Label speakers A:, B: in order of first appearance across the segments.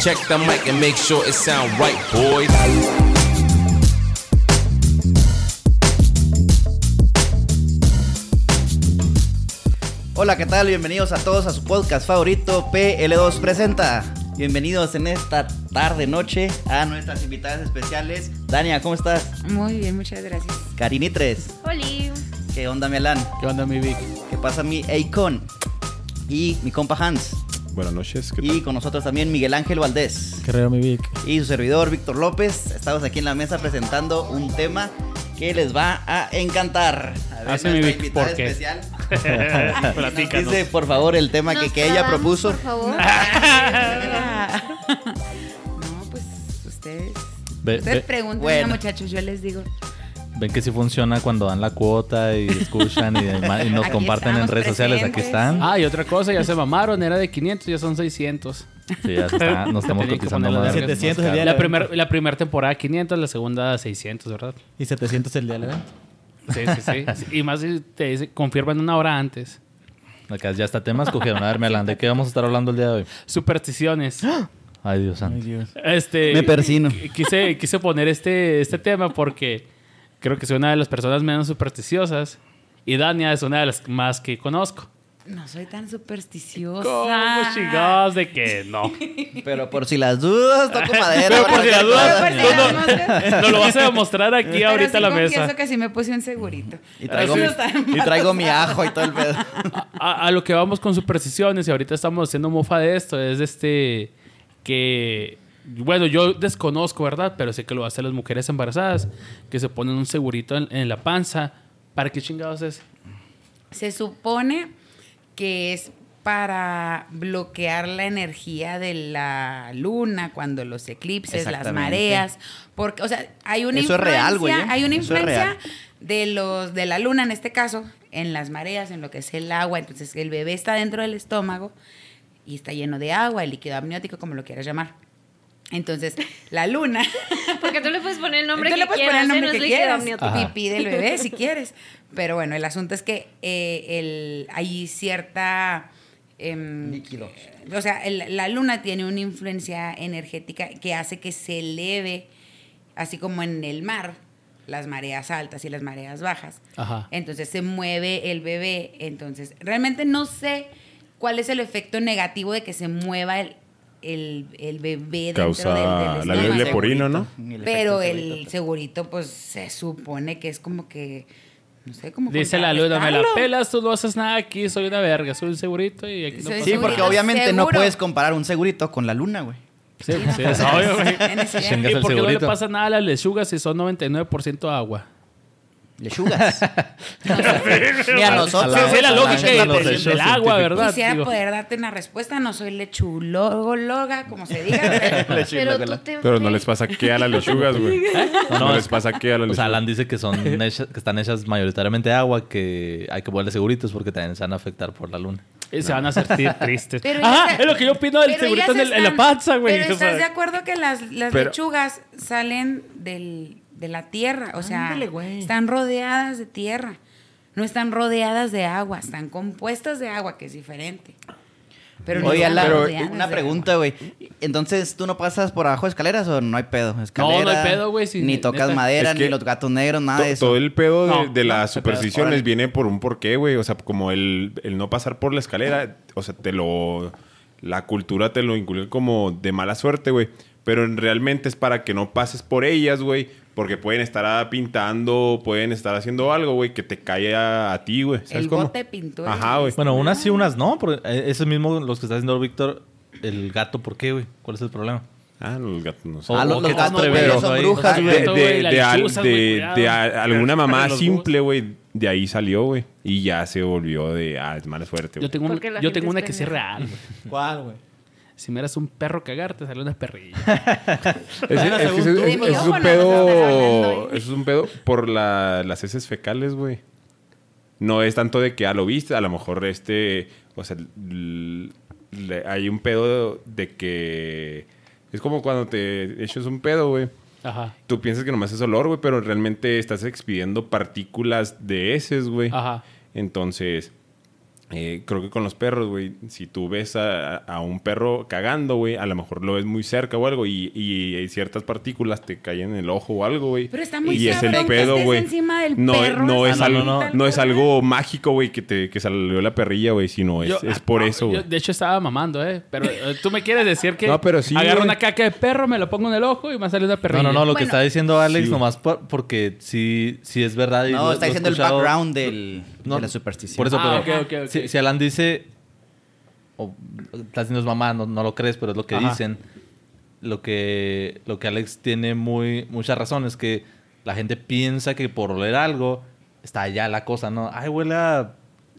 A: Check the mic and make sure it sound right, boys.
B: Hola, ¿qué tal? Bienvenidos a todos a su podcast favorito, PL2 Presenta. Bienvenidos en esta tarde, noche, a nuestras invitadas especiales. Dania, ¿cómo estás?
C: Muy bien, muchas gracias.
B: Karinitres.
D: Oli.
B: ¿Qué onda, Melán?
E: ¿Qué onda, mi Vic?
B: ¿Qué pasa, mi Akon? Y mi compa Hans.
F: Buenas noches, ¿qué
B: Y
F: tal?
B: con nosotros también Miguel Ángel Valdés.
E: ¿Qué reo, mi Vic?
B: y su servidor Víctor López. Estamos aquí en la mesa presentando un tema que les va a encantar. A ver,
G: Hace mi
B: nuestra
G: Vic,
B: invitada
G: ¿por qué?
B: especial nos
G: Platícanos.
B: dice, por favor, el tema que,
D: Nos
B: que ella
D: trabamos,
B: propuso.
D: Por favor.
C: No, pues ustedes.
E: Ve-
C: ustedes
E: ve-
C: pregunten,
B: Bueno.
C: muchachos, yo les digo.
E: Ven que sí funciona cuando dan la cuota y escuchan y, demás, y nos
C: Aquí
E: comparten en
C: estamos
E: redes sociales. Aquí
C: presentes.
E: están.
G: Ah, y otra cosa, ya se mamaron, era de 500, ya son 600.
E: Sí, ya está. Ah, Nos estamos
G: Tenían que
E: cotizando
G: ponerle
E: más.
G: vergas
H: 700
G: más
H: el día de
G: caras. la
H: la
G: primera la primer temporada 500, la segunda 600, ¿verdad?
H: Y 700 el día del evento.
G: Sí, sí, sí. y más si te dice, confirman una hora antes.
E: Acá ya está tema escogieron. A ver, Melan, ¿de qué vamos a estar hablando el día de hoy?
G: Supersticiones.
E: Ay, Dios
H: Ay,
E: santo.
H: Dios.
G: Este,
B: Me persino.
G: Quise, quise poner este, este tema porque creo que soy una de las personas menos supersticiosas y Dania es una de las más que conozco.
C: No soy tan supersticiosa. ah.
G: ¿Cómo chingados de que no?
B: Pero por si las dudas, toco madera.
G: Pero
B: ¿verdad?
G: por si las dudas, pues,
C: Pero por si
G: No,
C: las
G: no.
C: moscas.
G: Nos lo vas a demostrar aquí
C: Pero
G: ahorita
C: sí
G: a la
C: confieso
G: mesa.
C: que sí me puse un segurito.
B: Y traigo,
G: Así
B: mi, y traigo mi ajo y todo el pedo.
G: a, a lo que vamos con supersticiones, y ahorita estamos haciendo mofa de esto, es este que, bueno, yo desconozco, ¿verdad? Pero sé que lo hacen las mujeres embarazadas, que se ponen un segurito en, en la panza. ¿Para qué chingados es?
C: Se supone que es para bloquear la energía de la luna cuando los eclipses, las
B: Exactamente.
C: mareas, porque o sea, hay una
B: Eso es
C: influencia,
B: real, güey, ¿eh?
C: hay una
B: Eso es
C: influencia
B: real.
C: de los de la luna en este caso, en las mareas, en lo que es el agua, entonces el bebé está dentro del estómago y está lleno de agua, el líquido amniótico como lo quieras llamar. Entonces, la luna
D: Porque tú le puedes poner el nombre
C: Tú
D: que
C: le puedes
D: quieras.
C: poner el
D: ¿eh?
C: nombre
D: No es
C: que
D: líquido
C: quieras.
D: amniótico.
E: Ajá.
C: Pipí del bebé, si quieres. Pero bueno, el asunto es que eh, el, hay cierta... em,
B: Líquido.
C: O sea, el- la luna tiene una influencia energética que hace que se eleve, así como en el mar, las mareas altas y las mareas bajas.
G: Ajá.
C: Entonces se mueve el bebé. Entonces, realmente no sé cuál es el efecto negativo de que se mueva el, el, el bebé dentro
F: Causa
C: del, del
F: la
C: estómago.
F: ley leporina, ¿no?
B: Ni le
C: Pero
B: afecta
C: el
B: segurito.
C: segurito, pues se supone que es como que. No sé cómo.
G: Dice la luna, me la
C: contrarrestarlo".
G: pelas, tú no haces nada aquí, soy una verga, soy un segurito y aquí no
C: Soy
G: pasa
B: Sí,
C: segurito.
B: porque obviamente no
C: Seguro.
B: puedes comparar un segurito con la luna, güey.
G: Sí, sí,
C: pues,
G: es obvio, güey.
C: Tienes idea.
E: Chinga.
G: ¿Y
E: el
G: por qué no le
E: segurito.
G: pasa nada a las lechugas si son 99% agua?
B: Lechugas. Ni a nosotros.
E: Sí,
G: Sí, la
E: Ah,
G: lógica
E: es
G: y
E: la
G: del-
E: percepción
G: del agua,
E: científica.
G: ¿verdad?
C: Quisiera
G: Digo,
C: poder darte una respuesta. No soy lechulóloga, como se diga. pero-
D: Pero tú te
F: Pero no les pasa qué a las lechugas, güey. No,
E: No,
F: les pasa qué a las
E: O sea,
F: lechugas.
E: Alan dice que, son hechas- que están hechas mayoritariamente de agua, que hay que ponerle seguritos porque también se van a afectar por la luna.
G: y se van a sentir tristes.
C: pues. pero
G: Ajá,
C: ellas-
G: es lo que yo opino del
C: pero
G: segurito en,
C: ellas
G: el- en la
C: están-
G: panza, güey.
C: Pero
G: O sea,
C: estás de acuerdo que las, las
F: Pero-
C: lechugas salen del, de la tierra. O sea,
H: Ándale, güey.
C: están rodeadas de tierra. No están rodeadas de agua. Están compuestas de agua, que es diferente. Pero no
B: Oye,
C: están
B: Ala,
C: rodeadas
B: una
C: de
B: pregunta, güey. Entonces, ¿tú no pasas por abajo de escaleras o no hay pedo? Escalera,
G: No, no hay pedo, güey, sí,
B: ni
G: neta.
B: tocas madera,
F: Es que
B: ni los gatos negros, nada
F: To-
B: de Ah, eso.
F: Todo el pedo de,
G: No,
F: de
G: no,
F: las
G: qué pedo.
F: supersticiones
B: Órale.
F: viene por un porqué, güey. O sea, como el, el no pasar por la escalera, o sea, te lo. La cultura te lo inculca como de mala suerte, güey. Pero en- realmente es para que no pases por ellas, güey. Porque pueden estar ah, pintando, pueden estar haciendo algo, güey, que te caiga a ti, güey. ¿Sabes
C: El
F: cómo?
C: bote pintó el-
F: Ajá, güey.
G: este.
E: Bueno, unas sí, unas no. Porque eh, ese mismo, los que está haciendo Víctor, el gato, ¿por qué, güey? ¿Cuál es el problema?
F: Ah, no, los gatos no sé.
B: Ah,
E: O-
B: los,
G: Oh,
E: o
B: los
E: que
B: gatos,
E: te
B: güey,
E: atreves,
B: son
E: güey.
B: brujas,
G: Ah,
B: güey.
F: de,
G: Gato,
F: de-
G: güey, la
F: de al-
G: lechuza,
F: de-
G: güey, cuidado.
F: de a- alguna mamá
G: Los búhos.
F: simple, güey, de ahí salió, güey. Y ya se volvió de, ah, es mala suerte,
G: Yo
F: güey.
G: tengo, un-
D: Porque la
G: yo
D: gente
G: tengo
D: es
G: una que sí es
D: pendeja.
G: real, güey.
H: ¿Cuál, güey?
G: Si miras un perro cagar, te sale una perrilla.
F: Es,
H: Era
F: es que
H: según
F: ese-
H: tú,
F: ese
H: güey.
F: es
C: Ojo, no,
F: un
C: no estás ¿eh? hablando,
F: pedo.
C: güey.
F: ese es un pedo por la- las heces fecales, güey. No es tanto de que ah, lo viste, a lo mejor este. O sea, l- le- hay un pedo de que. Es como cuando te echas un pedo, güey.
G: Ajá.
F: Tú piensas que nomás es olor, güey, pero realmente estás expidiendo partículas de heces, güey.
G: Ajá.
F: Entonces, eh, creo que con los perros, güey, si tú ves a, a un perro cagando, güey, a lo mejor lo ves muy cerca o algo y, y, hay ciertas partículas te caen en el ojo o algo, güey.
C: Pero está muy
F: y es el
C: cabrón que
F: pedo,
C: estés
F: güey.
C: encima del
F: no,
C: perro,
F: no
C: así,
F: es algo,
C: no,
F: no,
C: no.
F: es algo mágico, güey, que te que salió la perrilla, güey, sino es,
G: Yo-
F: Pues es por
G: ah,
F: eso,
G: yo,
F: güey.
G: De hecho, estaba mamando, ¿eh? Pero eh, tú me quieres decir que
F: No, pero sí,
G: agarro
F: güey.
G: una caca de perro, me lo pongo en el ojo y me sale una
E: No,
G: perrilla.
E: no, no, lo que
C: Bueno.
E: está diciendo Alex,
F: Sí, güey.
E: nomás por- porque sí, sí es verdad. y
B: No,
E: lo-
B: está
E: lo he
B: diciendo el
E: escuchado.
B: background del,
E: No,
B: de la superstición.
E: Por eso,
G: Ah,
E: pero
G: ok, ok, ok.
E: Si, si Alan dice, o estás diciendo es mamá, no, no lo crees, pero es lo que
G: Ajá.
E: dicen. Lo que, lo que Alex tiene muy, mucha razón es que la gente piensa que por oler algo está allá la cosa, ¿no? Ay, huele a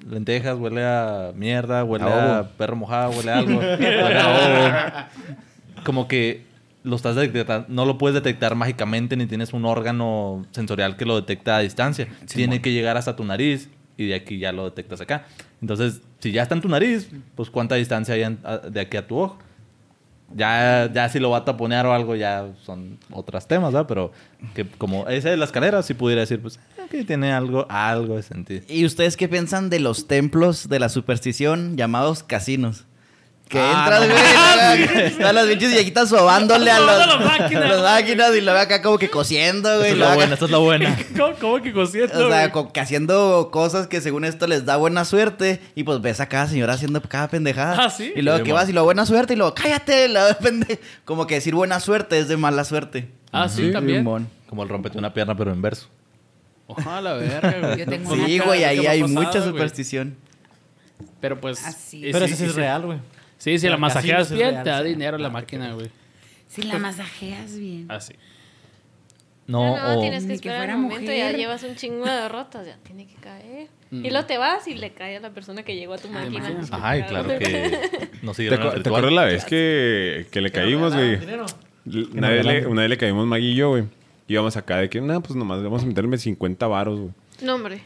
E: lentejas, huele a mierda, huele
B: A
E: a,
B: ovo.
E: perro mojado, huele a algo, huele a ovo. Como que lo estás detectando, no lo puedes detectar mágicamente ni tienes un órgano sensorial que lo detecta a distancia. Tiene que llegar hasta tu nariz y de aquí ya lo detectas acá. Entonces, si ya está en tu nariz, pues cuánta distancia hay en- a- de aquí a tu ojo. Ya, ya si lo va a taponear o algo, ya son otros temas, ¿verdad? Pero que como ese de las escaleras, si pudiera decir, pues, eh, que tiene algo, algo de sentido.
B: ¿Y ustedes qué piensan de los templos de la superstición llamados casinos? Que
E: Ah,
B: entras,
E: no
B: güey, y luego están las pinches viejitas sobándole a los-
G: Sobando las máquinas.
B: a las máquinas y luego acá como que cosiendo,
E: Esta
B: güey.
E: es
B: y
E: la
B: luego
E: buena,
B: acá-
E: esta es la buena.
G: ¿Cómo, cómo que cosiendo?
B: O sea,
G: güey?
B: co- que haciendo cosas que según esto les da buena suerte. Y pues ves a cada señora haciendo cada pendejada.
G: Ah, ¿sí?
B: Y luego
E: Sí,
B: que
E: man.
B: vas y lo buena suerte y luego cállate. La pende-". Como que decir buena suerte es de mala suerte.
G: Ah, sí, también.
B: Simón.
E: Como el rompete una pierna, pero inverso.
G: Ojalá, verga, güey.
C: Yo tengo una
B: Sí,
C: cara
B: güey,
G: que
B: ahí
G: me ha
B: hay
G: pasado,
B: mucha
G: güey.
B: superstición.
G: Pero pues.
C: Así
G: eh,
C: es.
H: Pero eso sí
G: y
H: es
G: si-
H: real, güey.
G: Sí, si la
H: Pero casinos
G: masajeas
H: es
G: bien,
H: real,
G: te Ah, da
H: sí.
G: dinero la máquina, güey.
C: Si la masajeas bien.
G: Así.
E: No,
D: no,
E: o-
D: tienes que
C: Ni que
D: esperar
C: fuera
D: el momento, ya
C: mujer.
D: llevas un chingo de derrotas, ya tiene que caer. Y luego te vas y le cae a la persona que llegó a tu máquina.
G: imaginas?
E: Ajá, y claro que no
F: ¿Te,
E: siguieron
F: acu-
E: el
F: te
E: ritual.
F: acuerdas la vez que, que le caímos, güey? L- Una vez, le, una vez le caímos Maggie y yo, güey. Íbamos acá de que, nada, pues nomás le vamos a meterme 50 varos, güey.
D: No, hombre.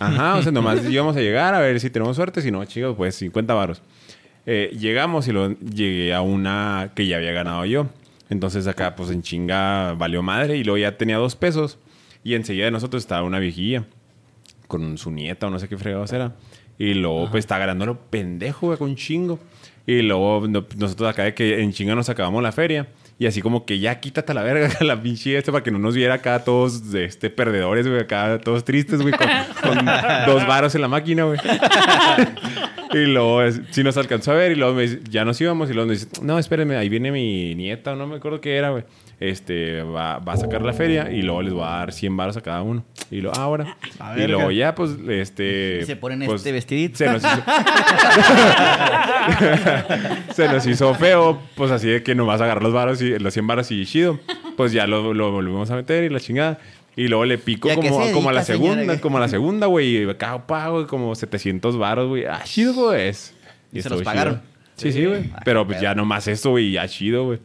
F: Ajá, o sea, nomás íbamos a llegar a ver si tenemos suerte. Si no, chicos, pues 50 varos. Eh, llegamos y lo, llegué a una que ya había ganado yo. Entonces acá, pues en chinga, valió madre. Y luego ya tenía dos pesos. Y enseguida de nosotros estaba una viejilla con su nieta o no sé qué fregados era. Y luego, pues está ganando lo pendejo, güey, con chingo. Y luego no- nosotros acá de que en chinga nos acabamos la feria. Y así como que ya quítate a la verga a la pinche este para que no nos viera acá todos de este, perdedores, güey, acá todos tristes, güey, con, con dos varos en la máquina, güey. Y luego es- sí nos alcanzó a ver y luego me dice, ya nos íbamos y luego nos dice, no, espérenme, ahí viene mi nieta, no me acuerdo qué era, güey. Este, va, va a sacar la feria y luego les va a dar 100 baros a cada uno. Y luego, ahora. Y luego ya, pues, este...
B: Ah, Y se ponen
F: pues,
B: este vestidito.
F: Se nos hizo... se nos hizo feo, pues así de que nomás agarrar los varos y los 100 varos y chido. Pues ya lo, lo volvimos a meter y la chingada. Y luego le picó
B: ¿Y a qué
F: como,
B: se
F: como a la
B: dedica, señora?
F: segunda, como a la segunda, güey. Y acá, pa, güey, como 700 varos, güey. Ah, chido, güey. es.
B: Y se
F: estuvo
B: los pagaron.
F: chido. Sí, sí, güey. Pero pues ya nomás eso, güey. Ya chido, güey.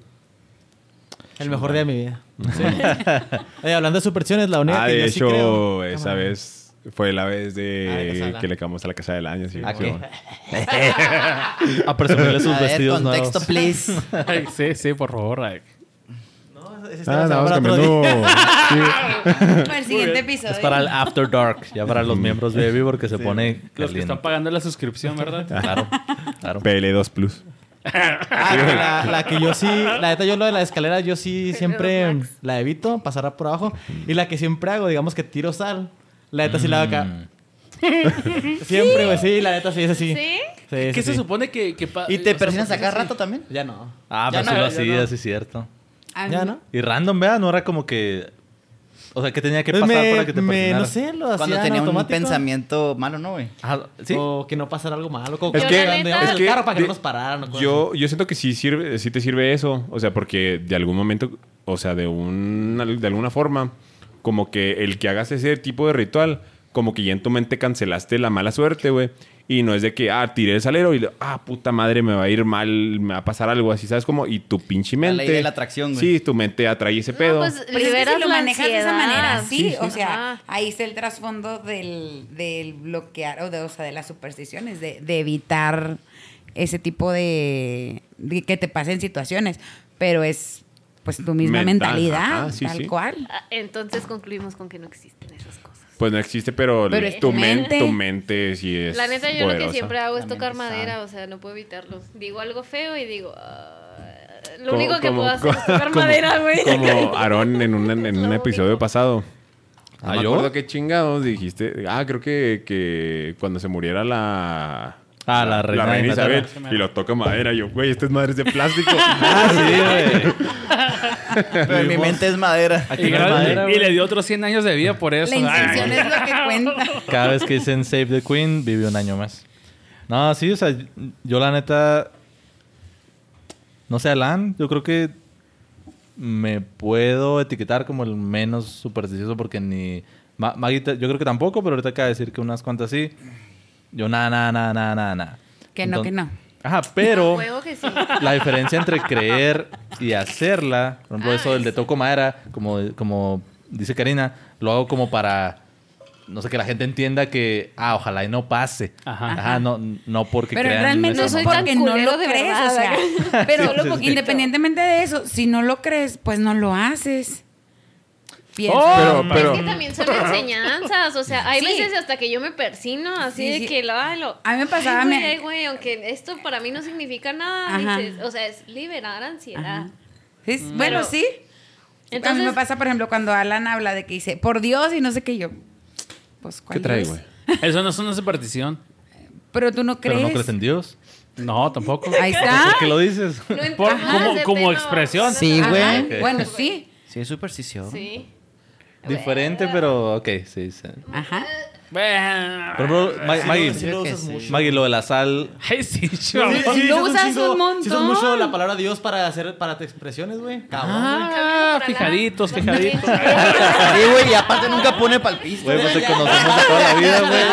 H: El mejor día de mi vida. Oye, hablando de supersticiones, la única
F: Ah,
H: que
F: de
H: yo sí creo-
F: hecho, esa
H: Cámara.
F: vez fue la vez
H: Ah, de
F: de
H: Casala.
F: que le cagamos a la casa del año. Sí,
B: ¿A
F: sí,
B: qué?
F: güey.
E: A presumirle sus
B: A ver,
E: vestidos
B: contexto,
E: nuevos.
B: please.
G: Ay, sí, sí, por favor. ay.
H: No, ese
F: Ah,
H: está
F: estábamos
H: para otro
F: cambiando.
H: día.
C: Para el siguiente episodio.
E: Es para el After Dark, ya para los miembros de Baby porque se pone
G: Los que
E: caliente.
G: están pagando la suscripción, ¿verdad?
E: Claro, claro.
F: PL2 Plus.
H: Ah, que la, la que yo sí, la neta, yo lo de la escalera, yo sí siempre la evito, pasará por abajo. Y la que siempre hago, digamos que tiro sal, la neta sí la hago
F: Mm.
H: acá. Siempre, güey, sí, la neta sí es así.
D: ¿Sí?
H: Sí,
G: ¿Qué
H: sí,
G: se
H: sí.
G: supone que.? que pa-
B: ¿Y te
G: o sea,
B: persinas a cada rato también?
H: Ya no.
E: Ah, pero
G: Ya
E: sí
G: no,
E: lo
G: ya
E: hacía,
G: no.
E: sí es cierto.
C: A mí-
H: Ya no.
E: Y random, ¿verdad? No era como que... O sea, ¿qué tenía que
H: Pues
E: pasar
H: me-
E: para que te
H: me-
E: persinaras?
H: No sé, lo hacía
B: Cuando
H: en
B: tenía un
H: automático.
B: pensamiento malo, ¿no, güey?
E: Ajá, sí.
H: O que no pasara algo malo. como
F: Es
H: que
F: que-
H: andando,
D: es
H: íbamos al
F: que
H: carro para que
F: de-
H: no nos pararan. o cosas
F: Yo, yo siento que sí, sirve, sí te sirve eso. O sea, porque de algún momento, o sea, de, un, de alguna forma, como que el que hagas ese tipo de ritual, como que ya en tu mente cancelaste la mala suerte, güey. Y no es de que, ah, tiré el salero y, le- ah, puta madre, me va a ir mal, me va a pasar algo así, ¿sabes? Como, y tu pinche
B: La ley
F: mente.
B: de la atracción, güey.
F: Sí, tu mente atrae ese
D: No,
F: pedo.
D: pues
C: Pero es que
D: liberas
C: si lo
D: la
C: manejas de esa
D: ansiedad. Ah,
C: manera, sí, o sea,
D: Ajá.
C: ahí está el trasfondo del, del bloquear o de, o sea, de las supersticiones, de, de evitar ese tipo de, de que te pasen situaciones, pero es pues tu misma
F: Mental,
C: mentalidad,
F: ajá, sí,
C: tal
F: sí.
C: cual.
D: Ah, Entonces concluimos con que no existen esas cosas.
F: Pues no existe, pero,
C: Pero
F: l-
C: es
F: tu,
C: tu
F: men-
C: mente.
F: tu mente sí es
D: La neta, yo lo
F: poderosa.
D: que siempre hago es
H: La mente
D: tocar
H: sabe.
D: madera, o sea, no puedo evitarlo. Digo algo feo y digo. ah, lo
F: Como-
D: único que
F: como-
D: puedo hacer es tocar
F: como-
D: madera, güey.
F: Como Aarón en un, en un
D: Lo
F: episodio
D: único.
F: pasado. No
E: ¿Ah,
F: me
E: yo?
F: acuerdo qué chingados dijiste. Ah, creo que, que cuando se muriera la...
E: Ah, la reina de Inglaterra.
F: Isabel. Y lo toca madera. Yo, güey, este es madre de plástico.
E: Ah, sí, güey.
B: Pero en mi mente es madera.
G: Y,
E: Aquí no hay madera,
G: y le dio otros 100 años de vida por eso.
C: La intención
G: Ay.
C: es lo que cuenta.
E: Cada vez que dicen Save the Queen, vive un año más. No, sí, o sea, yo la neta. No sé, Alan, yo creo que me puedo etiquetar como el menos supersticioso porque ni. Ma- Maguita, yo creo que tampoco, pero ahorita acaba de decir que unas cuantas sí. Yo nada, nada, nada, nada, nada, nada.
C: Que no,
E: Enton-
C: que no.
E: Ajá, pero.
D: Huevo que sí.
E: La diferencia entre creer y hacerla, por ejemplo,
D: Ah,
E: eso del de toco madera, como, como dice Karina, lo hago como para, no sé, que la gente entienda que, ah, ojalá y no pase.
G: Ajá.
E: Ajá. no, no porque
C: Pero
E: crean
C: realmente
E: esa
C: no
D: soy
E: mamada.
C: porque
D: tan
C: no
D: culero
C: lo
D: de
C: crees,
D: verdad,
C: o sea. Pero
E: Sí, sí, sí.
C: independientemente de eso, si no lo crees, pues no lo haces. Pienso.
F: Ah, pero,
D: Es
F: pero...
D: que también son enseñanzas, o sea, hay
C: Sí.
D: veces hasta que yo me persino, así
C: Sí,
D: de
C: sí.
D: que lo, ay, lo-
C: A mí me pasaba,
D: ay, güey,
C: me-
D: ay, güey, aunque esto para mí no significa nada,
C: Ajá.
D: dices, o sea, es liberar ansiedad.
C: Ajá. Sí, Bueno,
D: Ah. Mm. Pero-
C: sí. a mí
D: Entonces,
C: me pasa, por ejemplo, cuando Alan habla de que dice, por Dios y no sé qué yo. Pues, ¿cuál
F: ¿Qué trae,
C: Dios?
F: güey?
G: Eso no es una superstición.
C: Pero tú no
E: Pero
C: crees.
E: no crees en Dios.
G: No, tampoco.
C: Ahí está.
E: ¿Por qué lo dices?
D: no entiendo
G: Por-
D: más
G: como-
D: de
G: como
D: tema,
G: expresión.
D: o sea,
B: Sí,
D: ajá,
B: güey.
D: entiendo,
C: Bueno,
D: güey.
C: sí.
B: Sí, es superstición.
D: Sí.
E: Diferente, pero, ok, sí. sí.
C: Ajá.
G: Bueno.
E: Por ejemplo, Ma- Maggie,
H: Ah, Sí lo usas mucho.
E: Maggie, lo de la sal,
G: Ay, sí, yo.
H: Sí, sí,
C: Lo
H: un
C: usas
H: chingo-
C: un
H: sí usas
C: montón.
H: mucho la palabra Dios para hacer para tus expresiones, güey. Cabrón.
G: Ah,
D: Camino para
G: fijaditos,
D: la-
G: fijaditos.
B: Sí, güey, y aparte nunca pone palpista.
E: güey, pues te conocemos de toda la vida,
D: ¿No
E: güey.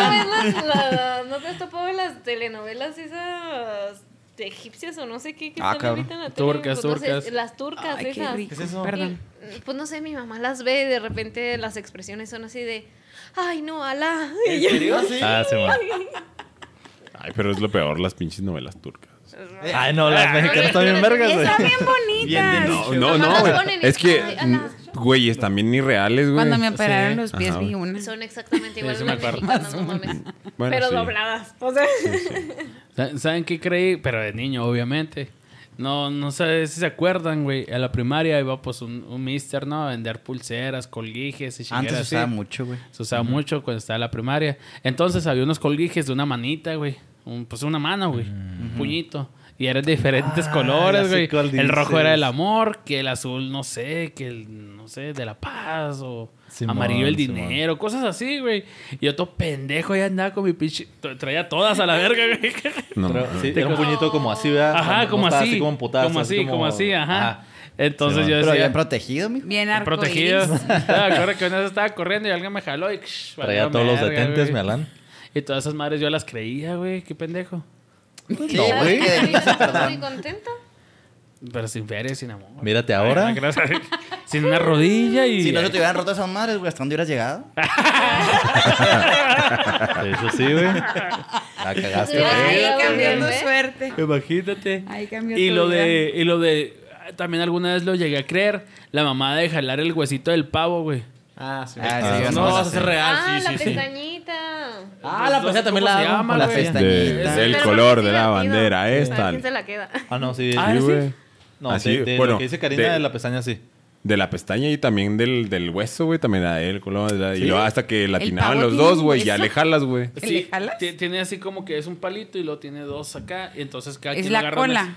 D: ves las- la- ¿No te has topado en las telenovelas esas de egipcias o no sé qué que
E: Ah,
D: están
E: cabrón.
D: ahorita en la tele?
G: Turcas,
D: Pues no sé,
G: turcas.
D: Las turcas
C: Ay, qué
D: esas.
C: rico.
H: ¿Qué es eso?
C: Perdón.
D: Y, pues no sé, mi mamá las ve y de repente las expresiones son así de, ay no, alá. Y
H: ¿En
D: yo-
H: serio? Sí.
E: Ah, sí, man.
F: Ay, pero es lo peor, las pinches novelas turcas.
E: Ay, no, las mexicanas también vergas,
C: Y
E: güey.
C: están bien bonitas.
F: No, no,
D: Nomás
F: no.
D: las
F: güey.
D: ponen y-
F: Es que,
D: ay, ala.
F: güey, están bien irreales, güey.
C: Cuando me operaron los pies
F: Ajá,
C: vi
F: güey.
C: una.
D: Son exactamente iguales
G: sí
D: a
G: me
D: las
G: acuerdo.
D: mexicanas, no mames.
F: Bueno,
D: Pero
F: sí.
D: dobladas. O sea,
G: ¿Saben- ¿Saben qué creí? Pero de niño, obviamente. No, no sé si se acuerdan, güey. A la primaria iba pues un, un mister, ¿no? A vender pulseras, colguijes y
B: Antes
G: chingaderas
B: usaba
G: así.
B: mucho, güey.
G: Se usaba mucho cuando estaba en la primaria. Entonces había unos colguijes de una manita, güey. Un- pues una mano, güey. Un puñito. Y eran de diferentes
E: Ah, ya
G: colores,
E: sé
G: güey.
E: cuál
G: El rojo
E: dices.
G: era el amor, que el azul, no sé, que el, no sé, de la paz o
E: Simón,
G: amarillo el
E: Simón.
G: dinero, cosas así, güey. Y yo todo pendejo ya andaba con mi pinche... tra- Traía todas a la verga, güey.
F: No,
E: Pero,
F: no.
E: sí, era un puñito como así, ¿verdad?
G: Ajá,
E: Ah, No
G: como
E: estaba
G: así.
E: como emputado,
G: como así, como así, ajá. Entonces
E: Simón.
G: yo
B: Pero
G: decía...
B: bien protegido, mijo.
C: Bien
G: Protegido.
C: arcoíris.
G: Estaba, de acuerdo que una vez estaba corriendo y alguien me jaló y... ksh,
E: Traía
G: valió
E: todos los
G: verga,
E: detentes,
G: güey.
E: mi Alan.
G: Y todas esas madres yo las creía, güey. Qué pendejo.
B: No, güey.
D: Estoy contenta.
G: Pero sin feria, sin amor.
E: Mírate ahora.
G: Ay, gracias. sin una rodilla y...
B: Si no se te hubieran roto esas madres, güey, ¿hasta dónde hubieras llegado?
E: Eso sí, güey. La cagaste,
D: Sí,
E: güey.
C: Ahí
D: Ay,
C: cambiando
D: güey.
C: suerte.
G: Imagínate.
C: Ahí cambió
G: y
C: tu
G: lo
C: vida.
G: de Y lo de... ah, También alguna vez lo llegué a creer. La mamá de jalar el huesito del pavo, güey.
H: Ah, sí.
B: Ah,
H: güey.
B: sí,
H: no,
B: no,
H: vas a ser real.
D: ah,
H: sí,
D: la
H: sí, sí.
D: pestañita.
H: Ah, la
G: Pues,
H: pestaña también
G: ¿cómo
H: la
G: se
H: hago
G: llama,
H: con la
G: güey?
H: pestaña.
F: De-
G: Esa-
F: del
D: Pero
F: color
D: es
F: de la
D: divertido. A
F: bandera
D: ver
F: esta.
D: ¿Quién se la queda?
E: Ah, no, sí.
G: Ah,
E: sí,
G: ¿sí?
E: güey. No,
F: Ah, sí,
E: de, de
F: bueno,
E: lo que dice Karina de,
F: de-
E: la pestaña, sí.
F: De la pestaña y también del, del hueso, güey. También la del color. la- Y luego hasta que latinaban
C: pavo
F: los
C: tiene
F: dos,
C: un
F: güey. Ya
C: hueso?
F: le jalas, güey.
C: ¿Le
G: Sí,
C: jalas?
G: ti- Tiene así como que es un palito y lo tiene dos acá. Y entonces cada
C: Es
G: quien
C: la
G: agarra
C: cola.
G: unas-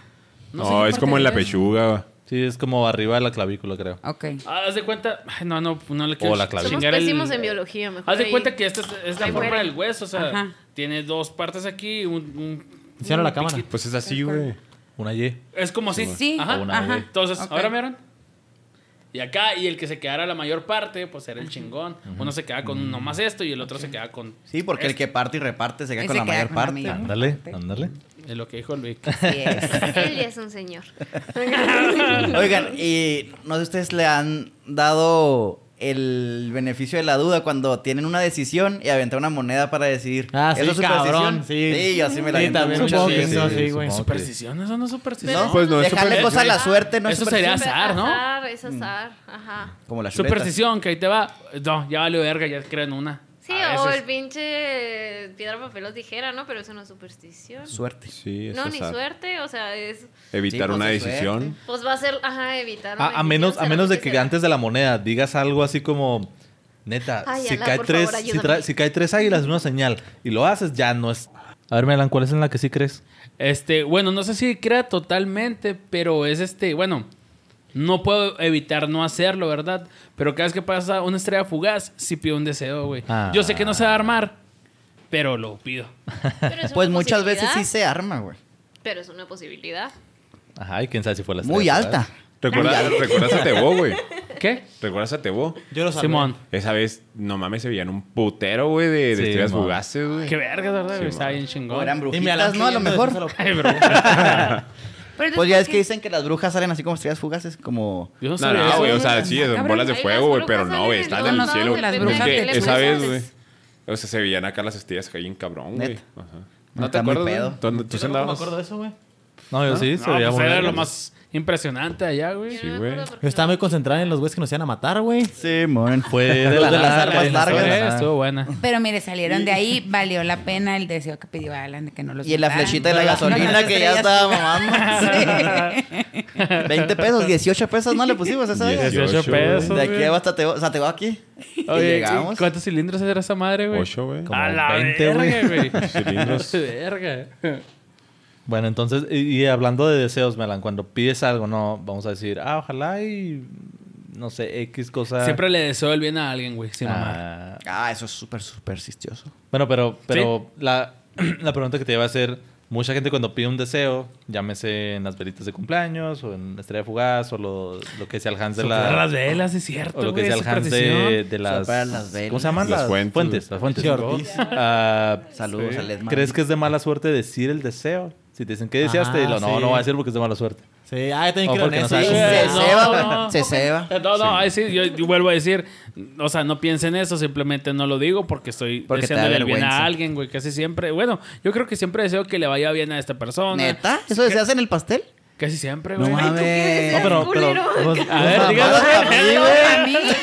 F: No,
G: sé qué
F: es como en la
G: parte es.
F: pechuga.
E: Sí, es como arriba de la clavícula, creo.
C: Ok.
G: Ah, haz de cuenta. Ay, no, no, no le quiero
E: la clavícula.
D: Somos
G: chingar el-
D: pésimos en biología, mejor.
G: Haz de
D: ahí.
G: cuenta que esta es, es la
D: Ahí
G: forma
D: fuera.
G: del hueso, o sea,
C: Ajá.
G: tiene dos partes aquí, un, un-
H: Cierra
G: un
H: la cámara.
G: piquito.
F: Pues es así, güey.
E: Una Y.
G: Es como así.
C: Sí,
G: Ajá.
E: una,
C: ajá.
E: güey.
G: Entonces,
C: Ok.
G: ¿ahora vieron? Y acá, y el que se quedara la mayor parte, pues era el chingón. Uno se queda con nomás esto y el otro se queda con
B: Sí, porque el que parte y reparte se queda
C: Ese
B: con la
C: queda
B: mayor
C: con la
B: parte.
C: mayor.
E: Ándale, ándale.
D: Ah,
G: eh, lo que dijo el Vic.
C: Así es.
D: Él ya es un señor.
B: Oigan, y no sé ustedes le han dado el beneficio de la duda cuando tienen una decisión y aventar una moneda para decidir.
H: Ah, sí,
B: ¿Eso es superstición?
H: cabrón, sí.
B: Sí, yo así me la
H: Sí,
B: aviento
H: también
B: mucho.
H: supongo
G: sí,
H: que
G: sí,
H: no,
E: sí,
H: sí, güey.
E: supongo.
G: ¿Superstición? ¿Eso no es superstición?
B: No,
F: Pues no, es
B: dejarle
F: superstición.
B: cosas a la suerte no es
G: Eso sería
B: superstición.
G: azar, ¿no? Mm.
D: Azar, es azar. Ajá.
B: Como la chuleta.
G: Superstición, que ahí te va. No, ya vale verga, ya creo en una.
D: Sí,
G: A
D: o
G: veces-
D: el pinche piedra, papel o tijera, ¿no? Pero es una superstición.
B: Suerte.
F: Sí, es
D: no, ni
F: azar.
D: suerte, o sea, es...
F: Evitar
B: Sí, pues,
F: una
B: es
F: decisión.
D: Pues va a ser, ajá, evitar...
E: A,
D: una
E: Ah, a menos, a
D: decisión,
E: menos de
D: será
E: que
D: será.
E: antes de la moneda digas algo así como, neta,
D: Ay,
E: si,
D: Ala,
E: cae
D: por
E: tres,
D: favor,
E: si,
D: ayúdame.
E: tra- si cae tres águilas es una señal y lo haces, ya no es... A ver, Melan, ¿cuál es en la que sí crees?
G: Este, bueno, no sé si crea totalmente, pero es este, bueno, no puedo evitar no hacerlo, ¿verdad? Pero cada vez que pasa una estrella fugaz, sí pido un deseo, güey.
E: Ah.
G: Yo sé que no se va a armar, pero lo pido.
D: Pero es una
B: Pues muchas veces
D: posibilidad,
B: sí se arma, güey.
D: Pero es una posibilidad.
E: Ajá, y quién sabe si fue la
B: Muy
E: estrella,
B: alta.
E: ¿sabes?
F: ¿Recuerdas, ¿Recuerdas a Tebo, güey?
G: ¿Qué?
F: ¿Recuerdas a Tebo?
H: Yo lo sabía.
G: Simón.
F: Esa vez, no mames, se veían un putero, güey, de, de
E: Sí,
F: estrellas
E: man.
F: fugaces, güey.
G: Qué verga, ¿verdad?
F: Sí,
G: güey? Está
F: man.
G: bien
B: O
G: chingón.
B: eran
H: Y me
B: brujitas, ¿no? A lo
H: adelanté
B: mejor.
H: yendo, eso
G: Ay, bro.
C: Pero entonces,
B: Pues ya
C: ¿por
B: es que
C: qué?
B: dicen que las brujas salen así como estrellas fugaces, como...
G: Yo no
F: No,
G: sabía
F: no,
G: eso.
F: güey, o sea, sí, son
C: Cabrón,
F: bolas de
D: ahí
F: fuego,
D: las
F: güey, pero
D: brujas
F: no, güey,
D: salen
F: están
D: de
F: en el
D: los lados,
F: cielo.
D: las
F: Es
D: brujas
F: que
D: de las
F: esa vez, güey.
D: brujas.
F: O sea, se veían acá las estrellas caían cabrón, güey.
B: Neta.
F: Ajá.
B: No
F: ¿No
B: está
F: te
B: muy
F: acuerdas?
B: pedo.
F: güey? ¿Tú, tú
H: Yo no me
F: andabas?
H: acuerdo de eso, güey.
E: No, yo sí, se
G: No,
E: veía
G: pues era
E: bonito.
G: lo más impresionante allá, güey.
F: Sí,
D: Yo no me
F: güey.
D: acuerdo porque
H: Yo estaba muy
D: no-
H: concentrado en los güeyes que nos iban a matar, güey.
B: Sí, mon.
E: Fue de,
B: Los
E: la
B: de las
E: nada,
B: armas
E: de la
B: largas.
E: nada.
G: Eh, Estuvo buena.
C: Pero mire, salieron de ahí, valió la pena el deseo que pidió Alan de que no los
B: Y en la
C: mataran.
B: flechita de la
C: No, no,
B: gasolina
C: no,
B: que ya
C: estrellas.
B: estaba mamando.
C: Sí.
B: 20 pesos, 18 pesos no le pusimos esa vez.
F: 18
G: 18
F: pesos,
G: pesos.
B: De aquí
G: güey.
B: hasta te, o sea, te va aquí. Y
G: Oye,
B: llegamos.
G: ¿cuántos cilindros era esa madre, güey?
F: Ocho, güey.
E: Como
G: A la
E: 20,
G: verga,
E: güey.
G: güey.
F: Cilindros.
G: A la verga.
E: Bueno, entonces, y, y hablando de deseos, Melan, cuando pides algo, no, vamos a decir, ah, ojalá y, no sé, X cosa.
G: Siempre le deseo el bien a alguien, güey, sin mamar.
E: Ah,
B: Ah, eso es súper supersticioso.
E: Bueno, pero, pero la, la pregunta que te iba a hacer, mucha gente cuando pide un deseo, llámese en las velitas de cumpleaños, o en Estrella Fugaz, o lo, lo que sea el Hans de
G: Soplar
E: la...
G: las velas, es cierto.
E: O lo que
G: güey,
E: sea el Hans
G: superstición.
E: de, de las...
B: Soplar las
E: ¿Cómo
B: velas.
E: se llaman?
F: Las fuentes.
E: Las fuentes.
H: Che, Ortiz.
E: Ah,
B: Saludos al Edman.
E: ¿Crees que es de mala suerte decir el deseo? Si te dicen, ¿qué deseaste?
H: Ah,
E: Y lo, no,
H: sí.
E: no voy a decir porque es de mala suerte.
H: Sí, ah, yo también
E: O
H: creo en
E: porque no
H: eso.
E: sabes
H: güey.
B: Se
G: no,
B: ceba,
G: no.
B: se ceba.
G: Eh, No, no, ahí sí, yo, yo vuelvo a decir, o sea, no piensen eso, simplemente no lo digo porque estoy
B: Porque te da
G: deseándole el bien
B: vergüenza.
G: a alguien, güey, casi siempre. Bueno, yo creo que siempre deseo que le vaya bien a esta persona.
B: ¿Neta? ¿Eso deseas en el pastel?
G: Casi siempre,
B: No
G: güey.
D: Ay, ¿tú qué
B: mames.
D: deseas,
E: No, pero- pero-
D: culero?
E: vos-
G: a ver,
B: Una
G: díganos.
B: mata para mí,
C: A mí,
B: güey.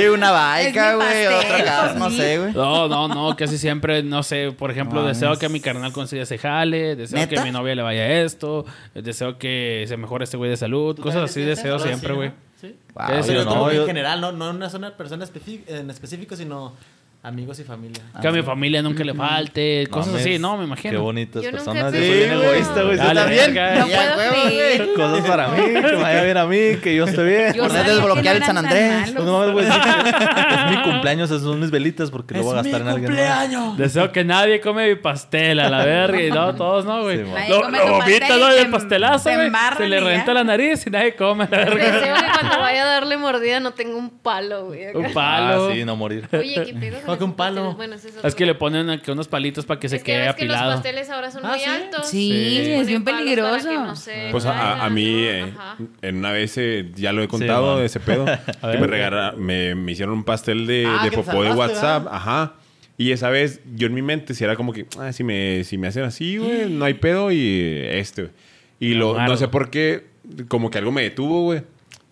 B: Sí, una baica,
C: Es mi
B: güey.
C: pastel,
B: Otra casa,
C: pues,
B: no
C: sí.
B: sé, güey.
G: No, no, no, casi siempre, no sé, por ejemplo, deseo que mi carnal consiga ese jale, deseo
B: ¿Neta?
G: que mi novia le vaya esto, deseo que se mejore este güey de salud, cosas así
H: también deseas
G: deseo
H: algo así,
G: siempre,
H: ¿no?
G: güey.
B: Wow.
H: Sí.
G: ¿Qué
H: Pero
G: deseo?
E: yo
H: yo
E: no,
H: como que
E: yo-
H: en general, no, no en una zona persona específica- en específico, sino amigos y familia.
G: Que a mi familia nunca le falte,
E: Ah,
G: cosas
E: Mm. Mames,
G: así, no, me
E: Qué
G: imagino.
E: bonitas
D: Yo nunca
E: personas.
D: he
E: Yo soy bien
D: pensado.
E: egoísta, güey.
G: Dale,
E: Yo también.
G: verga.
C: No
B: Ya,
C: puedo
B: huevo,
C: creer.
E: Cosas para mí, que me vaya bien a mí, que yo esté bien.
C: Yo
B: Por
C: sabía
B: desbloquear
C: que
B: el
C: no
B: San
C: eran tan
B: Andrés.
E: No
C: malos.
E: mames, güey, sí, Es mi cumpleaños, esas son mis velitas porque lo voy a gastar en alguien. más.
G: Deseo que nadie come mi pastel a la verga y no, todos no, güey.
E: Sí, mo.
C: Nadie
G: lo
C: come
G: lo
C: tu pastel
G: vomita,
C: y
G: ¿no?
C: te-
G: El pastelazo,
C: te
G: güey.
C: embarran
G: Se le
C: y ya.
G: reventa la nariz y nadie come la verga.
D: Deseo que cuando vaya a darle mordida no tenga un palo, güey. acá.
G: Un palo.
E: Ah, sí, no morir.
D: Oye, ¿qué pedo? con
H: Como que
D: los
H: un palo.
D: pasteles? Bueno, ese es,
G: Es
D: otro-
G: que le ponen aquí unos palitos para que se
D: Es que
G: quede
D: ves que los
G: apilado.
D: pasteles ahora son
H: Ah,
D: muy
H: ¿sí?
D: altos.
C: Sí,
D: Les
C: es bien
D: ponen palos para que
C: peligroso.
D: no se
F: Pues a, a- a
D: caigan,
F: mí,
D: ¿no?
F: eh,
D: Ajá.
F: en una vez, eh, ya lo he
E: Sí,
F: contado
E: man.
F: de ese pedo, que me, regala- me, me hicieron un pastel de,
H: Ah,
F: de
H: que te
F: popó de
H: salvaste,
F: WhatsApp,
H: ¿verdad?
F: ajá. Y esa vez, yo en mi mente, si era como que, "Ah, si me, si me hacen así, güey, no hay pedo, y este, güey. Y lo,
G: Claro.
F: no sé por qué, como que algo me detuvo, güey.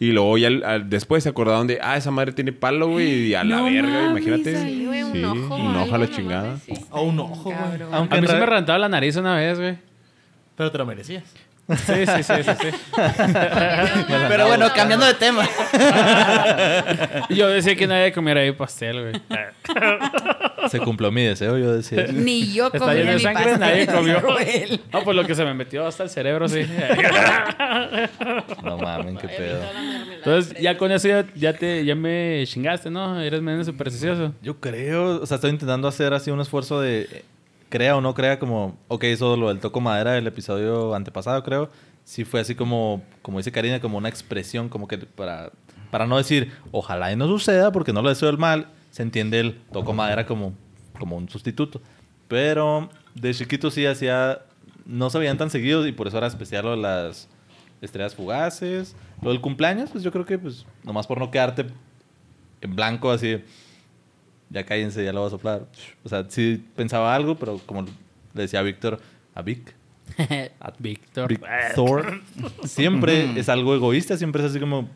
F: Y luego ya al- al- después se acordaron de, ah, esa madre tiene palo, güey, y a la
C: No
F: verga,
C: mames,
F: imagínate.
D: Sí, güey, un
F: Sí,
D: ojo.
F: un
D: algo,
F: ojo a la
D: no
F: chingada.
D: mames, sí.
H: O un ojo, güey.
C: Cabrón.
E: Aunque
G: A mí
E: en
G: se me
E: re-
G: reventaba la nariz una vez, güey.
H: Pero te lo merecías.
G: Sí, sí, sí, sí, sí.
B: Pero bueno, cambiando de tema.
G: Y Yo decía que nadie comiera ahí pastel, güey.
E: se cumplió mi deseo, yo decía.
C: Ni yo
G: Está
C: comí
G: lleno de
C: mi
G: sangre,
C: pastel.
G: nadie comió.
C: Joel.
G: No, pues lo que se me metió hasta el cerebro, sí.
E: No mamen, qué pedo.
G: Entonces, ya con eso ya, ya te, ya me chingaste, ¿no? Eres menos supersticioso.
E: Yo creo, o sea, estoy intentando hacer así un esfuerzo de eh, crea o no crea, como, ok, eso lo del toco madera del episodio antepasado, creo. Sí fue así como, como dice Karina, como una expresión, como que para, para no decir, ojalá y no suceda, porque no lo deseo el mal, se entiende el toco madera como, como un sustituto. Pero de chiquito sí hacía, no se veían tan seguidos y por eso era especial lo de las estrellas fugaces. Lo del cumpleaños, pues yo creo que, pues, nomás por no quedarte en blanco así, ya cállense, ya lo va a soplar. O sea, sí pensaba algo, pero como le decía a Víctor, a Vic,
G: Víctor.
E: Thor, siempre es algo egoísta, siempre es así como,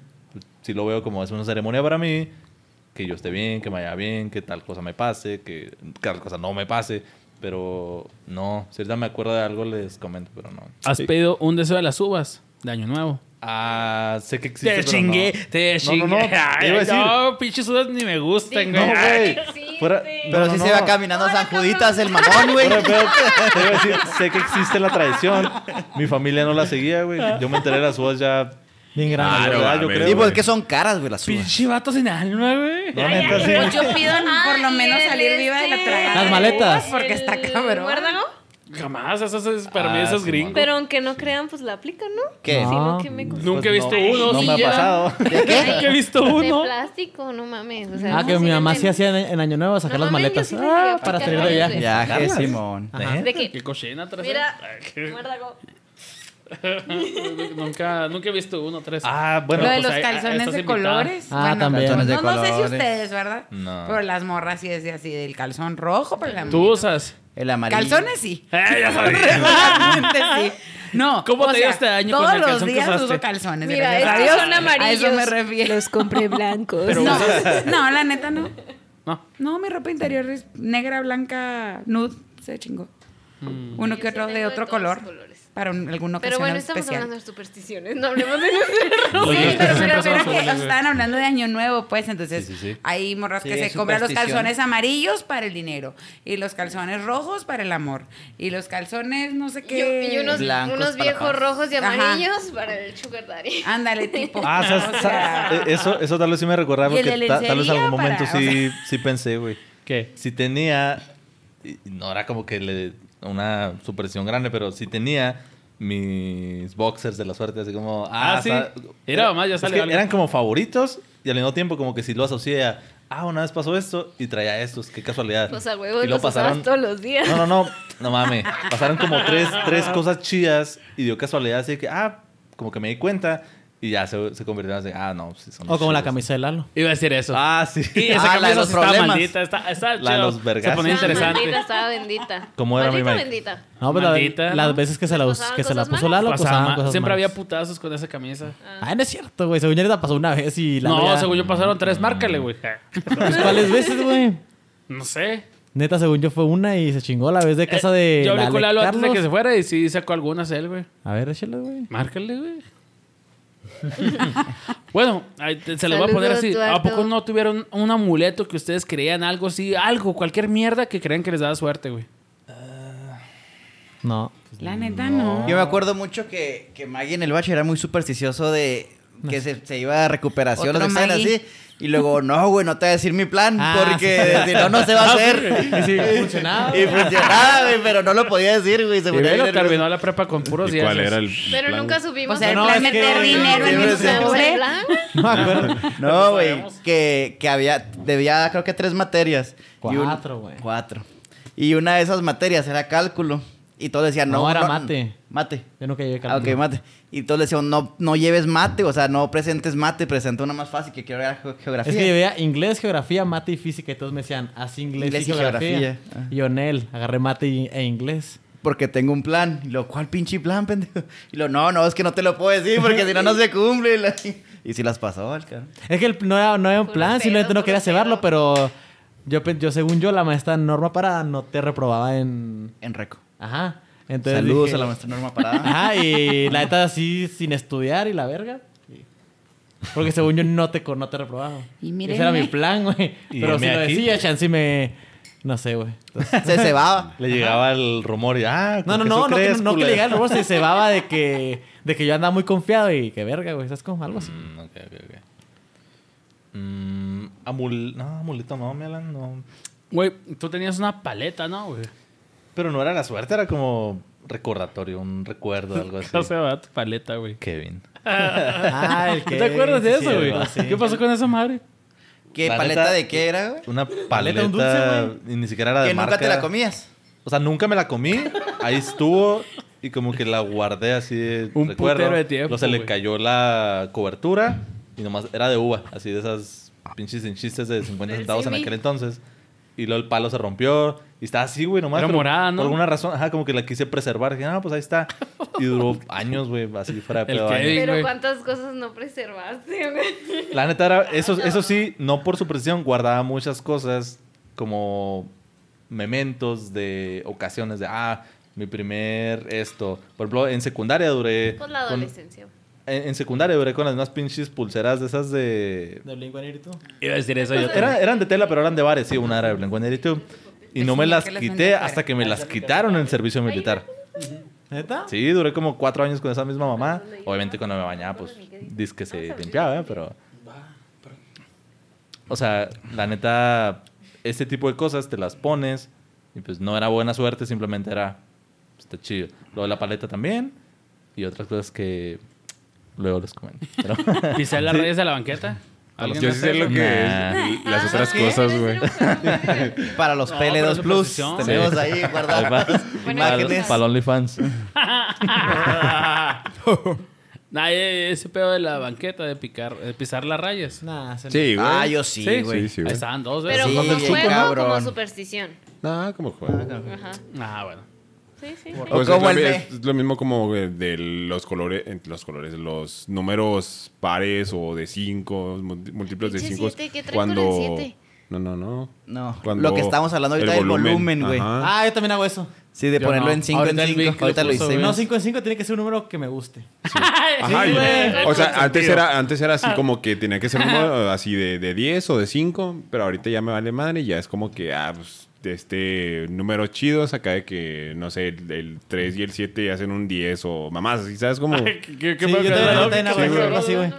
E: si lo veo como es una ceremonia para mí, que yo esté bien, que me vaya bien, que tal cosa me pase, que tal cosa no me pase. Pero no, si ahorita me acuerdo de algo les comento, pero no.
G: ¿Has
E: Sí.
G: pedido un deseo de las uvas de Año Nuevo?
E: Ah, sé que existe. pero no.
G: te
E: No, no, no, te iba a decir.
G: no, pinches uvas ni me gustan,
E: No,
G: güey.
E: güey.
D: existe.
E: Fuera-
B: Pero
E: no,
B: sí
E: no,
B: se
E: no.
B: va caminando San Juditas el mamón, güey.
E: Pero, pero, te iba a decir, sé que existe la tradición. Mi familia no la seguía, güey. Yo me enteré de las uvas ya.
H: Bien grande.
E: Claro, yo
F: mames,
E: creo,
B: Sí,
F: güey.
B: porque pues, son caras, güey, las uvas.
G: Pinche vato sin alma, güey.
E: No, neta, sí.
C: Pues yo pido por lo
D: Ay,
C: menos
D: el
C: salir viva de la
D: este-
C: tragada.
H: Las
C: de
H: maletas.
C: uvas Porque está
D: ¿El
C: cabrón.
D: ¿Muérdago?
G: Jamás, eso es para mí
E: Ah,
G: eso es
E: sí,
G: gringo.
D: Pero aunque no crean, pues la aplican, ¿no?
B: ¿Qué?
D: Sí,
H: Ah. No.
D: no, que me costó.
G: Nunca he
E: Pues
G: visto
E: no,
G: uno.
E: No
G: sí,
E: me ha
G: ya.
E: pasado.
G: Nunca he visto uno.
D: De plástico, no mames. O sea,
H: Ah,
D: no,
H: que mi
D: sí
H: mamá
D: venden-
H: sí hacía en, en Año Nuevo, sacar
D: No
H: las
D: mames,
H: maletas
D: yo sí
H: ah,
D: saqué
H: para
D: acá
H: salir de viaje.
D: varias
B: Viaje, Simón.
H: ¿eh?
D: De que,
G: Qué cochina, tres.
D: mira,
G: Ay,
D: muérdago.
G: Nunca, nunca he visto uno, tres.
E: Ah, bueno.
C: lo de
G: pues
C: los
G: ahí- ahí
C: calzones
G: estás
C: de
G: invitada.
C: colores. pues,
H: Ah, también.
C: No,
B: Calzones de
C: no sé si
B: colores.
C: ustedes, ¿verdad?
E: No.
C: Pero las morras sí es de así, del calzón rojo. Por la
G: Tú usas.
B: El amarillo.
C: Calzones sí.
E: Ah,
G: Eh, ya sabía.
C: Realmente sí. No.
G: ¿Cómo
C: o
G: te
C: sea,
G: dio este año con
C: Todos
G: el
C: los
G: calzón que
C: días
G: usaste?
C: uso calzones.
D: Mira,
C: gracias a
D: estos
C: Dios.
D: son amarillos.
C: A eso me refiero.
I: Los compré blancos.
C: No, no, la neta no.
G: No.
C: No, mi ropa interior es negra, blanca, nude. Se chingó.
G: Mm.
C: Uno que
D: Yo sí
C: otro
D: tengo
C: de
D: de
C: otro
D: todos
C: color.
D: los colores.
C: Para un- alguna ocasión
D: Pero bueno, estamos
C: especial.
D: hablando de supersticiones. No hablemos de nuestra ropa.
C: Sí,
G: Oye,
C: pero,
G: ustedes
C: pero,
G: siempre son
C: pero que
G: azules,
C: os
G: güey.
C: estaban hablando de año nuevo, pues, entonces
E: Sí, sí, sí.
C: hay morras que
B: Sí,
C: se compran los
B: superstición.
C: calzones amarillos para el dinero y los calzones rojos para el amor y los calzones no sé
D: Y,
C: qué.
D: y unos,
B: Blancos
D: unos
B: para
D: viejos
B: paz.
D: rojos y
C: Ajá.
D: amarillos para el sugar daddy.
C: Ándale, tipo.
E: Ah, o sea,
C: o
E: sa-
C: sea,
E: eh, eso, eso tal vez sí me recordaba
C: Y el
E: porque
C: de
E: ta- tal vez en
C: lencería
E: algún momento
C: para-
E: sí, sí pensé, güey.
G: ¿Qué?
E: Si tenía, y no era como que le, una superstición grande, pero si tenía mis boxers de la suerte, así como...
G: Ah, sí.
E: sa- eh,
G: Era mamá, ya
E: es
G: sale
E: que
G: algo.
E: Eran como favoritos y al mismo tiempo como que si lo asocié a, ah, una vez pasó esto y traía estos, qué casualidad.
D: Los sea, huevos
E: y
D: Pues,
E: lo
D: los
E: pasaron...
D: usabas todos los días.
E: No, no, no, no mames. Pasaron como tres, tres cosas chidas y dio casualidad, así que, ah, como que me di cuenta y ya se, se convirtieron así, ah, no, sí son
H: O como la
E: chidos.
H: camisa de Lalo.
G: Iba a decir eso.
E: Ah, sí.
G: Y esa
B: Ah, la de los
G: camisa sí estaba
B: problemas.
G: maldita, está, está
E: La de
G: chido.
E: los
G: Se
E: vergazos.
G: ponía
D: Estaba
G: interesante.
D: Maldita, estaba bendita.
E: ¿Cómo era mi
D: Maldita,
E: Mike?
D: bendita.
H: No, pero la-
G: Maldita,
H: las
G: ¿no?
H: veces que se la, us-
D: Pasaban
H: que se la
D: cosas
H: puso Lalo, pues
G: Pasaba
H: pasaban
G: ma-
H: cosas
G: siempre
H: malas.
G: había putazos con esa camisa.
H: Ah, no es cierto, güey. Según yo la pasó una vez y la
G: no,
H: ya-
G: según yo pasaron tres, márcale, güey.
H: Pues, ¿Cuáles veces, güey?
G: No sé.
H: Neta, según yo fue una y se chingó la vez de casa de.
G: Eh, Yo hablé
H: la
G: con
H: Ale
G: Lalo antes de
H: Carlos.
G: que se fuera y sí sacó algunas él, güey.
H: A ver, échale, güey.
G: Márcale, güey. bueno, ahí te- se lo voy a
D: Saludos,
G: poner así. ¿A
D: Eduardo.
G: poco no tuvieron un amuleto que ustedes creían algo así? Algo, cualquier mierda que crean que les daba suerte, güey.
H: No.
C: la neta no.
B: Yo me acuerdo mucho que, que Maggie en el bache era muy supersticioso de que se, se iba a recuperación,
C: Otro
B: los exámenes
C: Maggie.
B: así. Y luego, no, güey, no te voy a decir mi plan
H: Ah,
B: porque si no, no se va
C: Ah,
G: Ah,
B: a hacer.
H: Y sí, funcionaba.
B: Y funcionaba, güey, pero no lo podía decir, güey. Se
G: Y
B: ponía
G: velo,
B: bien nervioso.
G: terminó la prepa con puros
F: ¿Y
G: días.
F: cuál era el
D: Pero
F: plan?
D: nunca supimos.
C: O sea, el
H: No,
C: plan
H: es que-
C: meter dinero en mi
B: Siempre se-
C: sobre.
H: No me acuerdo.
B: No, güey,
G: sabemos.
B: que, que había, debía creo que tres materias. Y un-
H: Cuatro, güey.
B: Cuatro. Y una de esas materias era cálculo. Y todos decían, no.
H: No, era mate.
B: Mate.
H: Yo nunca llegué
B: Ah, ok, mate. Y todos le decían, no, no lleves mate, o sea, no presentes mate, presenta una más fácil que quiero ver ge- geografía.
H: Es que llevé inglés, geografía, mate y física. Y todos me decían, haz inglés,
B: Inglés
H: y
B: y
H: geografía.
B: geografía. Ah.
H: Y yo, Nel, agarré mate y- e inglés.
B: Porque tengo un plan. Y lo, ¿cuál pinche plan, pendejo? Y lo, no, no, es que no te lo puedo decir porque si no, no se cumple. Y, la- y si las pasó, el cabrón.
H: Es que el- no era, no era un
D: Puro
H: plan, simplemente
D: pedo,
H: no quería
D: puro
H: cebarlo,
D: pedo.
H: pero yo, pe- yo, según yo, la maestra Norma Parada no te reprobaba en.
B: En reco.
H: Ajá. Entonces
B: Saludos
H: dije-
B: a la maestra Norma Parada.
H: Ajá, y la neta así sin estudiar y la verga. Y- Porque según yo no te, co- no te reprobaba.
C: Y mírenme.
H: Ese era mi plan, güey.
E: Y
H: Pero si
E: heme
H: lo
E: aquí.
H: decía, chance y me... No sé, güey. Entonces-
B: se cebaba.
E: Le llegaba el rumor y, ah,
H: No, no,
E: ¿con qué
H: no, no,
E: eso
H: que, no
E: crees,
H: que le
E: culera?
H: llegara el rumor, se cebaba de que, de que yo andaba muy confiado y que verga, güey. ¿Sabes cómo? Algo así.
E: Mm, ok, ok, ok. Mm, amul- no, amuleto no, Melan, no.
G: Güey, tú tenías una paleta, ¿no, güey?
E: Pero no era la suerte, era como recordatorio, un recuerdo, algo así.
G: No se va tu paleta, güey.
E: Kevin.
H: Ah, el
G: ¿No te acuerdas de
H: sí,
G: eso,
H: sí,
G: güey?
H: algo así.
G: ¿Qué pasó con esa madre?
B: ¿Qué
E: La
B: paleta
E: neta-
B: de qué era, güey?
E: Una
H: Paleta,
E: paleta,
H: un dulce,
E: y ni siquiera era de
B: Que nunca te
E: marca.
B: la comías.
E: O sea, nunca me la comí, ahí estuvo y como que la guardé así de
G: Un
E: recuerdo.
G: putero de tiempo,
E: Luego se le
G: güey.
E: cayó la cobertura y nomás era de uva, así de esas pinches sin chistes de 50
D: Del
E: centavos en
D: Simi.
E: aquel entonces. Y luego el palo se rompió Y estaba así, güey, nomás.
G: Era
E: pero
G: morada, ¿no?
E: Por alguna razón, ajá, como que la quise preservar. Dije, ah, pues ahí está. Y duró años, güey, así fuera de
G: El
E: pedo.
G: que-
E: años.
D: Pero
G: güey.
D: cuántas cosas no preservaste,
C: Pues
D: güey.
E: La neta era, eso, eso sí, no por superstición, guardaba muchas cosas como mementos de ocasiones de, ah, mi primer esto. Por ejemplo, en secundaria duré...
D: Pues la
E: con-
D: adolescencia.
E: en, en secundaria duré con las más pinches pulseras de esas de...
H: ¿De Blink-182?
G: Iba a decir eso yo
E: Era- eran de tela, pero eran de bares, sí, una era de Blink-182. Y no me las quité hasta que me las quitaron en servicio militar.
H: ¿Neta?
E: Sí, duré como cuatro años con esa misma mamá. Obviamente cuando me bañaba, pues, dice que se limpiaba, ¿eh? pero... O sea, la neta, este tipo de cosas te las pones y pues no era buena suerte, simplemente era... pues, Está chido. Luego la paleta también y otras cosas que luego les comento. Pero-
G: Pisé las redes de la banqueta. ¿Alguien
F: Yo sí
G: hace
F: sé
G: eso?
F: lo que
E: Nah.
F: es. Las
D: Ah,
F: otras cosas, güey.
B: Para los
G: No, pero es
B: PL2
G: su
B: Plus
G: posición.
B: tenemos
E: Sí.
B: ahí
E: Ahí va.
B: guardadas
D: Bueno,
E: Para
B: imágenes.
E: para OnlyFans.
G: Nah, eh, ese pedo de la banqueta, de picar, de pisar las rayas.
H: Nah, se-
F: Sí, güey.
B: Ah, yo sí,
G: Sí,
B: güey.
F: sí, sí,
G: Ahí
F: güey.
G: estaban dos,
D: Pero
G: ¿verdad?
B: Sí,
D: como
B: bien
D: juego, como
B: cabrón.
D: superstición.
F: Nada, como juega.
D: Ajá.
G: Ah, bueno.
D: Sí, sí.
B: O
F: Pues
B: como
F: es, lo,
B: el
F: mi- es lo mismo como güey, de los colores, entre los colores, los números pares o de cinco, multi- múltiples de
D: Pinche
F: cinco.
D: siete, ¿qué traes con el
F: Cuando.
D: siete?
F: No, no, no.
B: No,
F: Cuando
B: lo que estamos hablando ahorita del volumen, güey.
F: Ajá.
H: Ah, yo también hago eso.
B: Sí, de
G: Yo
B: ponerlo
G: no.
B: en 5 en
G: Ahorita el
B: 5.
G: Vic lo
B: Ahorita lo
G: puso,
B: hice.
G: güey.
H: No, 5 en 5 tiene que ser un número que me guste.
F: Ajá,
H: Sí,
F: y-
H: güey.
F: o sea, antes era, antes era
D: Ah.
F: así como que tenía que ser un número así de, de 10 o de 5, pero ahorita ya me vale madre y ya es como que, ah, pues, de este número chido acá de que, no sé, el, 3 y el 7 hacen un 10 o mamás, así, ¿sabes? Como...
G: ¿Qué, qué,
H: Sí, yo
G: pedo?
H: también, yo también
G: Sí,
H: hago eso,
G: güey.
H: algo así, güey.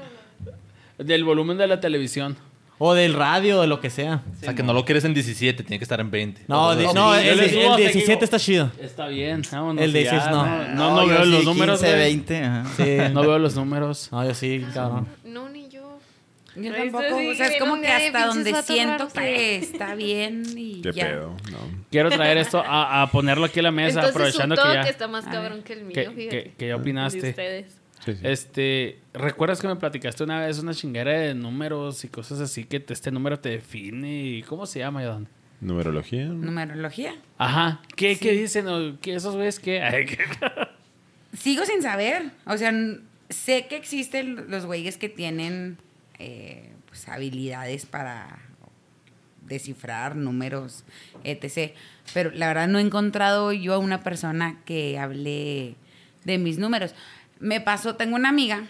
G: Del volumen de la televisión.
H: O del radio, de lo que sea.
E: O sea, que no lo quieres en 17, tiene que estar en 20.
H: No, di- no,
G: Yo
H: el,
G: le subo
H: el
G: hasta que
H: 17
G: digo-
H: está chido.
G: Está bien. vámonos,
H: El
G: ya,
H: 16 no.
G: No, no,
B: yo
G: veo
B: sí,
G: los números,
B: 15,
G: güey.
B: 20, ajá.
H: Sí.
G: No veo los números.
H: No, yo sí, cabrón.
D: No, ni yo.
C: Yo
D: Pero esto
C: tampoco,
D: sí,
C: o sea, es
D: que
C: como
D: no
C: que
D: me
C: hasta
D: pinches
C: donde
D: vatos
C: siento
D: raros.
C: que está bien y
F: ¿Qué
C: ya.
F: pedo? No.
G: Quiero traer esto a, a ponerlo aquí en la mesa,
D: Entonces su
G: aprovechando que
D: toque
G: ya.
D: está más
C: A
D: cabrón
C: ver.
D: que el mío,
G: que,
D: fíjate.
G: que- que ya
D: El de
G: opinaste.
D: ustedes.
F: Sí, sí.
G: Este, ¿recuerdas que me platicaste una vez una chingera de números y cosas así que te- este número te define? y ¿Cómo se llama, Yadon?
F: Numerología.
C: Numerología.
G: Ajá. ¿Qué, ¿qué dicen? ¿O ¿Qué esos güeyes qué? Ay, qué-
C: Sigo sin saber. O sea, n- sé que existen los güeyes que tienen eh, pues, habilidades para descifrar números, etc. Pero la verdad no he encontrado yo a una persona que hable de mis números. Me pasó, tengo una amiga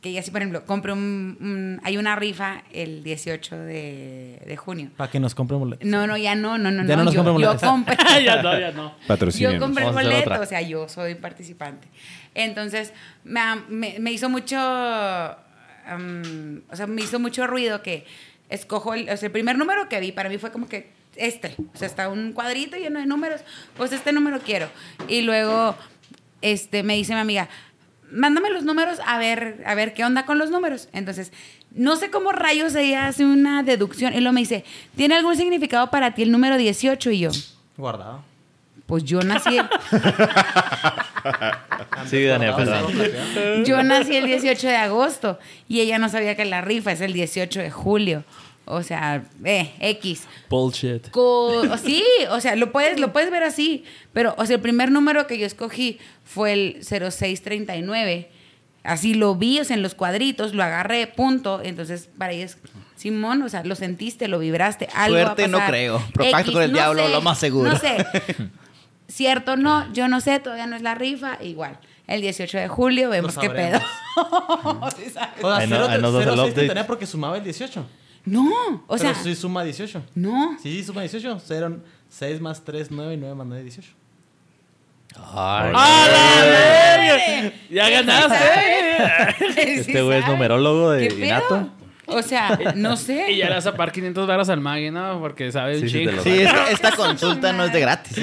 C: que ella sí, por ejemplo, compré un, un- hay una rifa el 18 de, de junio.
H: Para que nos compre boletos.
C: No, no, ya no, no, no,
H: Ya no nos
C: yo,
H: compran
C: yo
H: boletos.
C: compré.
G: ya no, ya no.
F: Patrocinio.
C: Yo compré el
E: Vamos a hacer
C: boleto,
E: otra.
C: o sea, yo soy participante. Entonces, me, me- me hizo mucho. am, o sea, me hizo mucho ruido que escojo el, o sea, el primer número que vi para mí fue como que este. O sea, está un cuadrito lleno de números. Pues este número quiero. Y luego este, me dice mi amiga. Mándame los números a ver, a ver qué onda con los números. Entonces, no sé cómo rayos ella hace una deducción. Y luego me dice, ¿tiene algún significado para ti el número 18? Y yo,
H: Guardado.
C: pues yo nací. el-
E: Sí, Daniel, perdón.
C: Yo nací el 18 de agosto y ella no sabía que la rifa es el 18 de julio. O sea, eh, X.
G: Bullshit.
C: Co- o sí, o sea, lo puedes, lo puedes ver así. Pero, o sea, el primer número que yo escogí fue el 0639. Así lo vi, o sea, en los cuadritos, lo agarré, punto. Entonces, para ellos, Simón, o sea, lo sentiste, lo vibraste, algo va a
B: Suerte no
C: pasar.
B: creo. Pero pacto con el
C: no
B: diablo,
C: sé,
B: lo más seguro.
C: No sé. Cierto, no, yo no sé, todavía no es la rifa, igual. El 18 de julio vemos
H: Lo
C: qué pedo.
H: sabremos. O sea,
E: Ahí no-
H: cero,
E: ahí nos das el
H: cero seis
E: update.
H: tenía porque sumaba el 18.
C: No, o sea,
H: pero sí suma 18.
C: no.
H: Sí, suma 18. 0, 6 más 3, 9 y 9 más 9, 18.
G: ¡A la verga! ¡Ya ganaste!
E: Este güey es numerólogo de
C: ¿Qué pedo?
E: Inato.
C: O sea, no sé.
G: Y ya le vas a par 500 varas al Maggie, ¿no? Porque sabe un
E: Sí, sí,
G: chingo.
E: te lo
B: Sí, esta, esta consulta no es de gratis.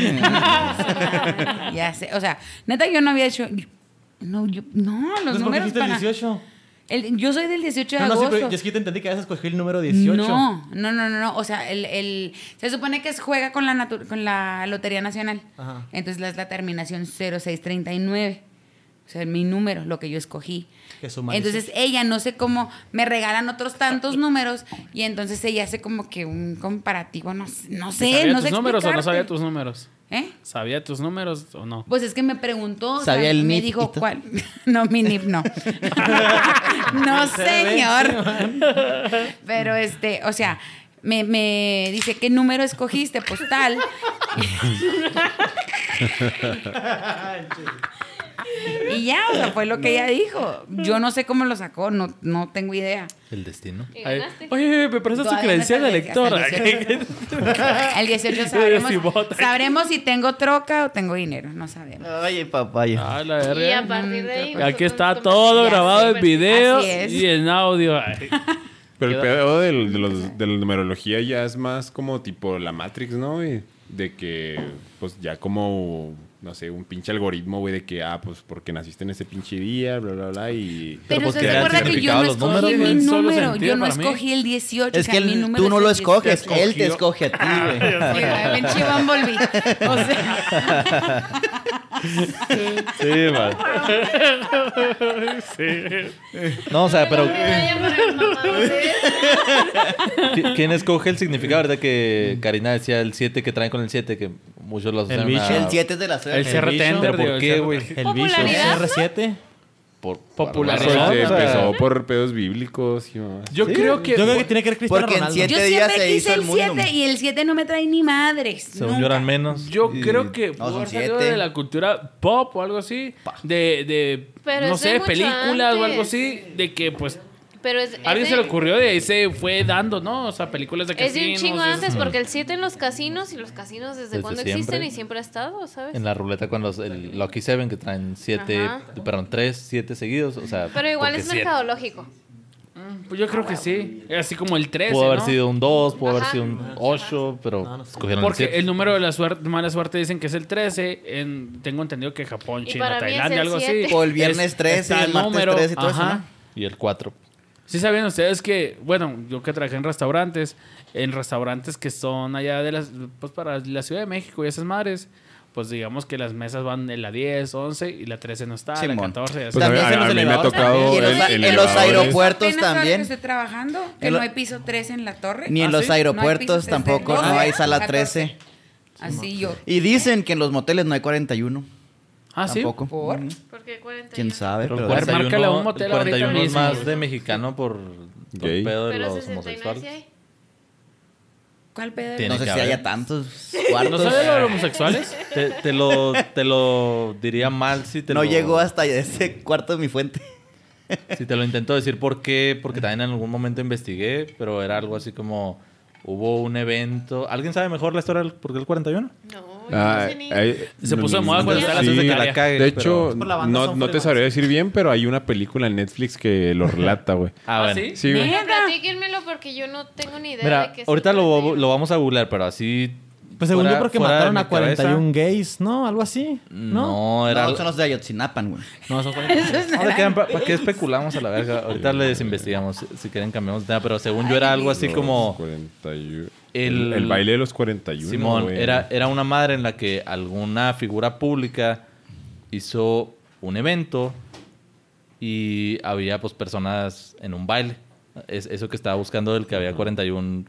C: ya sé. O sea, neta, yo no había hecho. No, yo, no los
H: Entonces, ¿por qué
C: números
H: dijiste el
C: para.
H: 18?
C: el- yo soy del 18 de
H: No, no, sí,
C: agosto.
H: pero yo es que te entendí que a veces cogí el número 18.
C: No, no, no, no, no. O sea, el, el- se supone que es- juega con la, natu- con la Lotería Nacional.
H: Ajá.
C: Entonces la es la terminación 0639. O sea, mi número, lo que yo escogí.
H: Que suma
C: Entonces ella, no sé cómo, me regalan otros tantos números y entonces ella hace como que un comparativo, no, sé- no sé,
G: ¿Sabía
C: no
G: tus
C: sé
G: números o no sabía
C: explicarte.
G: tus números?
C: ¿Eh?
G: ¿Sabía tus números o no?
C: Pues es que me preguntó, o sea,
B: ¿Sabía el
C: me
B: nip y
C: dijo
B: todo?
C: cuál. No, mi nip no. no, señor. Pero este, o sea, me, me dice, ¿qué número escogiste? Pues tal. y ya, o sea, fue lo que ella dijo. Yo no sé cómo lo sacó, no, no tengo idea.
E: El destino.
D: Y
G: Ay,
D: ganaste.
G: Oye, me prestas tu
C: Todavía no
G: credencial de
C: sale,
G: lector.
C: hasta el El 18
G: Sí,
C: sabremos,
G: vota.
C: sabremos si tengo troca o tengo dinero, no sabemos.
B: Ay, papaya.
G: Ah, la
D: Y a
G: verga.
D: partir de ahí. pues,
G: Aquí
C: pues,
D: nosotros
G: está
D: nos
G: todo
D: convertimos-
G: grabado en video
C: Así es.
G: y en audio. Ay.
F: Pero el pedo del- de, los- de la numerología ya es más como tipo la Matrix, ¿no? güey? de que, pues ya como, no sé, un pinche algoritmo, güey, de que, ah, pues porque naciste en ese pinche día, bla, bla, bla, y...
C: Pero,
E: Pero, pues,
C: ¿se
E: ¿qué
C: acuerda que yo no
E: significado los
C: escogí
E: números,
C: mi
E: güey?
G: Solo
C: número?
G: sentido
C: Yo no
G: para mí.
C: escogí el 18.
B: Es que
C: mi
B: él-
C: número
B: tú no
C: es
B: lo
C: el 18.
B: escoges, él te escoge a ti, güey.
C: Sí, ay, pinche Bumblebee. O sea,
E: Sí, man. No, o sea, pero
D: Me vaya por el mamador, ¿eh?
E: ¿qui- ¿quién escoge el significado? ¿Verdad que Karina decía el 7 que traen con el 7? Que muchos lo asocian
H: bicho.
E: a-
B: El 7 es de la
G: El
B: suerte.
G: cierre
H: bicho,
G: tender.
E: ¿Pero
G: digo,
E: por
G: el
E: qué,
G: cierre-
E: güey?
H: El bicho, el
D: Popularidad.
H: CR7.
E: Por
F: Eso
G: Popularidad.
E: Por-
F: se
E: o sea,
F: pues, empezó por pedos bíblicos y mamás.
G: Yo creo que.
H: Yo creo que tiene que ver Cristiano
B: Porque en
H: Ronaldo.
B: siete-
C: yo
B: Este día
C: siempre
B: se hizo
C: quise el
B: el mundo.
C: 7 y el 7 no me trae ni madres.
E: Según
C: nunca.
E: yo eran menos.
G: Yo
E: y-
G: creo que
B: No, son
G: pudo haber salido
B: siete.
G: de la cultura pop o algo así, de, de
D: Pero
G: no
D: eso es
G: sé,
D: mucho
G: películas o algo
D: antes.
G: así, de que pues
D: Pero es.
G: a alguien
D: es
G: se
D: de-
G: le ocurrió y ahí se fue dando, ¿no? O sea, películas de
D: Es
G: casinos.
D: de un chingo
G: y eso.
D: antes, porque el 7 en los casinos y los casinos desde,
E: Desde
D: cuando
E: siempre.
D: existen y siempre ha estado, ¿sabes?
E: En la ruleta con los el Lucky Seven que traen siete,
D: Ajá.
E: perdón, tres, siete seguidos. O sea,
D: Pero igual
E: porque
D: es
E: siete.
D: mercadológico.
G: Pues yo creo que sí, así como el 13,
E: Pudo haber
G: ¿no?
E: sido un 2, pudo haber
D: Ajá.
E: sido un 8, pero escogieron el
G: Porque
E: 7.
G: el número de la suerte, mala suerte dicen que es el 13. En, tengo entendido que Japón,
D: Y
G: China,
D: para mí es
G: Tailandia,
D: el
G: algo así.
D: siete.
B: O el viernes 13,
G: está
B: el martes 13 y todo eso, ¿no?
E: Y el 4.
G: Sí sabían ustedes que, bueno, yo que trabajé en restaurantes, en restaurantes que son allá de las, pues para la Ciudad de México y esas madres, pues digamos que las mesas van en la 10, 11 y la 13 no está, la
B: Simón.
G: 14.
F: Pues a,
H: También
F: a-
H: se los
F: a mí me ha
H: elevadores
F: tocado
B: también. Y en los-
F: el-
B: en los
F: elevadores.
B: aeropuertos. Puertos
C: Apenas ahora
B: también.
C: Que estoy trabajando, que
B: En
C: no
B: lo-
C: hay piso 3 en la torre.
B: Ni en
G: ¿Ah,
B: los
G: sí?
C: No hay
B: aeropuertos
C: pisos
B: tampoco,
C: desde el
B: no hay
C: 12,
B: sala
C: 14.
B: 13.
C: Así yo.
B: Y dicen que en los moteles no hay 41.
G: Ah, sí.
B: Tampoco.
C: ¿Por?
B: Mm,
D: Porque 40
B: ¿Quién sabe?
E: Pero el
B: pero-
G: cuerpo- A ver,
E: 41,
G: márcale a un
E: el
G: motel ahorita
E: 41 es
G: mismo.
E: más de mexicano por por
F: Gay.
E: pedo de
D: Pero
E: los
D: 69 sí
E: homosexuales.
D: hay.
C: ¿Cuál pedo?
E: Tiene
B: no sé
E: que
B: si
E: haber.
B: haya tantos
G: ¿No
B: cuartos.
G: saben los homosexuales?
E: eh, Te, te lo, te lo diría mal si te
B: No
E: lo...
B: llegó hasta ese cuarto de mi fuente.
E: Si te lo intento decir por qué, porque también en algún momento investigué, pero era algo así como... Hubo un evento... ¿Alguien sabe mejor la historia del por qué el 41?
D: No,
F: Ah,
D: yo no sé ni.
F: hay-
G: Se puso de moda cuando estaba
F: Sí,
G: la secundaria.
E: la cague,
F: De
E: pero-
F: hecho,
H: por la banda
F: no,
H: son
F: no te
H: fregones.
F: sabría decir bien, pero hay una película en Netflix que lo relata, güey.
E: Ah,
G: ¿Ah,
E: bueno.
G: sí?
F: Sí, güey.
D: Mira, Platíquenmelo porque yo no tengo ni idea de
E: Mira,
D: qué es
E: ahorita
D: el
E: lo,
D: 41.
E: lo vamos a googlear, pero así...
H: Pues según
E: fuera-
H: yo porque
E: fuera de
H: mataron
E: mi
H: a
E: cabeza.
H: 41 gays, ¿no? Algo así. No.
E: No, era...
B: No, son los de Ayotzinapan, güey.
H: No, eso fue.
E: Ahora quedan pa- ¿Para qué especulamos a la verga? Ahorita les investigamos. Si quieren, cambiamos de tema. Pero según yo, era algo así
F: Los
E: como.
F: 41.
E: el-
F: El, baile de los 41.
E: Simón,
F: güey.
E: era, era una madre en la que alguna figura pública hizo un evento y había pues personas en un baile. Es, eso que estaba buscando del que había 41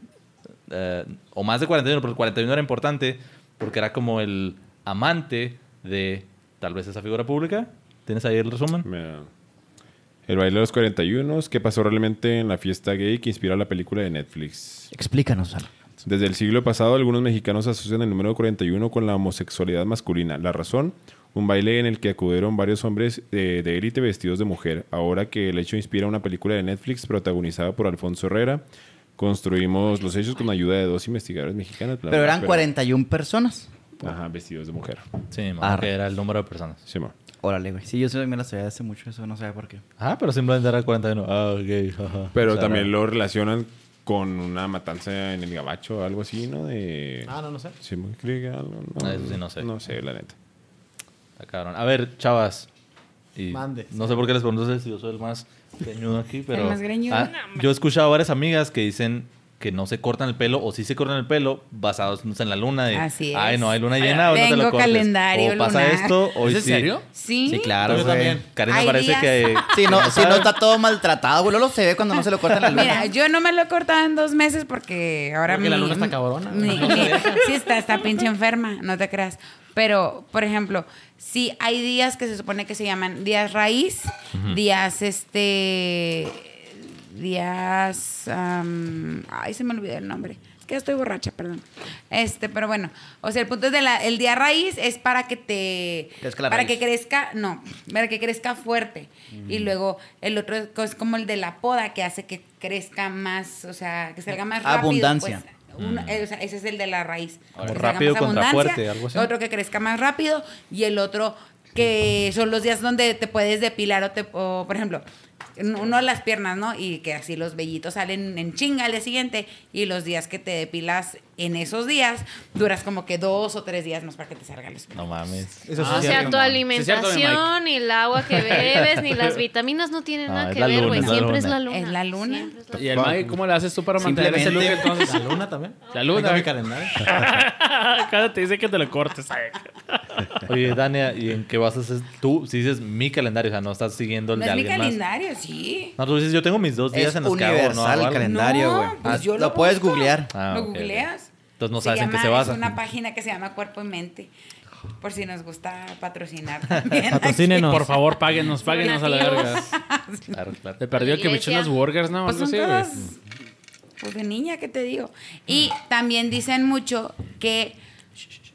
E: eh, o más de 41, pero el 41 era importante porque era como el amante de tal vez esa figura pública. ¿Tienes ahí el resumen?
F: Mira. El baile de los 41, que pasó realmente en la fiesta gay que inspira la película de Netflix.
B: Explícanos, Sal.
F: Desde el siglo pasado, algunos mexicanos asocian el número 41 con la homosexualidad masculina. La razón, un baile en el que acudieron varios hombres eh, de élite vestidos de mujer. Ahora que el hecho inspira una película de Netflix protagonizada por Alfonso Herrera, construimos los hechos con ayuda de dos investigadores mexicanos.
B: Pero eran 41 personas.
F: Ajá, vestidos de mujer.
E: Sí, mo,
B: Arre.
E: que era el número de personas.
F: Sí, ma.
B: Órale, güey. Sí, yo sí me la sabía hace mucho, eso no sabía por qué.
E: Ah, pero simplemente era 41. Ah, ok. jaja.
F: Pero
E: O sea,
F: también
E: era-
F: lo relacionan con una matanza en el gabacho o algo así, ¿no? De...
H: Ah, no, no sé.
F: Sí, me creo que algo,
E: Ah, eso sí, no sé.
F: No sé, la neta.
E: Está cabrón. A ver, chavas. Y
H: Mande.
E: No sé por qué les pregunto si yo soy el más greñudo aquí, pero.
C: más greñudo?
E: Ah, yo he escuchado a varias amigas que dicen que no se cortan el pelo o sí se cortan el pelo basados en la luna. De,
C: Así es.
E: Ay, no hay luna llena, o no te
C: Tengo
E: lo cortes.
C: calendario
E: o pasa
C: lunar.
E: esto, o
G: ¿Es en
E: sí.
G: serio?
C: Sí.
E: Sí, claro.
H: Yo
E: güey.
H: también.
E: Karina
C: Hay
E: parece
C: días-
E: que...
B: Si no, si no
E: ¿sabes?
B: está todo maltratado, güey. Luego se ve cuando no se lo cortan la luna.
C: Mira, yo no me lo he cortado en dos meses porque ahora
H: Porque la
C: mi-
H: luna está cabrona.
C: mi- mi- sí, está, está pinche enferma, no te creas. Pero, por ejemplo, sí hay días que se supone que se llaman días raíz, días este. Días. am, ay, se me olvidó el nombre. Es que ya estoy borracha, perdón. Este, pero bueno. O sea, el punto es de la, el día raíz es para que te.
B: Crezca la
C: para
B: raíz.
C: que crezca, no, para que crezca fuerte. Y luego el otro es co- es como el de la poda que hace que crezca más, o sea, que salga más rápido.
B: Abundancia.
C: pues, uno- eh, o sea, ese es el de la raíz.
E: Como
C: Que salga
E: rápido
C: más
E: contra
C: abundancia,
E: fuerte, algo así.
C: Otro que crezca más rápido y el otro que son los días donde te puedes depilar o, te, o, por ejemplo, en uno las piernas, ¿no? Y que así los vellitos salen en chinga al día siguiente y los días que te depilas en esos días duras como que dos o tres días más para que te salgan los
E: No mames.
H: Eso
D: O
H: sí
D: sea, tu
H: es cierto.
G: Sí, es cierto, mi
D: alimentación, ni el agua que bebes, ni las vitaminas no tienen
E: No,
D: nada
E: es
D: que
E: la
D: ver,
E: luna,
D: güey.
E: es la
D: Siempre es
E: luna.
D: la luna.
C: Es la luna.
D: Siempre es la
G: ¿Y el Mike, cómo le haces tú para mantener ese look
B: Simplemente.
G: entonces?
H: La luna también.
G: La luna.
H: Tengo mi calendario.
G: Cada te dice que te lo cortes. ay.
E: Oye, Dania, ¿y en qué vas a hacer? Tú si dices mi calendario, o sea, no estás siguiendo el
C: No
E: de
C: es mi
E: alguien más.
C: calendario, sí.
E: No, tú dices, yo tengo mis dos días
B: Es
E: en los que hago, ¿no?
B: universal el
E: Algo.
B: calendario,
C: No,
B: güey.
C: pues
B: Ah,
C: yo
B: lo
C: lo
B: puedes
C: busco.
B: googlear.
E: Ah,
C: lo
E: ok, ok.
C: googleas.
E: Entonces no sabes en qué
C: llama-
E: se basa.
C: Es una página que se llama Cuerpo y Mente. Por si nos gusta patrocinar también.
H: Patrocínenos.
G: Por favor, páguenos, páguenos a la verga.
E: Claro, claro.
G: Te perdió que me eché unas burgers, ¿no?
C: Pues
G: Algo
C: son
G: así, güey.
C: todas. Pues de niña, ¿qué te digo? Y también dicen mucho que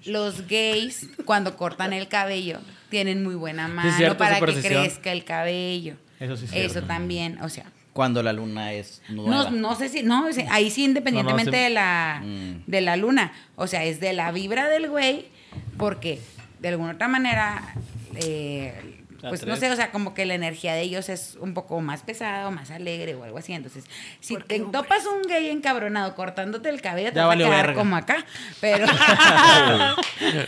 C: los gays, cuando cortan el cabello, tienen muy buena mano
G: es cierto,
C: para que
G: superstición.
C: crezca el cabello.
H: Eso sí es
C: Eso
H: cierto.
C: también, o sea.
B: Cuando la luna es nueva.
C: No, no sé si, no, o sea, ahí sí, independientemente
E: No, no, sí.
C: de la de la luna. O sea, es de la vibra del güey, porque de alguna otra manera, eh, pues no sé, o sea, como que la energía de ellos es un poco más pesada o más alegre o algo así. Entonces, si te topas un gay encabronado cortándote el cabello, te vas
H: Ya
C: a
H: valió
C: quedar
H: verga.
C: como acá. Pero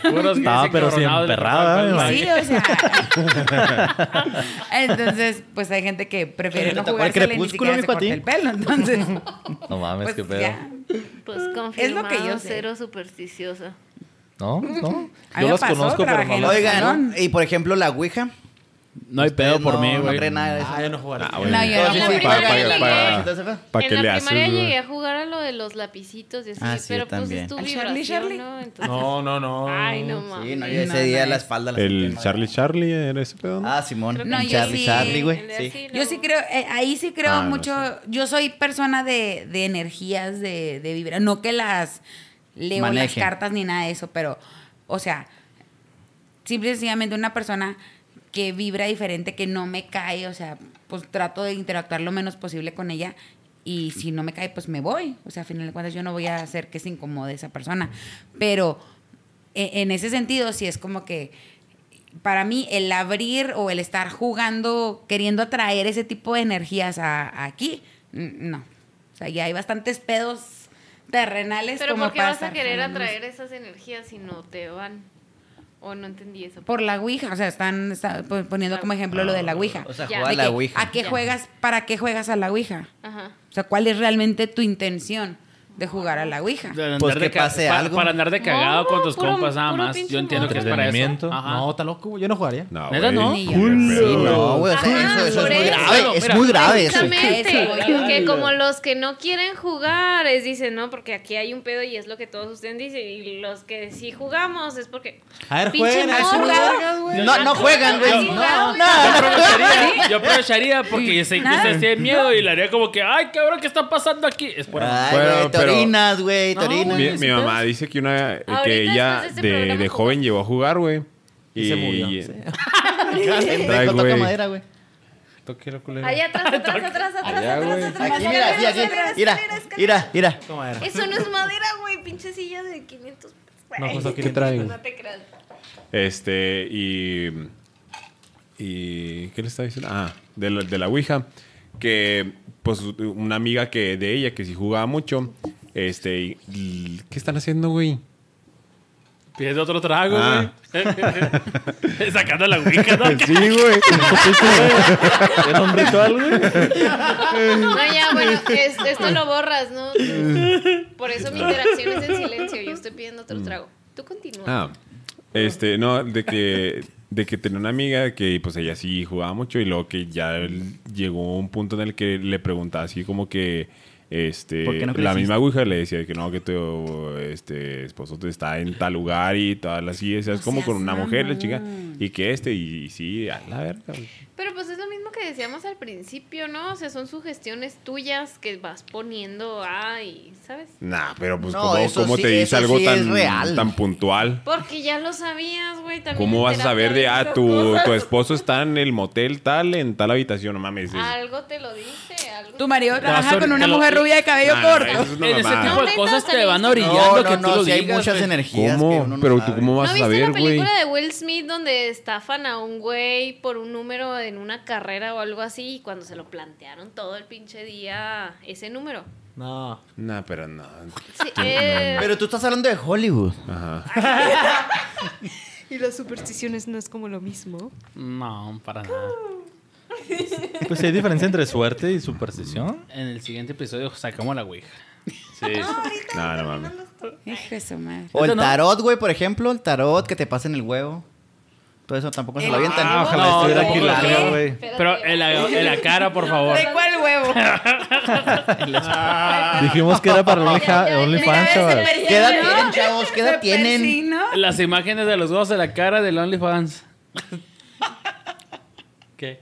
G: Puros
E: Estaba,
G: gays
E: pero sí
G: encabronados de
E: emperrada,
G: papá,
E: ¿eh?
G: papá.
C: sí, o sea. entonces, pues hay gente que prefiere
B: ¿Te
C: no
B: tocó el
C: jugársela y ni
B: crepúsculo,
C: siquiera se
B: mijo, a ti?
C: corta el pelo. Entonces,
E: No mames,
C: pues
E: qué pedo.
C: ya.
D: luna. Pues confirmado,
C: que yo sé.
D: cero supersticiosa.
E: No, no.
C: A mí
E: Yo
C: me
E: los
C: pasó,
E: conozco, pero
C: trabajé
E: no
C: en
E: los-
C: los-
B: Oigan,
C: Salón.
B: y por ejemplo, la Ouija.
G: No hay pedo por
B: no,
G: mí,
B: No
G: güey.
B: creen nada de eso.
H: Ah, yo no jugaré.
F: Ah, bueno.
C: No, yo
B: Sí,
C: no
B: sí,
D: jugué.
F: para,
D: Yo
F: para,
D: no
F: para,
B: jugué.
F: para,
D: en
F: que le
D: la
F: haces,
D: primaria
F: güey.
D: llegué a jugar a lo de los lapicitos y así,
B: Ah, sí,
D: pero
B: yo
D: pues
B: también.
D: es tu
C: ¿Al Charlie,
D: vibración,
C: Charlie?
D: ¿no? Entonces,
H: No, no, no.
D: Ay, no mames.
B: Sí, no, yo ese
C: No,
B: día
C: no
B: la
C: es.
B: espalda la sentí
F: El
B: Ah, mal.
F: Charlie Charlie era ese pedo. ¿no?
B: Ah, Simón.
C: No,
B: El
C: yo
B: Charlie,
C: sí.
B: Charlie,
D: El
B: güey.
D: de
B: Sí.
D: así,
C: Yo
D: luego-
C: sí creo, eh, ahí sí creo
F: Ah, no
C: mucho. Yo soy persona de, de energías, de, de vibra. No que las leo
B: Maneje.
C: las cartas ni nada de eso, pero, o sea, simple y sencillamente una persona que vibra diferente, que no me cae, o sea, pues trato de interactuar lo menos posible con ella. Y si no me cae, pues me voy. O sea, a final de cuentas, yo no voy a hacer que se incomode esa persona. Pero e- en ese sentido, sí es como que para mí el abrir o el estar jugando, queriendo atraer ese tipo de energías a, a aquí, mm, no. O sea, ya hay bastantes pedos terrenales.
D: Pero
C: como
D: ¿por qué
C: para
D: vas a
C: estar
D: querer
C: jalando más.
D: atraer esas energías si no te van? O no entendí eso.
C: Por la Ouija, o sea, están, están po- poniendo como ejemplo lo de la Ouija.
B: O sea,
D: Ya.
B: jugar
C: De
B: la
C: que,
B: Ouija.
C: ¿A qué
D: Ya.
C: juegas? ¿Para qué juegas a la Ouija?
D: Ajá.
C: O sea, ¿cuál es realmente tu intención de jugar a la Ouija?
G: De andar
B: Pues que
G: de ca-
B: pase
G: pa-
B: algo.
G: Para andar de cagado
D: No,
G: con tus
D: puro-
G: compas nada
D: puro
G: más.
D: pinche
G: Yo entiendo que es para eso.
E: entretenimiento.
G: Ajá.
H: No, está loco, güey. Yo no jugaría.
F: No,
G: ¿Neta no?
F: güey.
C: Ni yo.
F: Qué
B: Sí,
F: pedo, güey.
B: no, güey. O sea,
D: Ajá,
B: eso, eso
D: por
B: es muy
D: eso.
B: grave. Es
G: Mira,
B: muy grave eso.
D: Exactamente.
C: Eso, yo-
D: Que como los que no quieren jugar, es dicen, no, porque aquí hay un pedo y es lo que todos ustedes dicen. Y los que sí jugamos es porque.
H: A ver,
D: Pinche
H: jueguen. a ver si
D: morra.
H: juegan, güey.
B: No, no juegan, güey.
D: No,
B: No,
D: no.
G: Yo
B: no.
G: aprovecharía, yo aprovecharía porque yo sé que
C: Nada.
G: ustedes tienen miedo y le haría como que, ay, cabrón, ¿qué está pasando aquí? Es por
B: Ay,
F: Bueno,
B: güey,
F: pero-
B: Torinas, güey, torinas.
F: Mi, mi mamá dice que una
D: Ahorita
F: que ella
D: después de este
F: de,
D: programa
F: de
D: jugó.
F: joven llegó a jugar, güey.
H: Y se murió, sí.
F: Ay,
B: Toca
F: güey.
B: madera, güey.
D: Allá atrás, atrás, atrás, atrás, atrás, atrás.
B: Aquí, mira, aquí, aquí. Mira, mira, mira.
H: ¿Cómo era?
D: Eso no es madera, güey. Pinche silla de 500 pesos.
H: No, pues,
D: Ay,
H: aquí te traigo.
D: No te creas.
F: Este, y. y ¿Qué le estaba diciendo? Ah, de la, de la Ouija. Que, pues, una amiga que de ella que sí jugaba mucho. Este, y- y- ¿qué están haciendo, güey?
G: Pides otro trago, güey.
F: Ah.
G: Sacando la ouija, ¿no?
F: Sí, güey.
E: Era un ritual, güey.
D: No, ya, bueno, es- esto lo borras, ¿no? Por eso mi interacción es en silencio. Yo estoy pidiendo otro trago. Tú continúa.
F: Ah, este, no, de que, de que tenía una amiga que pues ella sí jugaba mucho y luego que ya él llegó un punto en el que le preguntaba así como que este,
B: ¿Por qué no
F: la
B: creciste?
F: misma Ouija le decía que no, que tu este, esposo te está en tal lugar y tal, así, o sea, es
C: No
F: como
C: seas
F: con una mujer, la
C: mamón.
F: chica, y que este, y, y sí, a la verga.
D: Pero pues es lo mismo que decíamos al principio, ¿no? O sea, son sugestiones tuyas que vas poniendo ay, ¿sabes?
F: Nah, pero pues
B: No,
F: ¿cómo,
B: eso
F: cómo
B: sí-
F: te dice
B: eso
F: algo
B: sí es
F: tan,
B: real.
F: tan puntual?
D: Porque ya lo sabías, güey. también
F: ¿Cómo
D: en
F: vas a
D: terapia
F: saber de, ah,
D: esas
F: tu,
D: cosas?
F: tu esposo está en el motel tal, en tal habitación? No mames. es-
B: Ah,
D: Algo te lo dije, algo.
C: Tu marido trabaja
G: sobre-
C: con una
G: te lo-
C: mujer rubia de cabello
F: No, no,
C: corto.
F: eso es una
G: en ese
F: mamada.
G: tipo de
D: No,
G: cosas
D: neta,
G: te van
D: saliste.
G: orillando
B: No,
G: que
B: no,
G: tú
B: no,
G: lo
B: sí hay
G: digas,
B: muchas
G: güey.
B: energías que
F: ¿Cómo?
B: uno no
F: pero tú
B: sabe.
F: cómo vas
D: ¿No
F: a
D: viste
F: saber,
D: la
F: güey.
D: película de Will Smith donde estafan a un güey por un número en una carrera o algo así? Y cuando se lo plantearon todo el pinche día, ese número.
H: No.
F: No, pero no.
D: Sí, eh,
B: Pero tú estás hablando de Hollywood.
F: Ajá.
D: Y las supersticiones no es como lo mismo.
G: No, para nada.
E: Pues hay diferencia entre suerte y superstición.
G: En el siguiente episodio sacamos la ouija.
E: Sí.
F: No, no mames.
C: Hijo de su madre.
B: O el
G: no.
B: tarot, güey, por ejemplo. El tarot que te pasa en el huevo. Todo eso tampoco se lo avientan.
G: Ah, ojalá
E: no,
G: estuviera
E: aquí la
G: no,
E: verga, güey.
G: Pero en la, en la cara, por favor.
C: ¿De cuál huevo?
E: Dijimos que era para
D: Ya, ya, ya.
E: OnlyFans, only
D: Mira, ese
E: chaval.
D: per-
B: ¿Qué edad tienen, chavos? ¿Qué edad
C: Se
B: tienen?
C: persignó.
G: Las imágenes de los dos en la cara del OnlyFans. ¿Qué?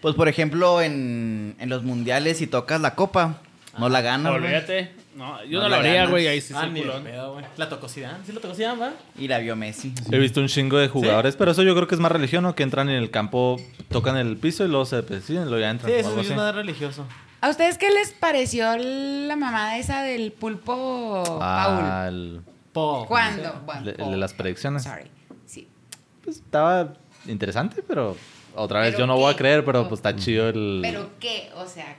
B: Pues, por ejemplo, en, en los mundiales, si tocas la copa, no la ganas. güey.
G: Ah, Olvídate. No, yo no,
B: No
G: lo
B: la
G: haría,
B: ganas.
G: güey. Ahí sí
H: Ah,
G: soy
H: ni de
G: culón.
H: pedo, güey. La tocosidad. Sí, la tocosidad, va.
B: Y la vio Messi.
E: He visto un chingo de jugadores, pero eso yo creo que es más religión, ¿no? Que entran en el campo, tocan el piso y luego se deciden, luego ya entran.
H: Sí,
E: o
H: eso
E: algo
H: es
E: así.
H: más religioso.
C: ¿A ustedes qué les pareció la mamada esa del pulpo
E: Ah, el-
H: Po.
C: Paul? ¿Cuándo? Bueno,
E: el de las predicciones.
C: Sorry. Sí.
E: pues, estaba interesante, pero otra vez
C: ¿Pero
E: yo no voy a
C: qué?
E: creer, pero pues está chido el...
C: ¿Pero qué? O sea,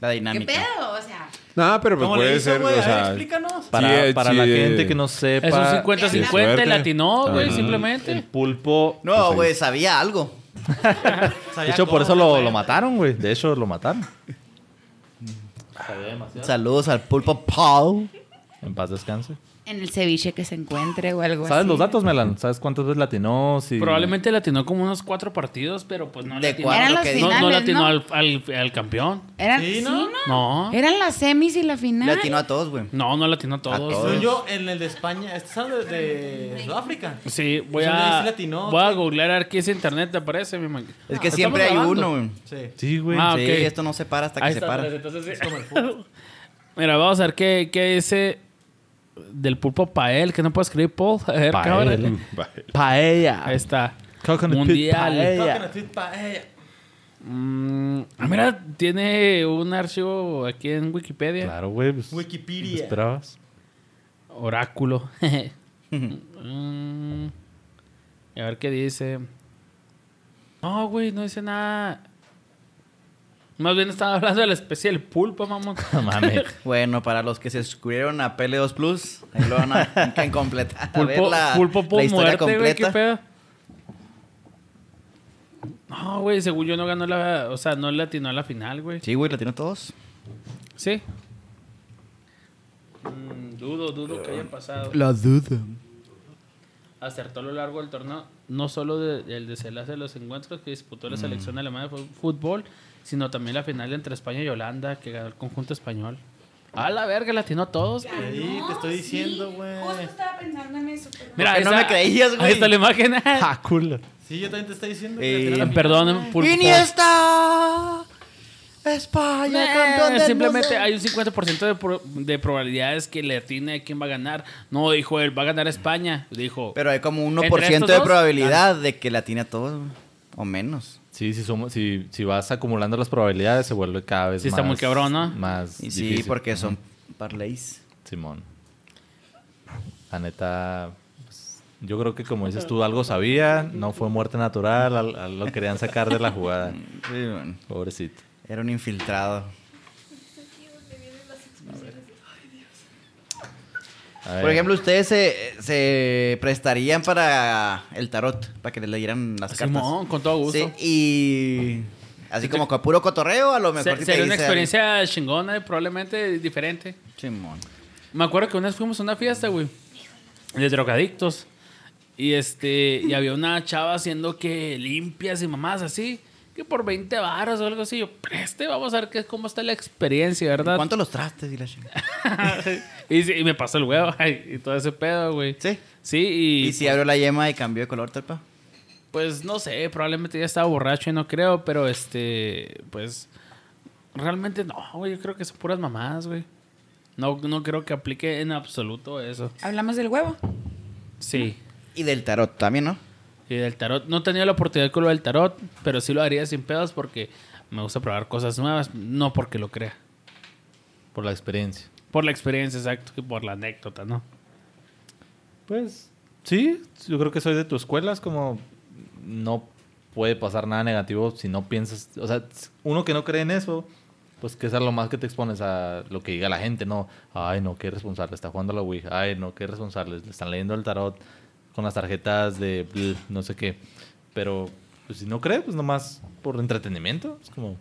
B: La
C: ¿qué
B: dinámica.
C: pedo? O sea,
F: No, pero pues
H: ¿Cómo
F: puede
H: le hizo,
F: ser,
H: güey? A
F: o
H: ver,
F: sea...
H: explícanos.
E: Para,
F: Sí,
E: para
F: sí,
E: la
F: eh.
E: gente que no sepa...
G: Es un
F: Sí,
G: 50-50,
F: suerte.
G: la atinó, güey,
F: Ajá.
E: El
G: simplemente.
E: pulpo... pues,
B: No,
E: ahí-
B: güey, sabía algo.
E: De hecho, por eso lo, lo mataron, güey. De hecho, lo mataron.
B: Saludos al pulpo Paul.
E: En paz descanse.
C: en el ceviche que se encuentre o
B: Pues
C: algo
E: ¿Sabes
C: así.
E: los datos, Melan? ¿Sabes cuántas veces latinó? Si...
G: Probablemente la atinó como unos cuatro partidos, pero pues
B: De
G: no la atinó.
B: cuatro
C: Eran
B: lo
C: los
B: que
G: No,
B: dijo.
C: finales,
G: no
C: ¿no?
G: la atinó al, al- al campeón.
C: Eran,
H: Sí,
C: sí,
H: ¿no?
C: ¿no?
G: No.
C: Eran las semis y la final.
B: Le atinó a todos, güey.
G: No, no la atinó a todos.
B: todos.
H: Soy yo en el de España. Este es de, de Sudáfrica.
G: Sí, voy
H: Yo le
G: a,
H: hice latino.
G: voy a googlear a ver qué es internet, te aparece, mi man.
B: Es que
G: Ah,
B: siempre hay
G: estamos
B: uno,
G: grabando.
B: güey.
H: Sí.
E: Sí, güey.
G: Ah,
B: Sí,
G: ok.
B: esto no se para hasta que
G: Ahí
B: se
G: está,
B: para.
G: pues, entonces sí. Mira, vamos a ver qué, qué dice del pulpo Pael, que no puedo escribir Paul. A ver,
E: Pael.
G: cabrón.
F: Vale.
E: Paella.
G: Ahí está.
E: Coconut
G: Mundial.
E: pie
H: Coconut fit paella.
G: Mm, ah, mira, tiene un archivo aquí en Wikipedia.
E: Claro, güey. pues, ¿qué
H: Wikipedia.
E: esperabas?
G: Oráculo. Mm, a ver qué dice. No, güey, no dice nada. Más bien estaba hablando de la especie del pulpo, mamón.
E: No mames.
B: Bueno, para los que se suscribieron a PL2 Plus, ahí lo van a que completar. a ver
G: Pulpo,
B: la,
G: pulpo por
B: la historia
G: muerte, güey, qué
B: completa.
G: pedo. No, güey, según yo no ganó la... O sea, no le atinó a la final, güey.
B: sí, güey, la tiene todos.
G: Sí. Mm, dudo, dudo que haya pasado.
B: La duda.
G: Acertó a lo largo del torneo no solo de- del desenlace de los encuentros que disputó
B: Mm.
G: la selección alemana de fu- fútbol, sino también la final entre España y Holanda que ganó el conjunto español. A la verga, le atinó a todos. güey.
H: Ahí te estoy diciendo, güey.
C: estaba pensando en eso.
G: Mira,
B: Porque no me creías, güey.
G: Ahí está la imagen.
E: ah, cool.
H: Sí, yo también te estoy diciendo.
B: Eh,
H: que la tiene la
G: Perdón, pulpo.
B: Iniesta. España,
G: Eh,
B: campeón del
G: simplemente
B: mundo.
G: hay un 50% de, pro- de probabilidades que le atine a quién va a ganar. No dijo él, va a ganar España. Dijo.
B: Pero hay como
G: ¿Entre
B: 1%
G: estos
B: de
G: dos?
B: probabilidad de que la tiene a todos, güey. o menos.
E: Sí, si, somos, si, si vas acumulando las probabilidades, se vuelve cada vez
G: Sí,
E: más.
G: está muy cabrón, ¿no?
E: Más.
B: Y sí,
E: difícil.
B: porque son parlays.
E: Simón. La neta. pues, Yo creo que, como dices tú, algo sabía. No fue muerte natural. al- al- lo querían sacar de la jugada.
B: Sí, bueno.
E: Pobrecito.
B: Era un infiltrado.
E: A ver.
B: Por ejemplo, ustedes se, se prestarían para el tarot, para que les leyeran las cartas.
G: Simón, con todo gusto.
B: Sí, y así como con puro cotorreo, a lo
G: Se-
B: mejor sí te
G: sería una
B: dicen-
G: experiencia chingona y probablemente diferente.
B: Simón.
G: Me acuerdo que una vez fuimos a una fiesta, güey, de drogadictos. Y este, y había una chava haciendo que limpias y mamás así, que por 20 varas o algo así. Yo, preste, vamos a ver qué, cómo está la experiencia, ¿verdad?
B: ¿Cuánto los trastes y la chingada?
G: y, sí, y me pasó el huevo ay, y todo ese pedo, güey.
B: Sí.
G: Sí, y,
B: ¿Y si abrió la yema y cambió de color, Tepa?
G: pues no sé, probablemente ya estaba borracho y no creo, pero este, pues realmente no, güey, yo creo que son puras mamadas, güey. No, no creo que aplique en absoluto eso.
C: Hablamos del huevo.
G: Sí.
B: Y del tarot también, ¿no?
G: Y del tarot, no tenía la oportunidad con lo del tarot, pero sí lo haría sin pedos porque me gusta probar cosas nuevas, no porque lo crea.
E: Por la experiencia.
G: Por la experiencia, exacto, y por la anécdota, ¿no?
E: Pues sí, yo creo que soy de tu escuela, es como no puede pasar nada negativo si no piensas, o sea, uno que no cree en eso, pues que es a lo más que te expones a lo que diga la gente, no, ay no, qué irresponsable, está jugando a la Ouija, ay no, qué irresponsable, le están leyendo el tarot con las tarjetas de bl- no sé qué, pero pues, si no cree, pues nomás por entretenimiento, es como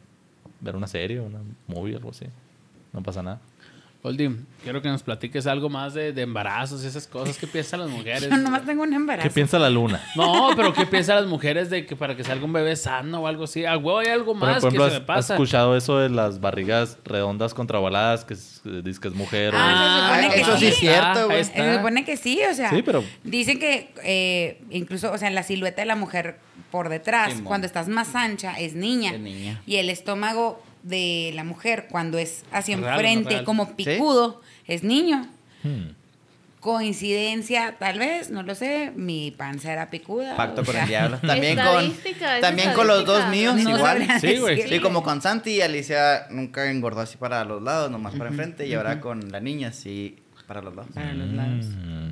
E: ver una serie, una movie, algo así, no pasa nada.
G: Oldim, quiero que nos platiques algo más de, de embarazos y esas cosas. ¿Qué piensan las mujeres?
C: Yo nomás tengo un embarazo.
E: ¿Qué piensa la luna?
G: No, pero ¿qué piensan las mujeres de que para que salga un bebé sano o algo así? Ah, huevo, hay algo
E: Pero,
G: más
E: por ejemplo,
G: que se
E: has,
G: me
E: has
G: pasa.
E: escuchado eso de las barrigas redondas contra baladas que es- eh, dices que es mujer? o-
C: Ah, se supone que
B: eso sí
C: sí.
B: es cierto, güey.
G: ahí
C: Eh, Se supone que sí, o sea.
E: Sí, pero-
C: Dicen que eh, incluso, o sea, la silueta de la mujer por detrás,
B: Simón.
C: cuando estás más ancha, es niña.
B: Es niña.
C: Y el estómago de la mujer, cuando es hacia
G: Real,
C: enfrente,
G: real.
C: como picudo, es niño.
E: Hmm.
C: Coincidencia, tal vez, no lo sé. Mi panza era picuda.
B: Pacto
C: o
B: con
C: sea,
B: el diablo. También con,
D: Estadística, es
B: también con los dos
D: estadística.
B: míos
C: no
B: igual.
C: sabría
G: Sí, güey.
C: decirle.
B: Sí, como con Santi y Alicia nunca engordó así para los lados, nomás para enfrente. Y ahora con la niña sí para los lados.
C: Para los lados.
E: Mm,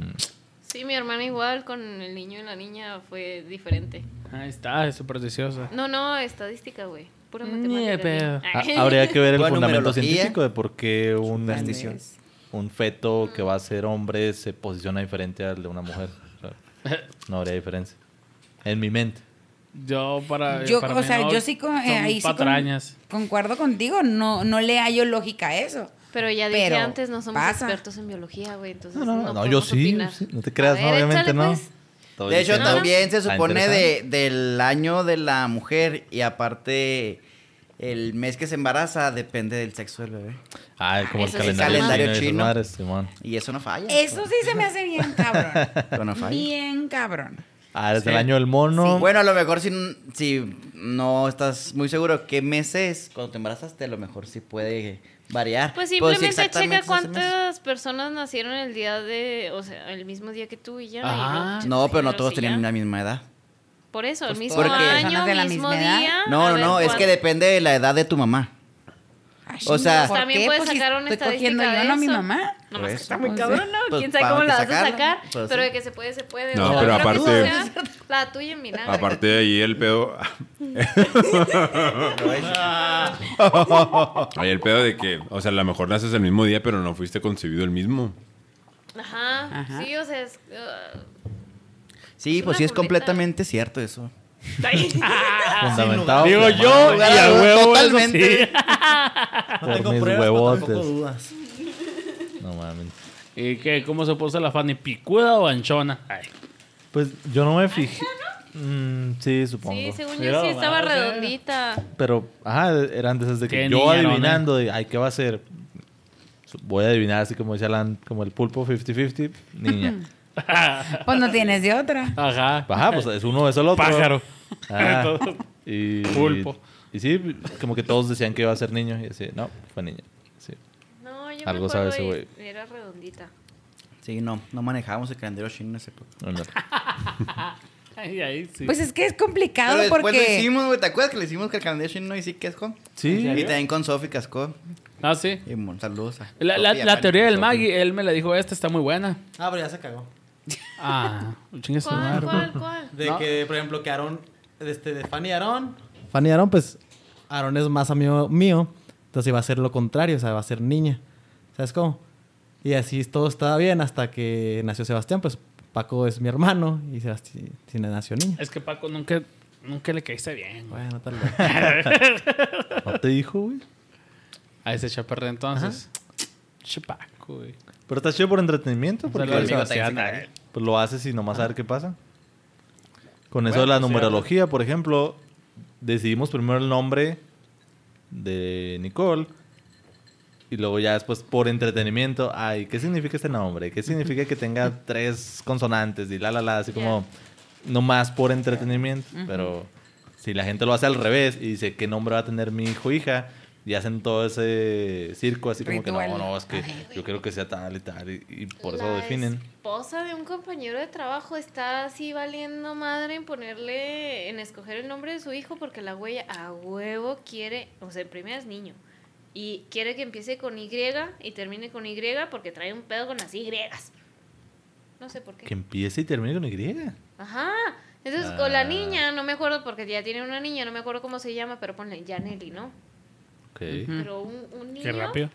D: Sí, mi hermana igual con el niño y la niña fue diferente.
G: Ahí está, es supersticiosa.
D: No, no, estadística, güey. Pura
G: Ni
D: matemática.
G: de pedo.
D: Ay.
E: ha- Ah,
B: Ah,
E: habría que ver el
B: Con
E: fundamento
B: numerología.
E: científico de por qué un,
B: Tal vez.
E: un feto que va
D: Mm.
E: a ser hombre se posiciona diferente al de una mujer. O sea, no habría diferencia. En mi mente.
G: Yo para. eh,
C: Yo,
G: para
C: o
G: mí
C: sea,
G: no,
C: yo sí, con- eh,
G: son
C: ahí sí con-
G: patrañas.
C: concuerdo contigo, no, no le hallo lógica a eso.
D: Pero ya dije
C: Pero
D: antes, no somos
C: pasa.
D: expertos en biología, güey. Entonces,
E: No,
D: no,
E: no, no, yo
D: podemos
E: sí.
D: opinar.
E: sí, No te
D: A
E: creas, no,
D: ver,
E: obviamente
D: échale,
E: no.
D: pues.
E: Estoy
B: De hecho,
E: diciendo-
B: también se
E: Está
B: supone
E: Ah, interesante.
B: de, del año de la mujer y aparte el mes que se embaraza depende del sexo del bebé.
E: Ah, como el
D: Eso sí,
E: calendario,
B: calendario
E: chino. y esas
B: chino.
E: madres, Simón.
B: Y eso no falla.
C: Eso sí se me hace bien cabrón.
B: Eso no falla.
C: Bien cabrón.
E: Ah, desde el año del mono.
B: Bueno, a lo mejor si, si no estás muy seguro qué mes es, cuando te embarazaste, a lo mejor sí puede variar.
D: Pues
B: Pero sí
D: simplemente
B: exactamente
D: checa
B: es ese mes.
D: cuántas personas nacieron el día de, o sea, el mismo día que tú y ya. y
G: Ah.
D: luego,
B: No, pero no
D: sí,
B: todos
D: ya.
B: tenían la misma edad.
D: Por eso, el mismo
B: todas las
D: año,
C: personas de la
D: mismo
C: misma edad.
D: día.
B: No,
D: a
B: no,
D: ver
B: no, es
D: cuál-
B: que depende de la edad de tu mamá.
C: Ay,
B: O sea-
C: ¿por
D: También
C: qué?
D: puedes
C: Pues si
D: sacar una
C: Estoy cogiendo yo
D: estadística de
C: no a mi
D: eso.
C: mamá.
D: No,
B: Por
D: más que
B: eso.
D: está muy
C: Pues,
D: cabrón, ¿no?
B: pues,
D: Quién sabe
B: para
D: cómo
B: que
D: la vas a
B: sacarla,
D: sacar,
B: pues, sí.
D: pero de que se puede, se puede.
F: No,
D: O sea,
F: pero
D: creo que
F: aparte-
D: tú seas La tuya
B: Ah,
D: en mi nada.
F: Aparte de ahí, el pedo. Hay el pedo de que, o sea, a lo mejor naces el mismo día, pero no fuiste concebido el mismo.
D: Ajá,
C: Ajá.
D: Sí, o sea, es. uh,
B: Sí,
D: Es
B: pues
D: una
B: sí es
D: burlita.
B: completamente cierto eso.
D: está ahí.
E: fundamentado.
G: Digo
E: por-
G: yo y
B: lugar a
G: a
B: dudas,
G: huevo. eso
B: totalmente.
G: sí.
E: Por
H: No tengo
E: mis
H: pruebas, pero
E: huevotes.
H: tampoco dudas.
E: No mames.
G: ¿Y qué? ¿Cómo se puso la Fanny? ¿Picuda o anchona? Ay.
E: Pues yo no me fijé. Mm, sí, supongo.
D: Sí, según
G: Mira,
D: yo sí estaba
G: vamos a ver.
D: redondita.
E: Pero, ajá, eran de esas de que
G: Qué
E: yo
G: niñerona.
E: adivinando, de, ay, ¿qué va a ser? Voy a adivinar, así como dice Alan, como el pulpo 50-50, niña.
C: Pues no tienes de otra.
G: Ajá.
E: Ajá, pues es uno, es el otro.
G: Pájaro.
E: Ah, y,
G: Pulpo.
E: Y sí, como que todos decían que iba a ser niño, y así, no, fue niña. Sí.
D: No, yo
E: Algo
D: me
E: sabe
D: acuerdo
E: ese
D: y era redondita.
B: Sí, no, no manejábamos el calendario chino en ese época.
E: Bueno,
G: Ay, ahí sí.
C: Pues es que es
B: Pero
C: complicado
B: después lo
C: porque.
B: hicimos, güey. ¿Te acuerdas que le hicimos que el calendario chino y sí cascó?
E: Sí.
B: Y también con Sofi cascó.
G: ah, sí.
B: Y mon- saludos. a
G: La, la-
B: Sofi, a
G: la
B: Fanny.
G: teoría del
B: Sofi.
G: Maggie, él me la dijo, esta está muy buena.
H: Ah, pero ya se cagó.
G: Ah, chingue su
D: ¿Cuál,
G: madre.
D: cuál, cuál?
H: De
G: No.
H: que, por ejemplo, que Aaron, este, de Fanny y Aaron. Fanny y Aaron, pues, Aaron es más amigo mío, entonces iba a ser lo contrario, o sea, va a ser niña. ¿Sabes cómo? Y así todo estaba bien hasta que nació Sebastián. Pues Paco es mi hermano y Sebastián sí nació niño.
G: Es que Paco nunca, nunca le caíste bien. güey.
H: Bueno, tal vez.
E: ¿No te dijo, güey?
G: A ese chaparra entonces. Che, Paco, güey.
E: Pero está chido por entretenimiento. Porque
G: Saludos,
E: pues,
G: amigo,
E: Sebastián,
G: Tyson.
E: pues, lo haces y nomás a ver qué pasa. Con eso
G: Bueno,
E: de la
G: pues, ya.
E: numerología, por ejemplo, decidimos primero el nombre de Nicole. Y luego ya después, por entretenimiento, ay, ¿qué significa este nombre? ¿Qué significa que tenga tres consonantes? Y la, la, la, así como, nomás por entretenimiento. Pero si la gente lo hace al revés y dice, ¿qué nombre va a tener mi hijo o hija? Y hacen todo ese circo, así como que no,
C: Ritual.
E: no, es que
C: Ay,
E: yo quiero que sea tal y tal. Y, y por eso
D: La
E: lo definen.
D: esposa de un compañero de trabajo está así valiendo madre en ponerle, en escoger el nombre de su hijo porque la huella a huevo quiere, o sea, en primera es niño. Y quiere que empiece con Y y termine con Y porque trae un pedo con las Y. No sé por qué.
E: Que empiece y termine con Y.
D: Ajá. Entonces, con la
E: Ah.
D: niña, no me acuerdo porque ya tiene una niña, no me acuerdo cómo se llama, pero ponle Janelli, ¿no?
E: Ok.
G: Mm.
D: Pero un, un niño.
G: Qué rápido.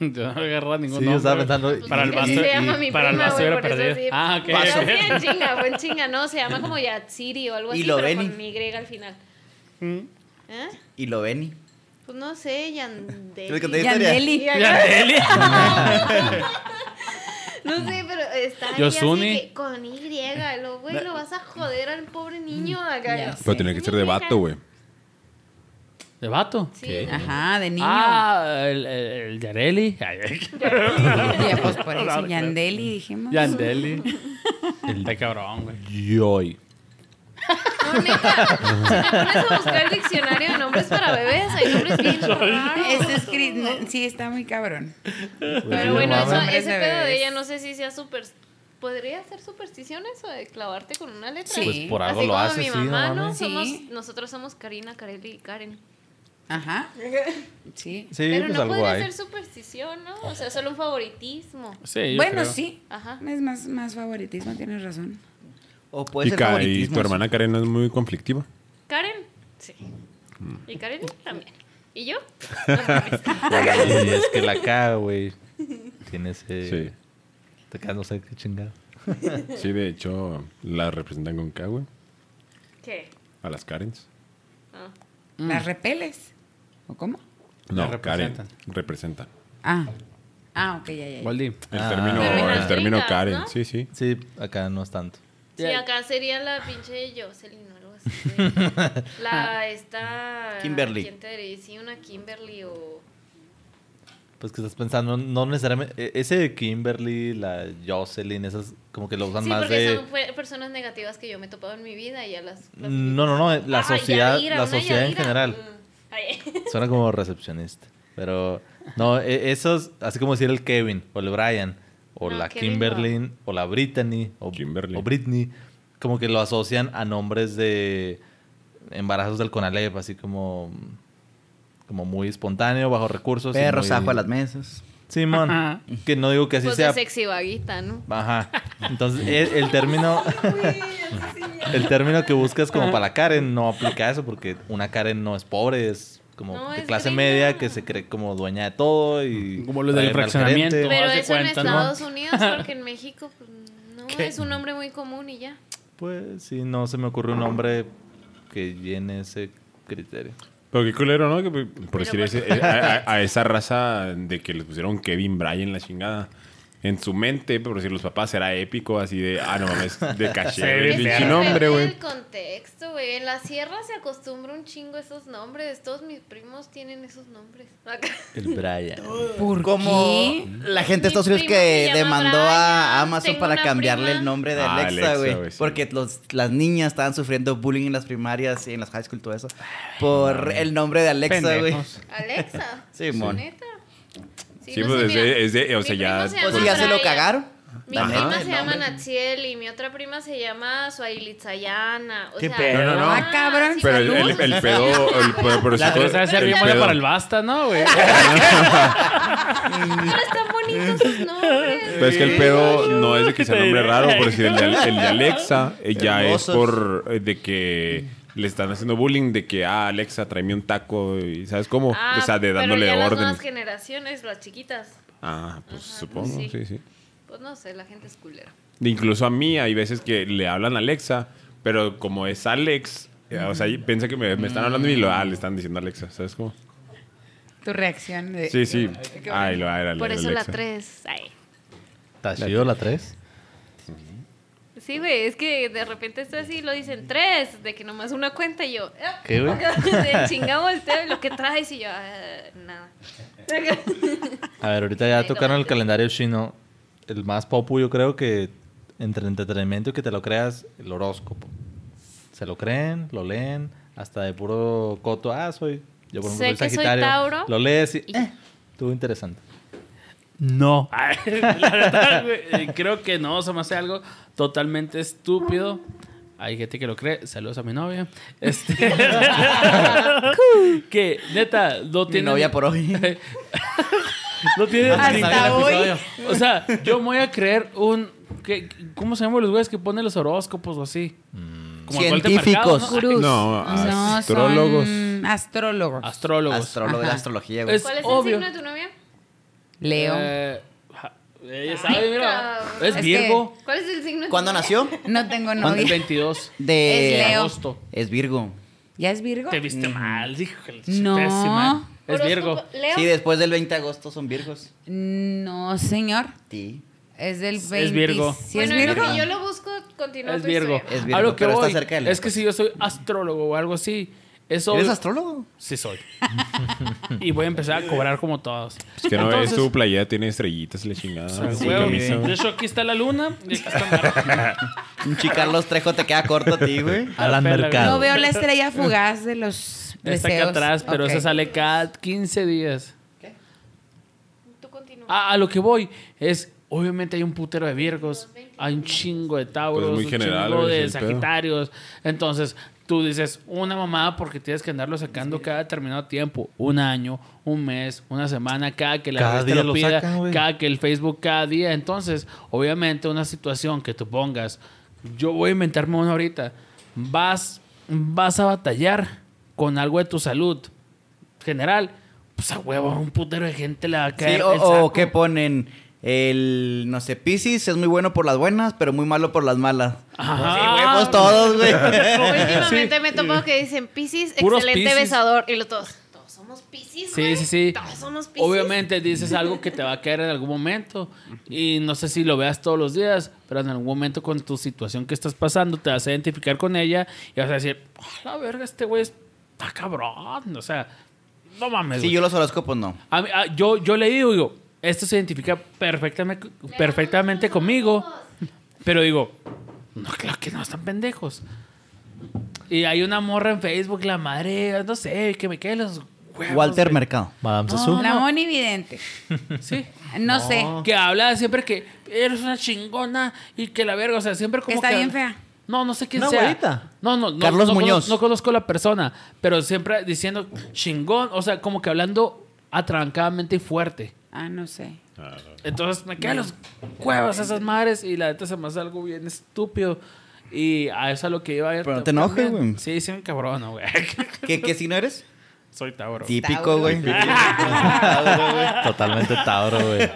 G: Yo no agarraba ningún
E: Sí, yo
G: nombre.
E: estaba
G: güey.
E: pensando. y-
G: Para el
E: y-
G: vaso-
D: Pues Así se llama
E: y-
D: mi
G: para el
D: prima,
G: vaso
D: güey,
G: era
D: por eso
G: perdido.
D: sí.
G: Ah, ok.
D: Pero
G: Vaso.
D: sí, en chinga, o en chinga, no, se llama como Yatsiri o algo
B: Y
D: así,
B: lo
D: pero
B: ven y-
D: con Y al final.
G: Mm.
D: ¿Eh?
B: Y lo ven. y-
D: Pues no sé, Yandeli.
B: ¿Quieres que te diga?
C: Yandeli.
G: Yandeli.
D: No sé, pero está ahí
G: Yosuni.
D: así que con Y, lo güey, lo vas a joder al pobre niño acá.
C: Ya
F: Pero tiene que ser de vato, güey.
G: ¿De vato?
D: Sí.
E: Ok.
C: Ajá, de niño.
G: Ah, el, el, el Yareli. Ay, ay.
C: Ya, pues por eso,
G: Claro,
C: Yandeli dijimos.
G: Yandeli. Está cabrón, güey.
E: Joy.
D: No, neta, si te pones a buscar el diccionario de nombres para bebés, hay nombres bien raros.
C: Ah, Es escri- Sí, está muy cabrón.
D: Pero bueno,
E: Pues no
D: eso-
E: mames.
D: ese
C: Hombres de
D: pedo de
C: bebés.
D: ella no sé si sea super... ¿Podría ser superstición eso de clavarte con una letra?
C: Sí. Pues
E: por algo
D: Así
E: lo
D: como
E: hace,
D: mi
E: sí,
D: mamá,
E: no
D: ¿no?
E: mames.
D: Somos,
C: Sí.
D: Nosotros somos Karina, Kareli y Karen.
C: Ajá. Sí.
E: Sí,
D: Pero
E: pues
D: no
E: algo
D: podría
E: hay.
D: ser superstición, ¿no? O sea, solo un favoritismo.
G: Sí, yo
C: bueno,
G: creo.
C: sí.
D: Ajá.
C: Es más, más favoritismo, tienes razón.
B: O puede
F: Y,
B: ser
F: Ka- y
B: favoritismos.
F: tu hermana Karen no es muy conflictiva.
D: Karen, sí.
E: Mm.
D: Y Karen también. ¿Y yo?
E: Y es que la K, güey. Tiene ese.
F: Sí.
E: Te quedas, no sé qué chingado.
F: Sí, de hecho, la representan con K, güey.
D: ¿Qué?
F: A las Karens.
D: Ah.
C: ¿Las repeles? ¿O cómo?
F: No,
G: La representan.
F: Karen. Representan.
C: Ah. Ah, ok, ya, ya. ya.
G: Waldi.
F: El
E: Ah.
F: término,
D: Pero en
F: el
D: las
F: término
D: gringas,
F: Karen,
D: ¿no?
F: sí, sí.
E: Sí, acá no es tanto.
D: Sí, acá sería la pinche Jocelyn o algo así. güey. La esta...
B: Kimberly.
D: ¿Quién te diría? Sí, una Kimberly o...
E: Pues que estás pensando, no necesariamente. e- Ese de Kimberly, la Jocelyn, esas como que lo usan
D: Sí,
E: más
D: porque
E: de.
D: son fue- personas negativas que yo me he topado en mi vida y ya las...
E: Mm, No, no, no, la
D: Ah,
E: sociedad,
D: Yadira,
E: la
D: una
E: sociedad en
D: Yadira.
E: general.
D: Mm. Ay,
E: Suena como recepcionista. Pero no, e- esos, así como decir el Kevin o el Brian o
D: No,
E: la
D: Kevin
E: Kimberly o la Brittany o,
F: Kimberly.
E: o Britney, como que lo asocian a nombres de embarazos del Conalep, así como como muy espontáneo, bajo recursos. y
B: Perros,
E: muy-
B: ajo a las mesas.
E: Simón,
G: Ajá.
E: que no digo que así
D: Pues
E: sea.
D: de sexy vaguita, ¿no?
E: Ajá. Entonces, e, el, el término. el término que buscas como para la Karen no aplica a eso, porque una Karen no es pobre, es como
D: No,
E: de
D: es
E: clase
D: gringa.
E: media que se cree como dueña de todo y.
G: Como los del
E: trae mal
G: fraccionamiento.
E: gerente.
D: Pero
G: hace
D: eso
G: cuenta,
D: en
G: ¿no?
D: Estados Unidos, porque en México pues, no es un nombre muy común y ya.
E: Pues sí, no se me ocurre un nombre que llene ese criterio.
F: Pero qué culero, ¿no? Que, por decir,
D: por-
F: ese- eh, a, a- a esa raza de que les pusieron Kevin Bryan la chingada. En su mente, por decir, los papás era épico, así de, ah, no mames, de
G: Se
F: caché.
G: ve
F: güey, pinche
G: perro.
F: nombre,
D: Depende
F: güey.
D: del contexto, güey. En la sierra se acostumbra un chingo esos nombres. Todos mis primos tienen esos nombres. Acá.
E: El Brian.
C: ¿Por
B: Como
C: qué?
B: la gente de
D: Mi
B: Estados Unidos
D: primo
B: que
D: se llama
B: demandó
D: Brian,
B: a Amazon
D: tengo
B: para
D: una
B: cambiarle
D: prima.
B: el nombre de
F: Ah,
B: Alexa,
F: Alexa,
B: güey.
F: güey, sí.
B: Porque los, las niñas estaban sufriendo bullying en las primarias y en las high school, todo eso. Por el nombre de Alexa, güey.
G: Pendejos.
D: Alexa.
B: Sí, mon.
D: Neta.
F: Sí, pues, es de-
D: mira,
F: es de- o
D: mi
F: sea, ya-
D: primo se
B: Pues
D: llama
B: si ya se lo
D: Brian.
B: cagaron.
D: Mi
B: Ajá.
D: prima
B: El
D: se llama
B: nombre.
D: Natziel y mi otra prima se llama Suailitzayana. O
G: ¿Qué
D: sea,
G: pedo? No, no, no.
C: Ah, cabrón,
D: sí,
F: Pero el,
D: salud.
F: el, el pedo, Pues el pedo, por
G: La
F: decir,
G: cosa debe ser bien buena
F: pedo-
G: para el basta, ¿no, güey?
D: Pero están bonitos sus nombres.
F: Pero es que el pedo no es de que sea
G: Te
F: nombre
G: diré.
F: raro, por decir, el de, el de Alexa eh, ya es
B: Hermosos.
F: por eh, de que le están haciendo bullying, de que, ah, Alexa, tráeme un taco, y ¿sabes cómo?
D: Ah,
F: o sea, de
D: pero
F: dándole
D: ya Las
F: órdenes.
D: nuevas generaciones, las chiquitas.
F: Ah, pues
D: Ajá,
F: supongo,
D: pues sí.
F: sí, sí.
D: Pues no sé, la gente es culera.
F: Incluso a mí hay veces que le hablan a Alexa, pero como es Alex, eh, o sea, piensa que me, me están hablando y lo, ah, le están diciendo Alexa, ¿sabes cómo?
C: Tu reacción. de-
F: Sí, sí.
D: Eh, Qué
F: Ay,
D: bueno.
F: lo, era,
D: Por
F: era
D: eso la
F: Alexa.
D: 3. Ay.
E: ¿Está chido la 3?
D: Sí, güey, es que de repente esto así lo dicen tres, de que nomás una cuenta y yo. ah,
E: ¿Qué, güey?
D: de chingado volteo y lo que traes y yo, ah, nada.
E: A ver, ahorita
D: Ahí
E: ya
D: lo
E: tocaron el
D: metes.
E: calendario chino. El más popu, yo creo que entre entretenimiento y que te lo creas, el horóscopo. Se lo creen, lo leen, hasta de puro coto. Ah, soy. Yo por
D: Sé
E: ejemplo soy
D: que soy
E: Sagitario.
D: Tauro.
E: Lo lees y.
D: Y-
E: Eh, estuvo interesante.
G: No. La verdad, güey, eh, creo que no, se me hace algo totalmente estúpido. Hay gente que lo cree. Saludos a mi novia. Este, que, neta, no
B: Mi
G: tiene...
B: novia por Ah, hoy.
G: No tiene...
H: Hasta
G: ningún-
H: el
C: hoy.
H: episodio.
G: O sea, yo me voy a creer un... ¿qué- ¿Cómo se llaman los güeyes que ponen los horóscopos o así? Como alcohol de mercado,
B: Mm. Científicos.
G: ¿no?
C: Gurús.
F: No,
C: son
F: astrólogos.
C: Astrólogos.
G: Astrólogos.
B: Astrólogo de
C: Ajá.
B: astrología, güey.
G: Es-
D: ¿Cuál es
G: obvio.
D: el signo de tu novia?
C: Leo.
G: Eh, ja- ella
D: Ay,
G: sabe, mira.
D: cabrón.
G: Es
C: Es
G: Virgo.
D: ¿Cuál es el signo de tu
B: ¿Cuándo
D: novia?
B: nació?
C: no tengo
G: el
C: novia.
G: 22
B: De
C: Es
G: de
C: Leo.
G: agosto.
B: Es Virgo.
C: ¿Ya es Virgo?
G: Te viste mal, híjole.
C: No.
G: Pésima. Es
D: Horóscopo,
G: Virgo.
D: Leo.
B: Sí, después del 20 de agosto son Virgos.
C: No, señor.
B: Sí.
C: Es del
G: Es
C: 20.
G: Virgo.
C: ¿Sí es
D: Bueno, en lo
C: Virgo?
D: que yo lo busco, continúa
G: Es
D: tu
G: Virgo.
D: historia.
B: Es Virgo,
G: A lo que
B: pero está
G: voy
B: cerca de Leo,
G: es que
B: pues.
G: si yo soy astrólogo o algo así, eso
B: ¿Eres astrólogo?
G: sí soy. y voy a empezar a cobrar como todos.
F: Es que no ves,
G: Entonces,
F: tu playera tiene estrellitas, la chingada.
G: al
F: tu
G: huevo,
F: camisa.
G: De hecho, aquí está la luna y aquí está Marte.
B: Un chi Carlos Trejo te queda corto a ti, güey.
E: Alan
G: pela,
E: Mercado.
C: No veo la estrella fugaz de los deseos.
G: Está aquí atrás, pero
C: Ok.
G: esa sale cada 15 días.
D: Tú continúa.
G: A, a lo que voy es, obviamente hay un putero de virgos, hay un chingo de tauros,
F: Pues muy
G: un
F: general,
G: chingo
F: güey,
G: de
F: es el pedo.
G: sagitarios. Entonces, tú dices una mamada porque tienes que andarlo sacando cada determinado tiempo, un año, un mes, una semana, cada que la
E: Cada
G: revista
E: día
G: lo
E: lo
G: pida,
E: sacan, güey.
G: cada que el Facebook, cada día. Entonces, obviamente una situación que tú pongas, yo voy a inventarme una ahorita, vas, vas a batallar con algo de tu salud general. Pues a huevo, un putero de gente le va a caer.
B: Sí, o,
G: el
B: o
G: saco.
B: que ponen el, no sé, Pisces es muy bueno por las buenas, pero muy malo por las malas. Ah.
G: Ajá.
B: Sí, huevos todos, güey.
D: Últimamente me he topado que dicen Piscis,
G: Ah, Puros
D: excelente
G: Piscis.
D: besador. Y lo todos. Todos somos Piscis.
G: Sí,
D: güey.
G: sí, sí.
D: Todos somos Piscis.
G: Obviamente dices algo que te va a caer en algún momento y no sé si lo veas todos los días, pero en algún momento con tu situación que estás pasando te vas a identificar con ella y vas a decir, "A la verga, este güey está cabrón. O sea, no mames.
B: Sí,
G: güey.
B: yo los horóscopos no.
G: A mí- a- yo, yo leí digo, digo, esto se identifica perfectamente, perfectamente conmigo, pero digo, no, claro que no, están pendejos. Y hay una morra en Facebook, la madre, no sé, que me cae los huevos.
B: Walter
G: güey.
B: Mercado.
E: Madame Sassou.
G: No,
C: La
G: no.
C: monividente.
G: Sí.
C: No, sé.
G: Que habla siempre que eres una chingona y que la verga, o sea, siempre como
C: Está
G: que
C: bien
G: habla-
C: fea.
G: No, no sé quién
H: Una
G: sea.
H: güerita.
G: No, no, no.
B: Carlos
G: no cono-
B: Muñoz.
G: no conozco la persona, pero siempre diciendo chingón, o sea, como que hablando atrancadamente y fuerte.
C: Ah, no sé.
G: Entonces me caen los cuevas esas madres y la neta se me hace algo bien estúpido. Y a eso a lo que iba a ir.
B: Pero no te enojes,
G: también.
B: güey.
G: Sí, sí, un cabrón, güey.
B: ¿Qué, qué signo eres?
G: Soy Tauro.
B: Típico,
C: Tauro.
B: güey.
E: Totalmente Tauro, güey.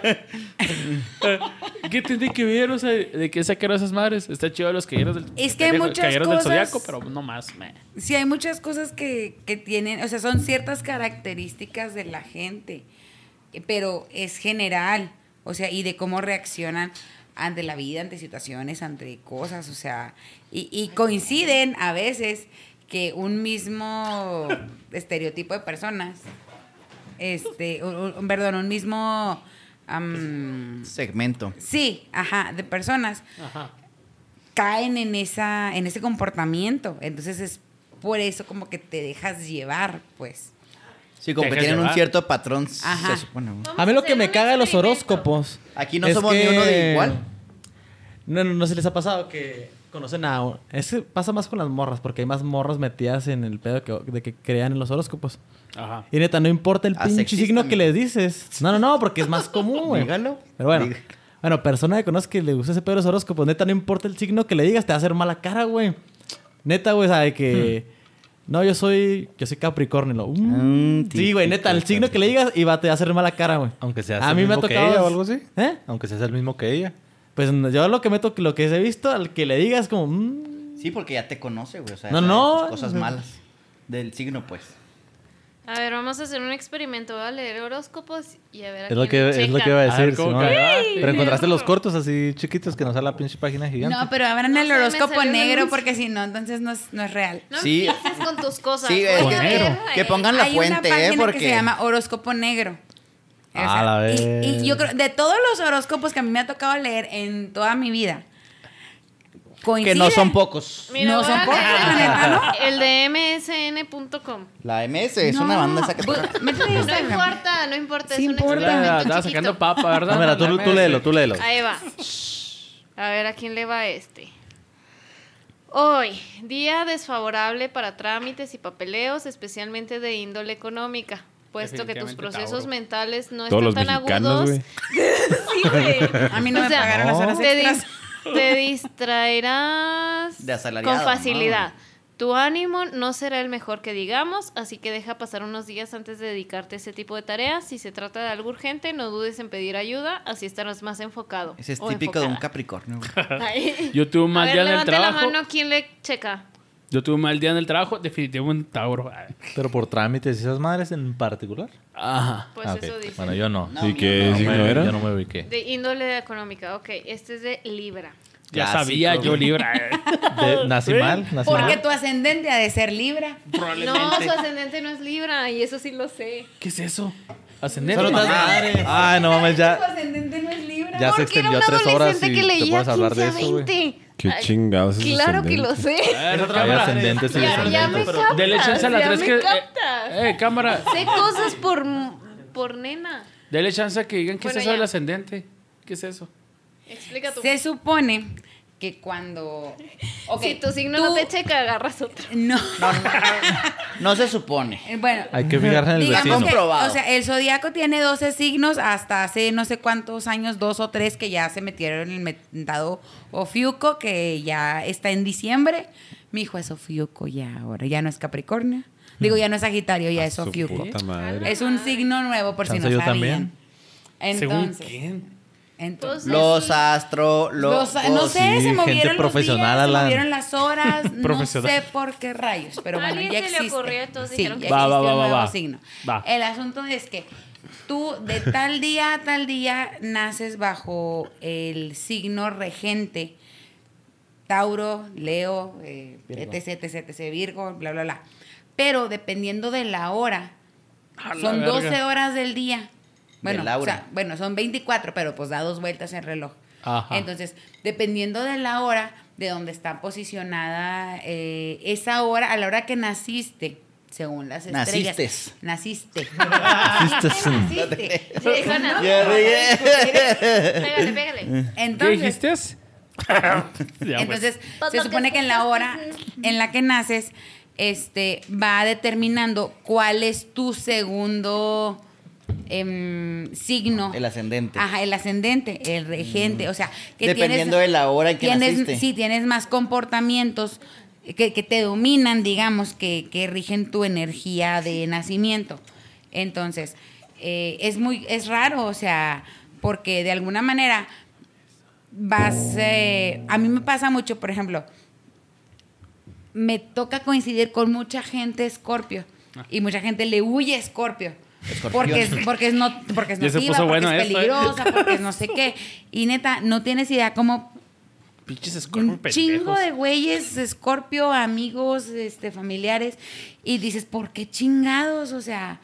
G: ¿Qué tiene que ver? O sea, ¿de qué sacaron esas madres? Está chido los caballeros del
C: Es que hay
G: caballeros-
C: muchas
G: caballeros
C: cosas-
G: del zodiaco, pero no más. meh.
C: Sí, hay muchas cosas que, que tienen, o sea, son ciertas características de la gente, eh, pero es general, o sea, y de cómo reaccionan ante la vida, ante situaciones, ante cosas, o sea, y, y coinciden a veces que un mismo estereotipo de personas, este, un- un- perdón, un mismo... am,
B: Segmento.
C: Sí, ajá, de personas
G: Ajá.
C: caen en esa en ese comportamiento. Entonces es por eso como que te dejas llevar, pues.
B: Sí, como que
G: Dejes
B: tienen un
G: llevar.
B: cierto patrón, se
C: Ajá.
B: supone, güey.
D: Vamos
H: A mí lo
D: hacer
H: que me
D: un
H: caga de los
D: experimento.
H: horóscopos.
B: Aquí no
H: es
B: somos ni
H: que-
B: uno de igual.
H: No, no, no se les ha pasado que conocen a. un- Ese pasa más con las morras, porque hay más morras metidas en el pedo que- de que crean en los horóscopos.
G: Ajá.
H: Y neta, no importa el
B: Ah,
H: pinche
B: sexista,
H: signo
B: mi-
H: que les dices. No, no, no, porque es más común, güey.
B: Dígalo.
H: Pero bueno.
B: Diga.
H: Bueno, persona que conozca que le gusta ese pedo de los horóscopos, neta, no importa el signo que le digas, te va a hacer mala cara, güey. Neta, güey, sabe que. No, yo soy, yo soy Capricornio. Lo, mm.
B: Ah,
H: sí, güey, neta, el signo que le digas y va, te va a hacer mala cara, güey.
E: Aunque seas
H: A
E: el
H: mí me ha
E: mismo que
H: tocado.
E: ella o algo así.
H: ¿Eh?
E: Aunque seas el mismo que ella.
H: Pues no, yo lo que me to- lo que he visto, al que le digas como, mm,
B: Sí, porque ya te conoce, güey. O sea,
H: No,
B: sabe
H: no.
B: tus Cosas malas. Del signo, pues.
D: A ver, vamos a hacer un experimento. Voy a leer horóscopos y a ver. a
E: Es lo,
D: quién
E: que, es lo
D: checa.
E: que iba a
G: A ver,
E: decir.
G: ¿cómo Ah,
E: Simón.
G: cagaste?
E: Pero encontraste los cortos así chiquitos que nos da la pinche página gigante.
C: No, pero abran
D: No
C: el
D: sé, me
C: horóscopo
D: salió un
C: negro
D: anuncio.
C: porque si no, entonces no es, no es real.
D: No
B: Sí.
D: empieces con tus cosas.
B: Sí,
D: Voy
B: es
D: a
B: que-
D: leer
B: que
D: ahí.
B: pongan la
C: Hay una
B: fuente,
C: página
B: ¿eh? Porque.
C: que se llama horóscopo negro. O
E: Ah, la
C: y-
E: ver.
C: y, yo creo, de todos los horóscopos que a mí me ha tocado leer en toda mi vida,
B: Que
C: coinciden.
B: no son pocos.
D: Mira,
C: No
D: voy
C: son
D: a
C: pocos,
D: leer
C: la neta, ¿no?
D: El de msn.com.
B: La MS es una
C: No, Pues,
B: banda esa que
C: bu-
B: toca.
C: métete en
D: No
C: Instagram.
D: importa, no importa.
C: Sí
D: es un
C: importa.
D: experimento
G: Estaba estaba
D: chiquito.
G: sacando papa, ¿verdad?
E: No, mira, tú, tú léelo, tú léelo.
D: Ahí va. A ver a quién le va este. Hoy, día desfavorable para trámites y papeleos, especialmente de índole económica, puesto que tus
G: Definitivamente
D: procesos
G: Tauro.
D: mentales no
F: Todos los
D: están tan
F: mexicanos,
D: agudos.
F: güey.
D: Sí, güey.
C: A mí no
D: O
C: me
D: sea,
C: pagaron las horas
D: te,
C: extras.
D: dis- te distraerás
B: De asalariado,
D: con facilidad. Tu ánimo no será el mejor que digamos, así que deja pasar unos días antes de dedicarte a ese tipo de tareas. Si se trata de algo urgente, no dudes en pedir ayuda, así estarás más enfocado.
B: Ese es
D: o
B: típico de un
D: enfocada.
B: Capricornio. güey.
D: Ah, Ay.
G: Yo tuve un
D: A
G: mal
D: ver,
G: día en el
D: levante la
G: trabajo.
D: mano, ¿quién le checa?
G: Yo tuve un mal día en el trabajo, definitivamente un Tauro.
E: Pero por trámites y esas madres en particular.
G: Ajá.
D: Pues
E: Ah, ok.
D: eso dice.
E: Bueno, yo no.
B: No,
F: ¿Y
B: mío,
F: qué
B: no.
E: me-
F: signo era?
E: Yo no me ubiqué.
D: De índole económica, ok. Este es de Libra.
G: Ya
E: Clásico,
G: sabía yo
E: güey.
G: Libra. eh.
E: De- nací mal, nací
C: Porque
E: mal.
C: tu ascendente ha de ser Libra.
D: No, su ascendente no es Libra, y eso sí lo sé.
G: ¿Qué es eso? Ascendente.
H: Solo estás-
G: mamá.
H: madre.
E: Ay, no mames,
C: Tu
E: ya.
C: ascendente no es Libra.
E: Ya
D: Porque
E: se
D: era
E: extendió
D: un
E: a tres horas
D: adolescente
E: y
D: que
E: te
D: leía
E: puedes hablar
D: 15
E: de
D: a
E: eso, güey.
D: 20.
F: Qué
D: Ay,
F: chingados es
D: Claro que lo
F: ascendente.
D: sé.
G: A ver,
H: Es otra
E: Hay
G: cámara.
E: ascendentes y
D: Ya, ya me
E: descendentes.
D: captas.
G: Dele chance a las
D: ya
G: tres
D: me
G: que.
D: captas.
G: Eh, eh, cámara.
D: Sé cosas por, por nena.
G: Dele chance a que digan qué
D: Bueno,
G: es eso
D: ya.
G: del ascendente. ¿Qué es eso?
D: Explica tú.
C: Se supone que cuando. Ok,
D: Si tu signo
C: tú-
D: no te checa, agarras otro.
C: No. eh,
B: No se supone.
C: Bueno,
E: Hay que fijarse en el
C: digamos
E: vecino.
C: que,
B: Comprobado.
C: o sea, el zodiaco tiene 12 signos hasta hace no sé cuántos años, dos o tres, que ya se metieron en el mentado Ofiuco, que ya está en diciembre. Mi hijo es Ofiuco ya ahora, ya no es Capricornio. Digo, ya no es Sagitario, ya es
F: Su
C: Ofiuco.
F: puta madre.
C: Es un signo nuevo, por si no
E: Chance yo
C: sabían.
E: también.
C: Entonces,
G: ¿Según quién?
C: entonces-
B: Los astro, los.
C: Los-
G: Oh,
C: no sé,
E: sí,
C: se movieron
E: gente
C: los
E: profesional,
C: días,
E: Alan.
C: se movieron las horas, no
G: Profesional.
C: sé por qué rayos, pero bueno,
D: Alguien
C: ya
D: se le
C: existe.
D: ocurrió, todos
C: sí,
D: dijeron
C: ya
G: que- Va,
C: existe
G: va, va,
C: un
G: va,
C: nuevo
G: va.
C: signo.
G: Va.
C: El asunto es que tú de tal día a tal día naces bajo el signo regente Tauro, Leo, eh,
H: Virgo.
C: etc, etc, etc, Virgo, bla, bla, bla. Pero dependiendo de la hora,
G: A la
C: son
G: verga.
C: 12 horas del día. Bueno,
B: De la
C: o
B: hora.
C: sea, bueno, son 24, pero pues da dos vueltas el reloj.
G: Ajá.
C: Entonces, dependiendo de la hora, de donde está posicionada eh, esa hora, a la hora que naciste, según las estrellas.
B: Nacistes.
C: Naciste.
E: Naciste, sí.
C: Naciste.
D: Sí, gana.
B: Ya regué.
D: Pégale, pégale.
G: ¿Qué
C: Entonces,
G: dijiste? Ya, pues.
C: entonces,
D: Pues
C: se
D: lo que
C: supone que en la hora en la que naces, este, va determinando cuál es tu segundo em, signo.
B: El ascendente. Mm.
C: Ajá, el ascendente, el regente, o sea, que
B: Dependiendo de
C: tienes-
B: la hora en que
C: tienes,
B: naciste.
C: Sí, tienes más comportamientos que, que te dominan, digamos, que, que rigen tu energía de nacimiento. Entonces, eh, es muy, es raro, o sea, porque de alguna manera vas, eh, a mí me pasa mucho, por ejemplo, me toca coincidir con mucha gente escorpio
G: Ah.
C: y mucha gente le huye a escorpio.
B: Escorpión.
C: Porque es, porque es no, porque es
G: Ya se
C: nociva,
G: puso
C: porque
G: bueno
C: es
G: esto, ¿eh?
C: peligrosa, porque es no sé qué. Y neta, no tienes idea cómo
G: Pinches escorpios
C: un chingo
G: pendejos.
C: de güeyes, escorpio, amigos, este, familiares, y dices, ¿por qué chingados? O sea,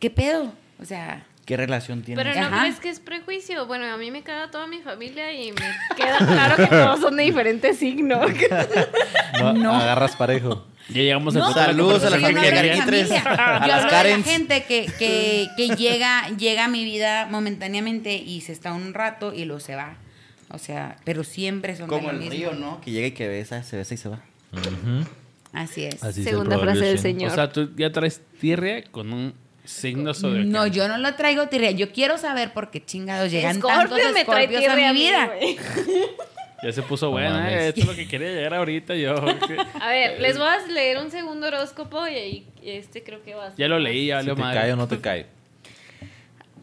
C: ¿qué pedo? O sea,
B: ¿Qué relación tiene?
D: Pero no
C: Ajá.
D: crees que es prejuicio. Bueno, a mí me caga toda mi familia y me queda claro que todos son de diferente signo.
E: No,
C: No.
E: Agarras parejo.
G: Ya llegamos al
C: no,
G: punto de
B: Saludos a la
C: sí,
G: conversación
C: yo no
B: familia
G: que
C: hablo de
G: quería.
B: Caritres,
C: familia.
B: a
C: Yo
B: las
C: hablo de
B: Karens.
C: la gente que, que, que llega, llega a mi vida momentáneamente y se está un rato y luego se va. O sea, pero siempre son de
B: Como
C: lo
B: el
C: mismo.
B: río, ¿no? Que llega y que besa, se besa y se va.
C: Así es.
E: Así es el
D: Segunda
E: proverbio
D: frase del
E: chino.
D: señor.
G: O sea, tú ya traes tierra con un signo sobre
C: No, yo no lo traigo tirria. Yo quiero saber por qué chingados llegan
D: Escorpio
C: tantos
D: me trae
C: escorpios a
D: tierra
C: mi vida.
D: güey.
G: Ya se puso
E: No
G: buena,
E: mames.
G: eh, esto es lo que quería llegar ahorita yo.
D: A ver, les voy a leer un segundo horóscopo y ahí este creo que va a ser
G: Ya lo
D: más-
G: leí, ya
E: Si
G: valió
E: te
G: madre.
E: cae o no te cae.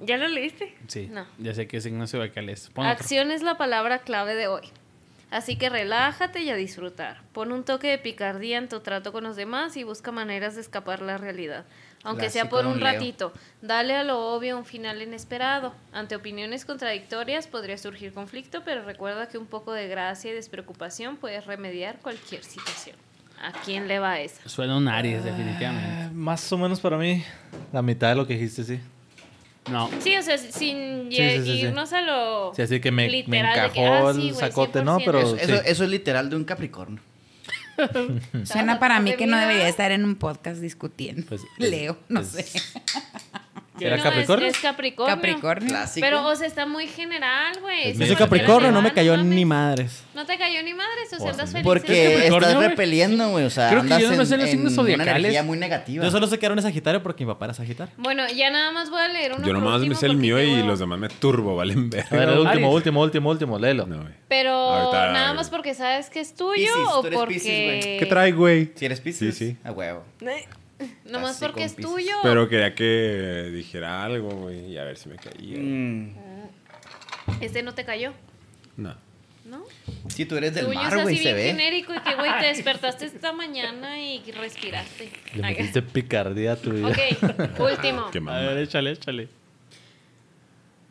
D: ¿Ya lo leíste?
G: Sí,
D: No. Ah,
G: ya sé qué signo zodiacal es. Pon otro.
D: Acción es la palabra clave de hoy. Así que relájate y a disfrutar. Pon un toque de picardía en tu trato con los demás y busca maneras de escapar la realidad. Aunque sea
B: Clásico
D: por
B: de un
D: un
B: Leo.
D: ratito, dale a lo obvio un final inesperado. Ante opiniones contradictorias podría surgir conflicto, pero recuerda que un poco de gracia y despreocupación puede remediar cualquier situación. ¿A quién le va esa?
G: Suena un Aries, definitivamente.
E: Más o menos para mí, la mitad de lo que dijiste, sí.
G: No.
D: Sí, o sea, sin
E: Sí, sí, sí, sí.
D: irnos a lo
E: Sí, así que me, me
D: literal de que,
E: encajó
D: ah, sí,
E: el
D: güey,
E: sacote, ¿no?
D: 100%.
E: Pero
B: Eso, eso-
E: sí.
B: eso es literal de un Capricornio.
C: Suena para mí que no debería estar en un podcast discutiendo.
E: Pues, es-
C: Leo, no
E: es-
C: sé.
E: ¿Era
D: No, es-
E: Capricornio?
D: es Capricornio.
C: Capricornio.
B: Clásico.
D: Pero, o sea, está muy general, güey.
E: Es
D: Eso
H: Yo
E: medio
H: soy
D: no tiene
H: Capricornio, no me
D: nada,
H: cayó
D: mames.
H: ni madres.
D: No te cayó ni madre, o sea,
E: Wow.
D: andas feliz. ¿eh?
G: ¿Eres
B: Porque
G: Capricornio,
B: estás
G: güey?
B: repeliendo, güey. O sea,
G: Creo que
B: andas
G: yo no me sé
B: en,
G: los signos
B: en una
G: zodiacales.
B: energía muy negativa.
H: Yo solo sé que era un Sagitario porque mi papá era Sagitario.
D: Bueno, ya nada más voy a leer uno.
F: Yo
D: por
F: nomás me
D: último
F: sé el
D: porque
F: mío
D: qué
F: y
D: hueva.
F: los demás me turbo, valen ver.
E: A ver, el último,
G: Aries.
E: último, último, último, léelo.
F: No, güey.
D: Pero
F: Ahorita- eh,
D: nada más porque sabes que es tuyo
B: Piscis,
D: o
B: tú eres
D: porque.
B: Piscis,
D: Eh,
B: güey.
F: ¿Qué trae, güey?
B: Si eres Pisces.
F: Sí, sí.
B: A huevo.
D: Nomás
B: Casi
D: porque
B: con
D: es
B: Piscis.
D: tuyo.
F: Pero quería que dijera algo, güey. Y a ver si me caía.
B: Mm,
D: Este no te cayó,
F: No.
D: ¿no?
B: Sí, tú eres del
D: tuyo
B: mar,
D: es
B: güey,
D: así
B: se
D: bien
B: ve.
D: genérico y que, güey, te despertaste esta mañana y respiraste.
E: Le metiste picardía a tu vida.
D: ok, último.
F: Qué
G: A
F: mamá.
G: ver, échale, échale.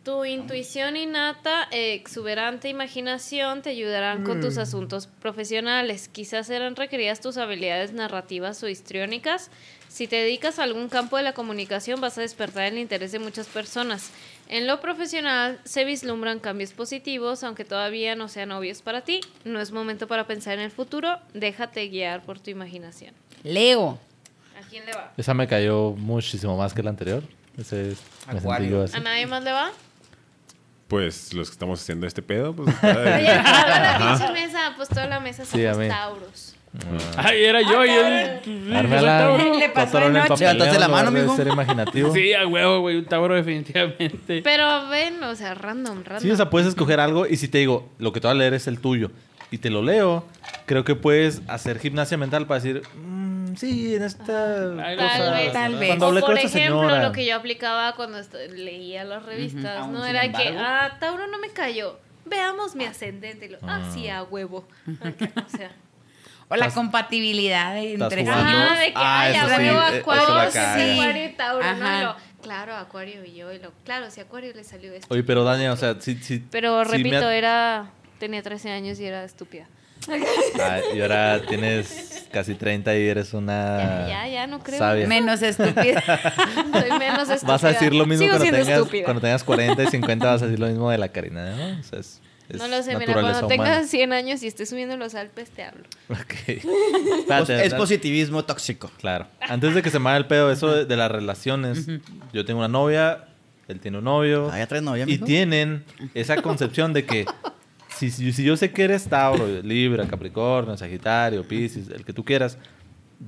D: Tu intuición innata e exuberante imaginación te ayudarán con tus asuntos profesionales. Quizás serán requeridas tus habilidades narrativas o histriónicas. Si te dedicas a algún campo de la comunicación, vas a despertar el interés de muchas personas. En lo profesional se vislumbran cambios positivos, aunque todavía no sean obvios para ti. No es momento para pensar en el futuro. Déjate guiar por tu imaginación.
C: Leo.
D: ¿A quién le va?
E: Esa me cayó muchísimo más que la anterior. Ese es, me sentí yo
B: Acuario.
E: así.
D: ¿A nadie más le va?
F: Pues los que estamos haciendo este pedo, pues. está
D: Oye,
F: de-
D: toda la pinche mesa, pues toda la mesa
E: Sí,
D: somos
E: a mí.
D: Tauros.
G: Ay, Ah, era yo. "Pues, y él-
E: Ármala,
C: Le pasó
E: patrón,
C: de
E: el
C: noche.
E: papeleo,
B: Levantaste la
E: no,
B: mano,
E: de
B: mijo.
E: ser imaginativo.
G: Sí, a huevo, güey. Un Tauro, definitivamente.
D: Pero ven, o sea, random, random.
E: Sí, o sea, puedes escoger algo y si te digo, lo que te voy a leer es el tuyo y te lo leo, creo que puedes hacer gimnasia mental para decir, "Mm, sí, en esta
G: Tal
E: cosa".
D: vez.
C: Tal vez.
E: Cuando
D: O
E: hablé
D: por
E: con esta
D: ejemplo,
E: señora.
D: lo que yo aplicaba cuando est- leía las revistas,
B: Aún
D: ¿no?
B: sin
D: Era que,
B: embargo.
D: ah, Tauro no me cayó. Veamos mi ascendente. Y lo, ah, sí, a huevo. o sea.
C: O la
E: Estás-
C: compatibilidad entre
E: estás jugando.
C: signos.
D: Ajá, de que,
B: Ah,
D: ay, a
B: eso sí,
D: huevo,
B: eh, eso
D: Acuario,
B: la
D: sí,
B: cae.
D: Acuario y Tauro, ¿no?
C: Ajá.
D: Y lo, claro, Acuario y yo, y lo, claro, si Acuario le salió esto.
E: Oye, pero Dania, o sea, sí, sí.
D: Pero
E: sí me
D: repito,
E: ha-
D: era. Tenía 13 años y era estúpida.
E: Ah, y ahora tienes casi 30 y eres
D: Ya,
E: una...
D: ya, ya, no creo.
E: Ah, sabia.
C: Menos estúpida.
D: Soy menos estúpida.
E: Vas a decir lo mismo
D: Sigo
E: cuando
D: siendo
E: tengas,
D: estúpida.
E: cuando tengas 40 y 50, vas a decir lo mismo de la Karina, ¿no? O sea, es, es
D: No lo sé, mira,
E: naturaleza
D: cuando
E: humana.
D: tengas 100 años y estés subiendo los Alpes, te hablo.
E: Ok. Espérate,
B: Es
E: espérate.
B: positivismo tóxico.
E: Claro. Antes de que se me haga el pedo, eso de, de las relaciones. Yo tengo una novia, él tiene un novio.
B: Ah, ya traes novia,
E: y
B: mijo.
E: tienen esa concepción de que si, si- si yo sé que eres Tauro, Libra, Capricornio, Sagitario, Piscis, el que tú quieras,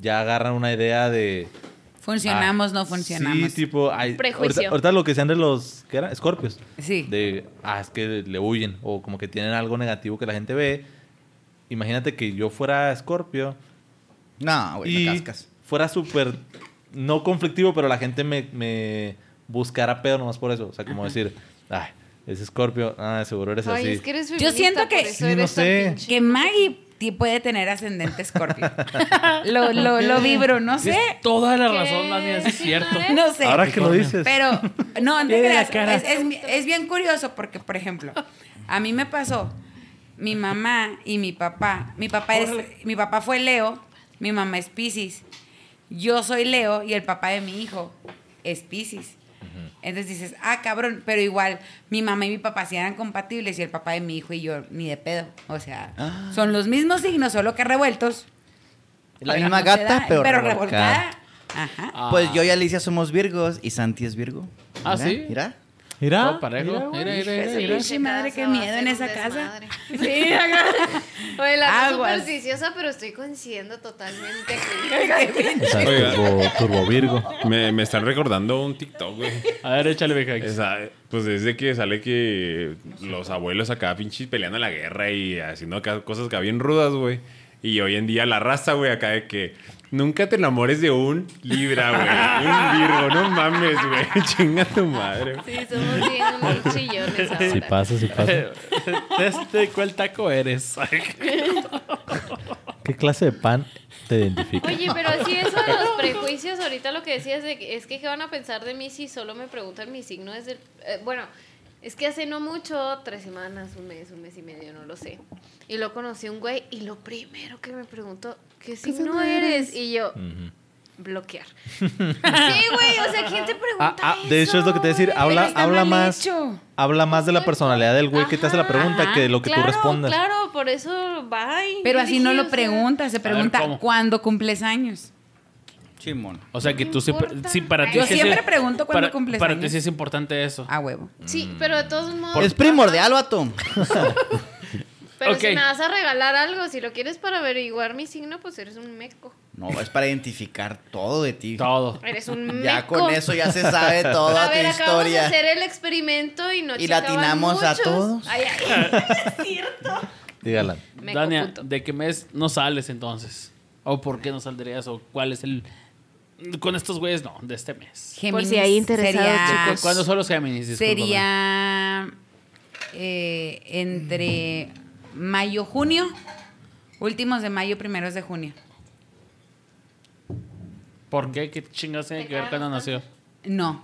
E: ya agarran una idea de.
C: Funcionamos,
E: ah,
C: no funcionamos.
E: Sí, tipo. ay,
D: Prejuicio.
E: Ahorita, ahorita lo que sean de los. ¿Qué era? Escorpios.
C: Sí.
E: De. Ah, es que le huyen. O como que tienen algo negativo que la gente ve. Imagínate que yo fuera Escorpio
B: No, güey,
E: y
B: no cascas.
E: fuera súper no conflictivo, pero la gente me, me buscara pedo nomás por eso. O sea, como decir, ay, es Scorpio, ah, seguro eres
D: Ay,
E: así.
D: es que eres
C: Yo
D: feminista,
C: siento que-
D: por eso
E: Sí,
D: eres
E: no
D: tan
E: sé.
D: pinche.
C: Que Maggie ti- puede tener ascendente escorpio. lo, lo, lo vibro, no sé.
G: Tienes toda la
D: ¿Qué?
G: razón, Dania, sí es
D: Sí,
G: cierto.
D: madre.
C: No sé.
E: Ahora que lo dices.
C: Pero, no, no te
G: Tiene la
C: creas,
G: cara.
C: Es, es- es bien curioso porque, por ejemplo, a mí me pasó, mi mamá y mi papá, mi papá, es, mi papá fue Leo, mi mamá es Pisces, yo soy Leo y el papá de mi hijo es Pisces. Entonces dices, ah, cabrón, pero igual mi mamá y mi papá sí eran compatibles y el papá de mi hijo y yo ni de pedo. O sea, son los mismos signos, solo que revueltos.
B: La
C: Pero
B: misma
C: no se
B: gata,
C: da,
B: pero
C: revolcada.
B: revolcada.
C: Ajá.
G: Ah.
B: Pues yo y Alicia somos Virgos y Santi es Virgo.
G: Ah,
B: Mira,
G: ¿sí?
B: Mira.
H: Mira.
G: Todo parejo.
H: Ah, mira, güey.
G: Mira, mira, mira,
D: Esa
G: mira.
C: Pinche
D: pinche
C: madre,
D: casa
C: qué
D: va a
C: miedo
D: ser
C: en
D: un
C: esa casa.
D: desmadre. Sí, acá. Oye, la
C: Aguas.
D: supersticiosa, pero estoy coincidiendo totalmente
C: Qué
D: aquí.
C: bien.
E: O sea,
F: Oiga.
E: turbo, turbo Virgo.
F: Me, me están recordando un TikTok, güey.
G: A ver, échale, Bejax.
F: Esa- pues desde que sale que los abuelos acá pinches peleando en la guerra y haciendo acá cosas acá bien rudas, güey. Y hoy en día la raza, güey, acá de que nunca te enamores de un Libra, güey. Un Virgo, no mames, güey. Chinga tu madre.
D: Sí, somos bien unos chillones ahora.
E: Si pasa, si pasa.
G: ¿De este cuál taco eres?
E: ¿Qué clase de pan te identifica?
D: Oye, pero así eso de los prejuicios, ahorita lo que decías de que- es que qué van a pensar de mí si solo me preguntan mi signo desde el- eh, bueno, es que hace no mucho, tres semanas, un mes, un mes y medio, no lo sé. Y lo conocí un güey y lo primero que me preguntó, ¿qué signo eres? Y yo, bloquear. sí, güey, o sea, ¿quién te pregunta
E: Ah, ah, de hecho, es lo que te voy a decir.
D: eso,
E: Habla,
D: güey?
E: habla
C: mal
E: más.
C: hecho.
E: Habla más de la personalidad del güey que te hace la
D: Ajá,
E: pregunta que de lo que tú
D: claro,
E: respondas.
D: Claro, por eso, bye.
C: Pero así no
D: Dije,
C: lo
D: o sea,
C: pregunta, se
G: ver,
C: pregunta
G: ¿cómo?
C: cuándo cumples años.
B: Chimón.
G: O sea, que
D: No
G: tú siempre...
D: importa.
G: Sí, para ti
C: Yo
G: sí es-
C: siempre pregunto cuándo
G: para-
C: cumples
G: Para ti
C: años. Ah,
G: sí es importante eso.
C: A huevo.
D: Sí, pero de todos modos.
B: Es primordial, vato.
D: Pero
G: Ok.
D: si me vas a regalar algo, si lo quieres para averiguar mi signo, pues eres un meco.
B: No, es para identificar todo de ti.
G: Todo.
D: Eres un meco.
B: Ya con eso ya se sabe toda
D: a
B: tu
D: ver, acabamos de
B: historia.
D: hacer el experimento y no
B: Y la
D: checaban
B: atinamos a
D: muchos.
B: todos.
D: Ay, ay, es cierto.
E: Dígala.
D: Meco
G: Dania,
D: puto.
G: ¿de qué mes no sales entonces? ¿O por qué no saldrías? ¿O cuál es el...? Con estos güeyes, no, de este mes.
C: Géminis
D: si hay interesados,
C: sería,
D: chicos.
G: ¿Cuándo son los Géminis? Discúlpame.
C: Ah, Sería eh, entre mayo, junio, últimos de mayo, primeros de junio.
G: ¿Por qué? ¿Qué chingas tiene que ver cuando nació?
C: No.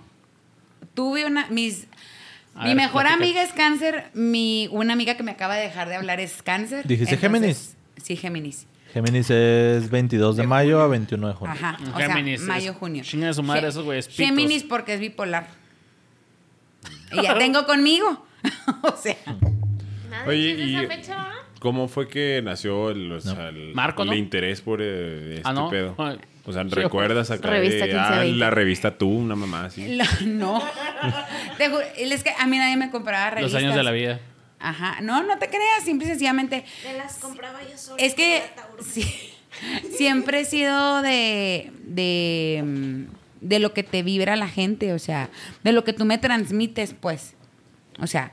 C: Tuve una. Mis,
G: A
C: mi
G: ver,
C: mejor
G: platica.
C: amiga es cáncer. Mi, una amiga que me acaba de dejar de hablar es cáncer.
E: ¿Dijiste Géminis?
C: Sí, Géminis.
E: Géminis es 22 de mayo a 21 de junio.
C: Ajá. O
G: Géminis es-
C: sea, mayo, junio.
G: chinga de su madre,
C: Gé-
G: esos güeyes pitos.
C: Géminis porque es bipolar. Y ya tengo conmigo. o sea,
D: Nada,
F: Oye,
D: ¿quieres
F: y-
D: esa fecha, va?
F: ¿Cómo fue que nació el, o sea, el-
G: Marco,
F: el
G: ¿no?
F: interés por eh, este
G: Ah, ¿no?
F: pedo?
G: Ay.
F: O sea, ¿recuerdas acá
D: Revista
F: de, ah,
D: 15-20.
F: la revista Tú, una mamá así?
C: la- no. Te juro, es que a mí nadie me compraba
G: Los
C: revistas.
G: años de la vida.
C: Ajá. No, no te creas. Simple y sencillamente.
D: Me las compraba yo sola.
C: Es que
D: era Tauro.
C: sí, siempre he sido de, de, mm, de lo que te vibra la gente, o sea, de lo que tú me transmites, pues. O sea,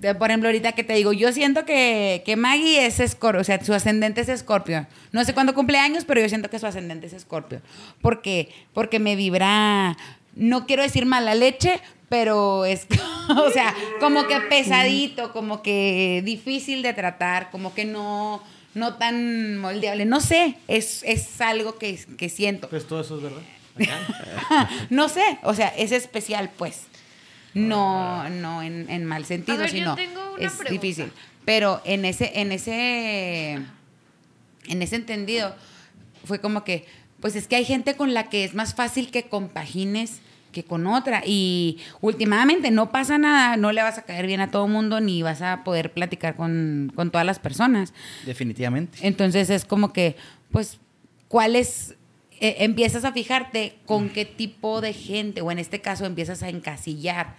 C: de- por ejemplo, ahorita que te digo, yo siento que, que Maggie es escorpio, o sea, su ascendente es escorpio. No sé cuándo cumple años, pero yo siento que su ascendente es escorpio. ¿Por qué? Porque me vibra, no quiero decir mala leche, pero es, o sea, como que pesadito, como que difícil de tratar, como que no, no tan moldeable. No sé, es, es algo que, que siento.
H: Pues todo eso es verdad.
C: No sé, o sea, es especial, pues. No, no en, en mal sentido,
D: A ver, yo
C: sino
D: tengo una
C: es
D: pregunta.
C: difícil. Pero en ese, en ese, en ese entendido, fue como que, pues es que hay gente con la que es más fácil que compagines que con otra. Y últimamente no pasa nada, no le vas a caer bien a todo mundo, ni vas a poder platicar con, con todas las personas.
B: Definitivamente.
C: Entonces es como que, pues, ¿cuál es? eh, empiezas a fijarte con qué tipo de gente, o en este caso empiezas a encasillar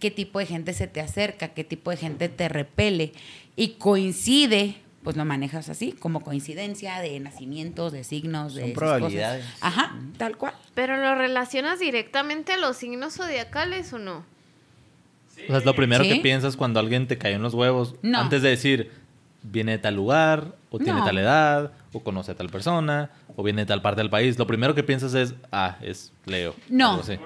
C: qué tipo de gente se te acerca, qué tipo de gente te repele y coincide, pues lo manejas así, como coincidencia de nacimientos, de signos, de
B: Son
C: esas
B: probabilidades.
C: cosas. Ajá, tal cual.
D: Pero lo relacionas directamente a los signos zodiacales o no?
E: O sea, es lo primero
C: Eh, Sí.
E: que piensas cuando alguien te cae en los huevos.
C: No.
E: Antes de decir, viene de tal lugar, o tiene
C: No.
E: tal edad, o conoce a tal persona, o viene de tal parte del país. Lo primero que piensas es, ah, es Leo.
C: No.
E: algo así.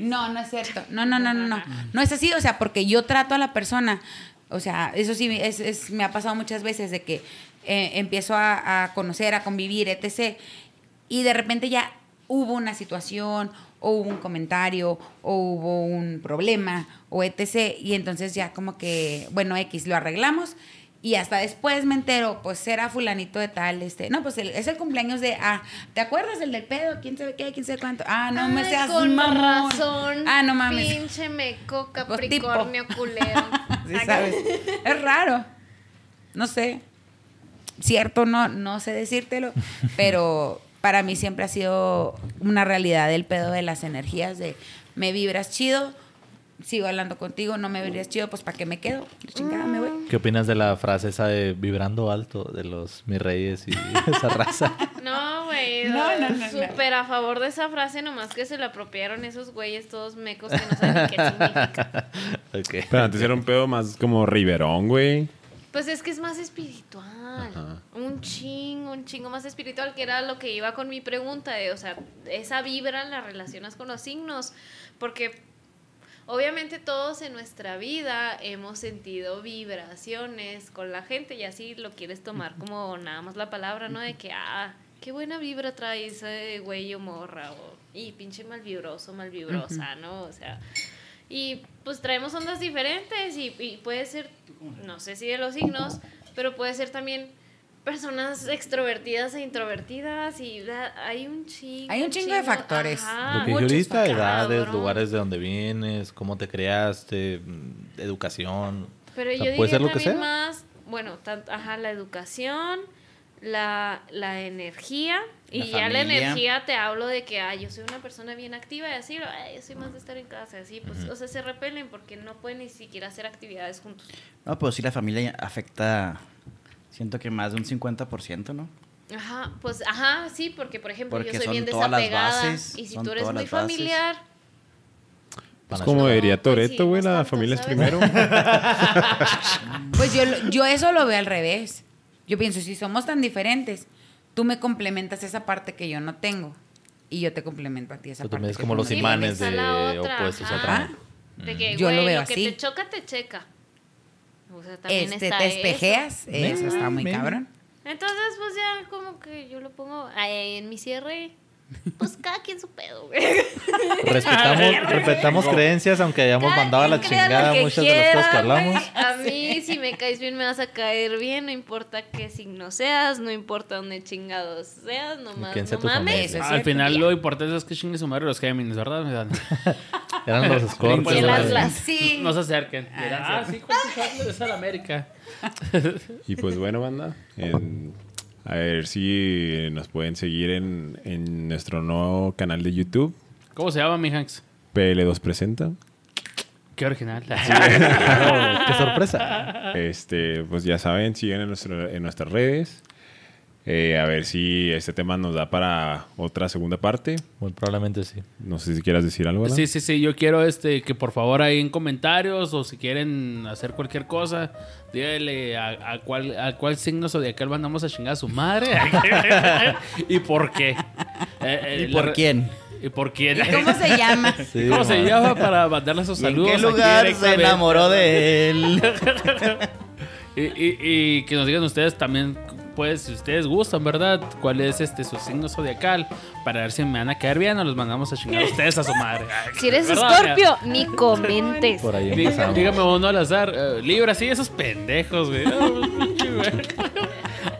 C: No, no es cierto. No, no, no, no, no. No es así, o sea, porque yo trato a la persona. O sea, eso sí, es, es- me ha pasado muchas veces de que eh, empiezo a, a conocer, a convivir, etc. Y de repente ya hubo una situación, o hubo un comentario, o hubo un problema, o etc. Y entonces ya como que, bueno, X, lo arreglamos. Y hasta después me entero, pues era fulanito de tal, este, no, pues el- es el cumpleaños de, ah, ¿te acuerdas el del pedo? ¿Quién sabe qué? ¿Quién sabe cuánto? Ah, no me
D: Ay,
C: seas
D: con
C: mamón.
D: razón.
C: Ah, no mames.
D: Pinche meco,
C: Pues, tipo.
D: capricornio, culero.
C: Sí, sabes. Es raro. No sé. Cierto, no, no sé decírtelo, pero para mí siempre ha sido una realidad el pedo de las energías, de me vibras chido, sigo hablando contigo, no me verías chido, pues ¿para qué me quedo? La Chingada, me voy.
E: ¿Qué opinas de la frase esa de vibrando alto de los mis reyes y esa raza?
D: No, güey.
C: No, no, no, no.
D: Súper a favor de esa frase, nomás que se la apropiaron esos güeyes todos mecos que no saben ni qué significa.
E: Ok.
F: Pero antes era un pedo más como Riverón, güey.
D: Pues es que es más espiritual.
F: Ajá.
D: Un chingo, un chingo más espiritual, que era lo que iba con mi pregunta. de, o sea, esa vibra la relacionas con los signos. Porque obviamente todos en nuestra vida hemos sentido vibraciones con la gente y así lo quieres tomar como nada más la palabra, ¿no? De que, ah, qué buena vibra trae ese güey o morra. O, y pinche malvibroso, malvibrosa, ¿no? O sea. Y pues traemos ondas diferentes y, y puede ser, no sé si de los signos, pero puede ser también personas extrovertidas e introvertidas y la- hay un chingo.
C: Hay un chingo de factores.
D: ajá,
E: Lo que yo
D: muchos
E: ahorita,
D: factores.
E: edades,
D: Cabrón.
E: lugares de donde vienes, cómo te creaste, mm, educación.
D: Pero
E: O sea,
D: yo
E: puede
D: diría
E: ser lo que
D: también
E: sea.
D: más, bueno, tanto, ajá, la educación, la, la energía. Y
B: La
D: ya la
B: familia.
D: energía te hablo de que, ah, yo soy una persona bien activa y así, ay, yo soy más de estar en casa, así, pues, o sea, se repelen porque no pueden ni siquiera hacer actividades juntos.
B: No, pero sí la familia afecta, siento que más de un 50%, ¿no?
D: Ajá, pues, ajá, sí, porque, por ejemplo,
B: Porque
D: yo soy
B: son
D: bien
B: todas las
D: desapegada.
B: bases,
D: y si
B: son
D: tú eres
B: todas
D: muy
B: las bases.
D: familiar, Pues
E: Para-
F: Es como
D: no
F: diría Toreto, güey,
D: coincidimos
F: la
D: tanto,
F: familia es
D: ¿sabes?
F: primero.
C: Pues yo, lo- yo eso lo veo al revés. Yo pienso, si somos tan diferentes, tú me complementas esa parte que yo no tengo y yo te complemento a ti esa
E: Pero
C: parte.
E: también es
C: que
E: como
C: tú
E: los
C: no
E: imanes
D: está
E: de
D: la otra,
E: opuestos Mm.
D: ajá.
E: atraen.
D: de que,
C: Mm. Yo lo
D: güey, lo,
C: veo
D: que
C: así.
D: te choca, te checa. O sea, también
C: Este,
D: está
C: te
D: eso.
C: espejeas, eso está muy cabrón.
D: Entonces, pues ya como que yo lo pongo ahí en mi cierre. Pues cada quien su pedo, güey.
E: Respetamos, respetamos creencias, aunque hayamos
D: Cada
E: mandado a la
D: quien crea lo
E: chingada
D: que
E: muchas de las cosas
D: quiera,
E: que
D: güey.
E: hablamos.
D: A mí, si me caes bien, me vas a caer bien. No importa qué signo seas, no importa dónde chingados seas, nomás
E: quién sea
D: no
E: tu
D: mames.
C: familia. Es
G: Al
C: cierto,
G: final
C: ya.
G: lo importante es que chingue su madre los Géminis, ¿verdad? O sea,
E: Eran los Scorpios.
D: pues,
G: Que las-
E: güey.
D: las-
C: Sí.
G: No se acerquen. Ah, sí, ¿cuál es el América?
F: Y pues bueno, banda. en- a ver si nos pueden seguir en, en nuestro nuevo canal de YouTube.
G: ¿Cómo se llama, mi Hanks?
F: PL2 presenta.
G: Qué original.
E: Oh, ¡Qué sorpresa!
F: Este, pues ya saben, siguen en, nuestro- en nuestras redes. Eh, a ver si este tema nos da para otra segunda parte.
E: Muy probablemente sí.
F: No sé si quieras decir algo. Alan.
G: Sí, sí, sí. Yo quiero este que por favor ahí en comentarios o si quieren hacer cualquier cosa, díganle a, a cuál, a cuál signo zodiacal mandamos a chingar a su madre. ¿Y por qué? Eh, eh,
B: ¿Y
G: la
B: por
G: re-
B: quién?
G: ¿Y por quién?
C: ¿Y cómo se llama?
E: Sí,
G: ¿Cómo
E: man.
G: se llama para mandarle sus
B: ¿Y en
G: saludos?
B: qué
G: aquí
B: lugar se
G: directamente?
B: enamoró de él?
G: Y, y- y que nos digan ustedes también, pues, si ustedes gustan, ¿verdad? ¿Cuál es este su signo zodiacal? Para ver si me van a caer bien o los mandamos a chingar a ustedes a su madre.
D: Si eres
G: ¿Verdad?
D: escorpio, ni comentes.
E: Por ahí
G: Dí-
E: empezamos.
G: Dígame uno al azar. eh, Libra, sí, esos pendejos, güey. Ah, pinche güey.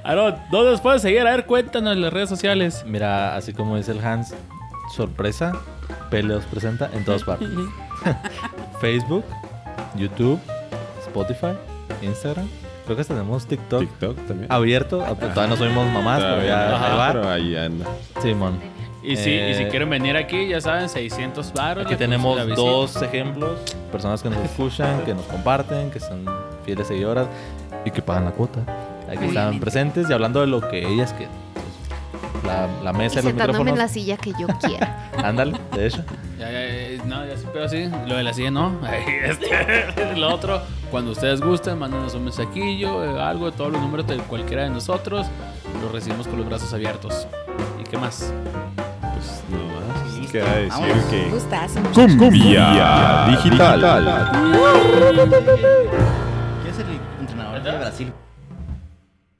G: Aaron, ¿dónde nos puedes seguir? A ver, cuéntanos en las redes sociales.
E: Mira, así como dice el Hans, sorpresa, Peleos presenta en todas partes. Facebook, YouTube, Spotify, Instagram. Creo que hasta tenemos TikTok
F: TikTok también.
E: abierto. Ah, pues, Todavía no subimos mamás, pero ya
G: Ajá.
E: ahí va.
F: pero ahí anda.
E: Simón.
G: Y si, y si
E: Eh,
G: quieren venir aquí, ya saben, 600 baros.
E: Aquí tenemos dos ejemplos, personas que nos escuchan, que nos comparten, que son fieles seguidoras y que pagan la cuota. Aquí están
C: Obviamente.
E: presentes y hablando de lo que ellas quieren. Entonces, La, la mesa, los micrófonos.
D: silla que yo quiera.
E: Ándale, de hecho.
G: Ya, ya, ya, no, ya sí, pero sí. Lo de la silla no. Ahí, este, lo otro, cuando ustedes gusten, mándenos un mensajillo, eh, algo, todos los números de cualquiera de nosotros. Los recibimos con los brazos abiertos. ¿Y qué más?
F: Pues nomás. Queda decir
B: Vámonos.
F: que.
C: Gustazo.
F: Cumbia digital.
B: ¿Quién es el entrenador de Brasil?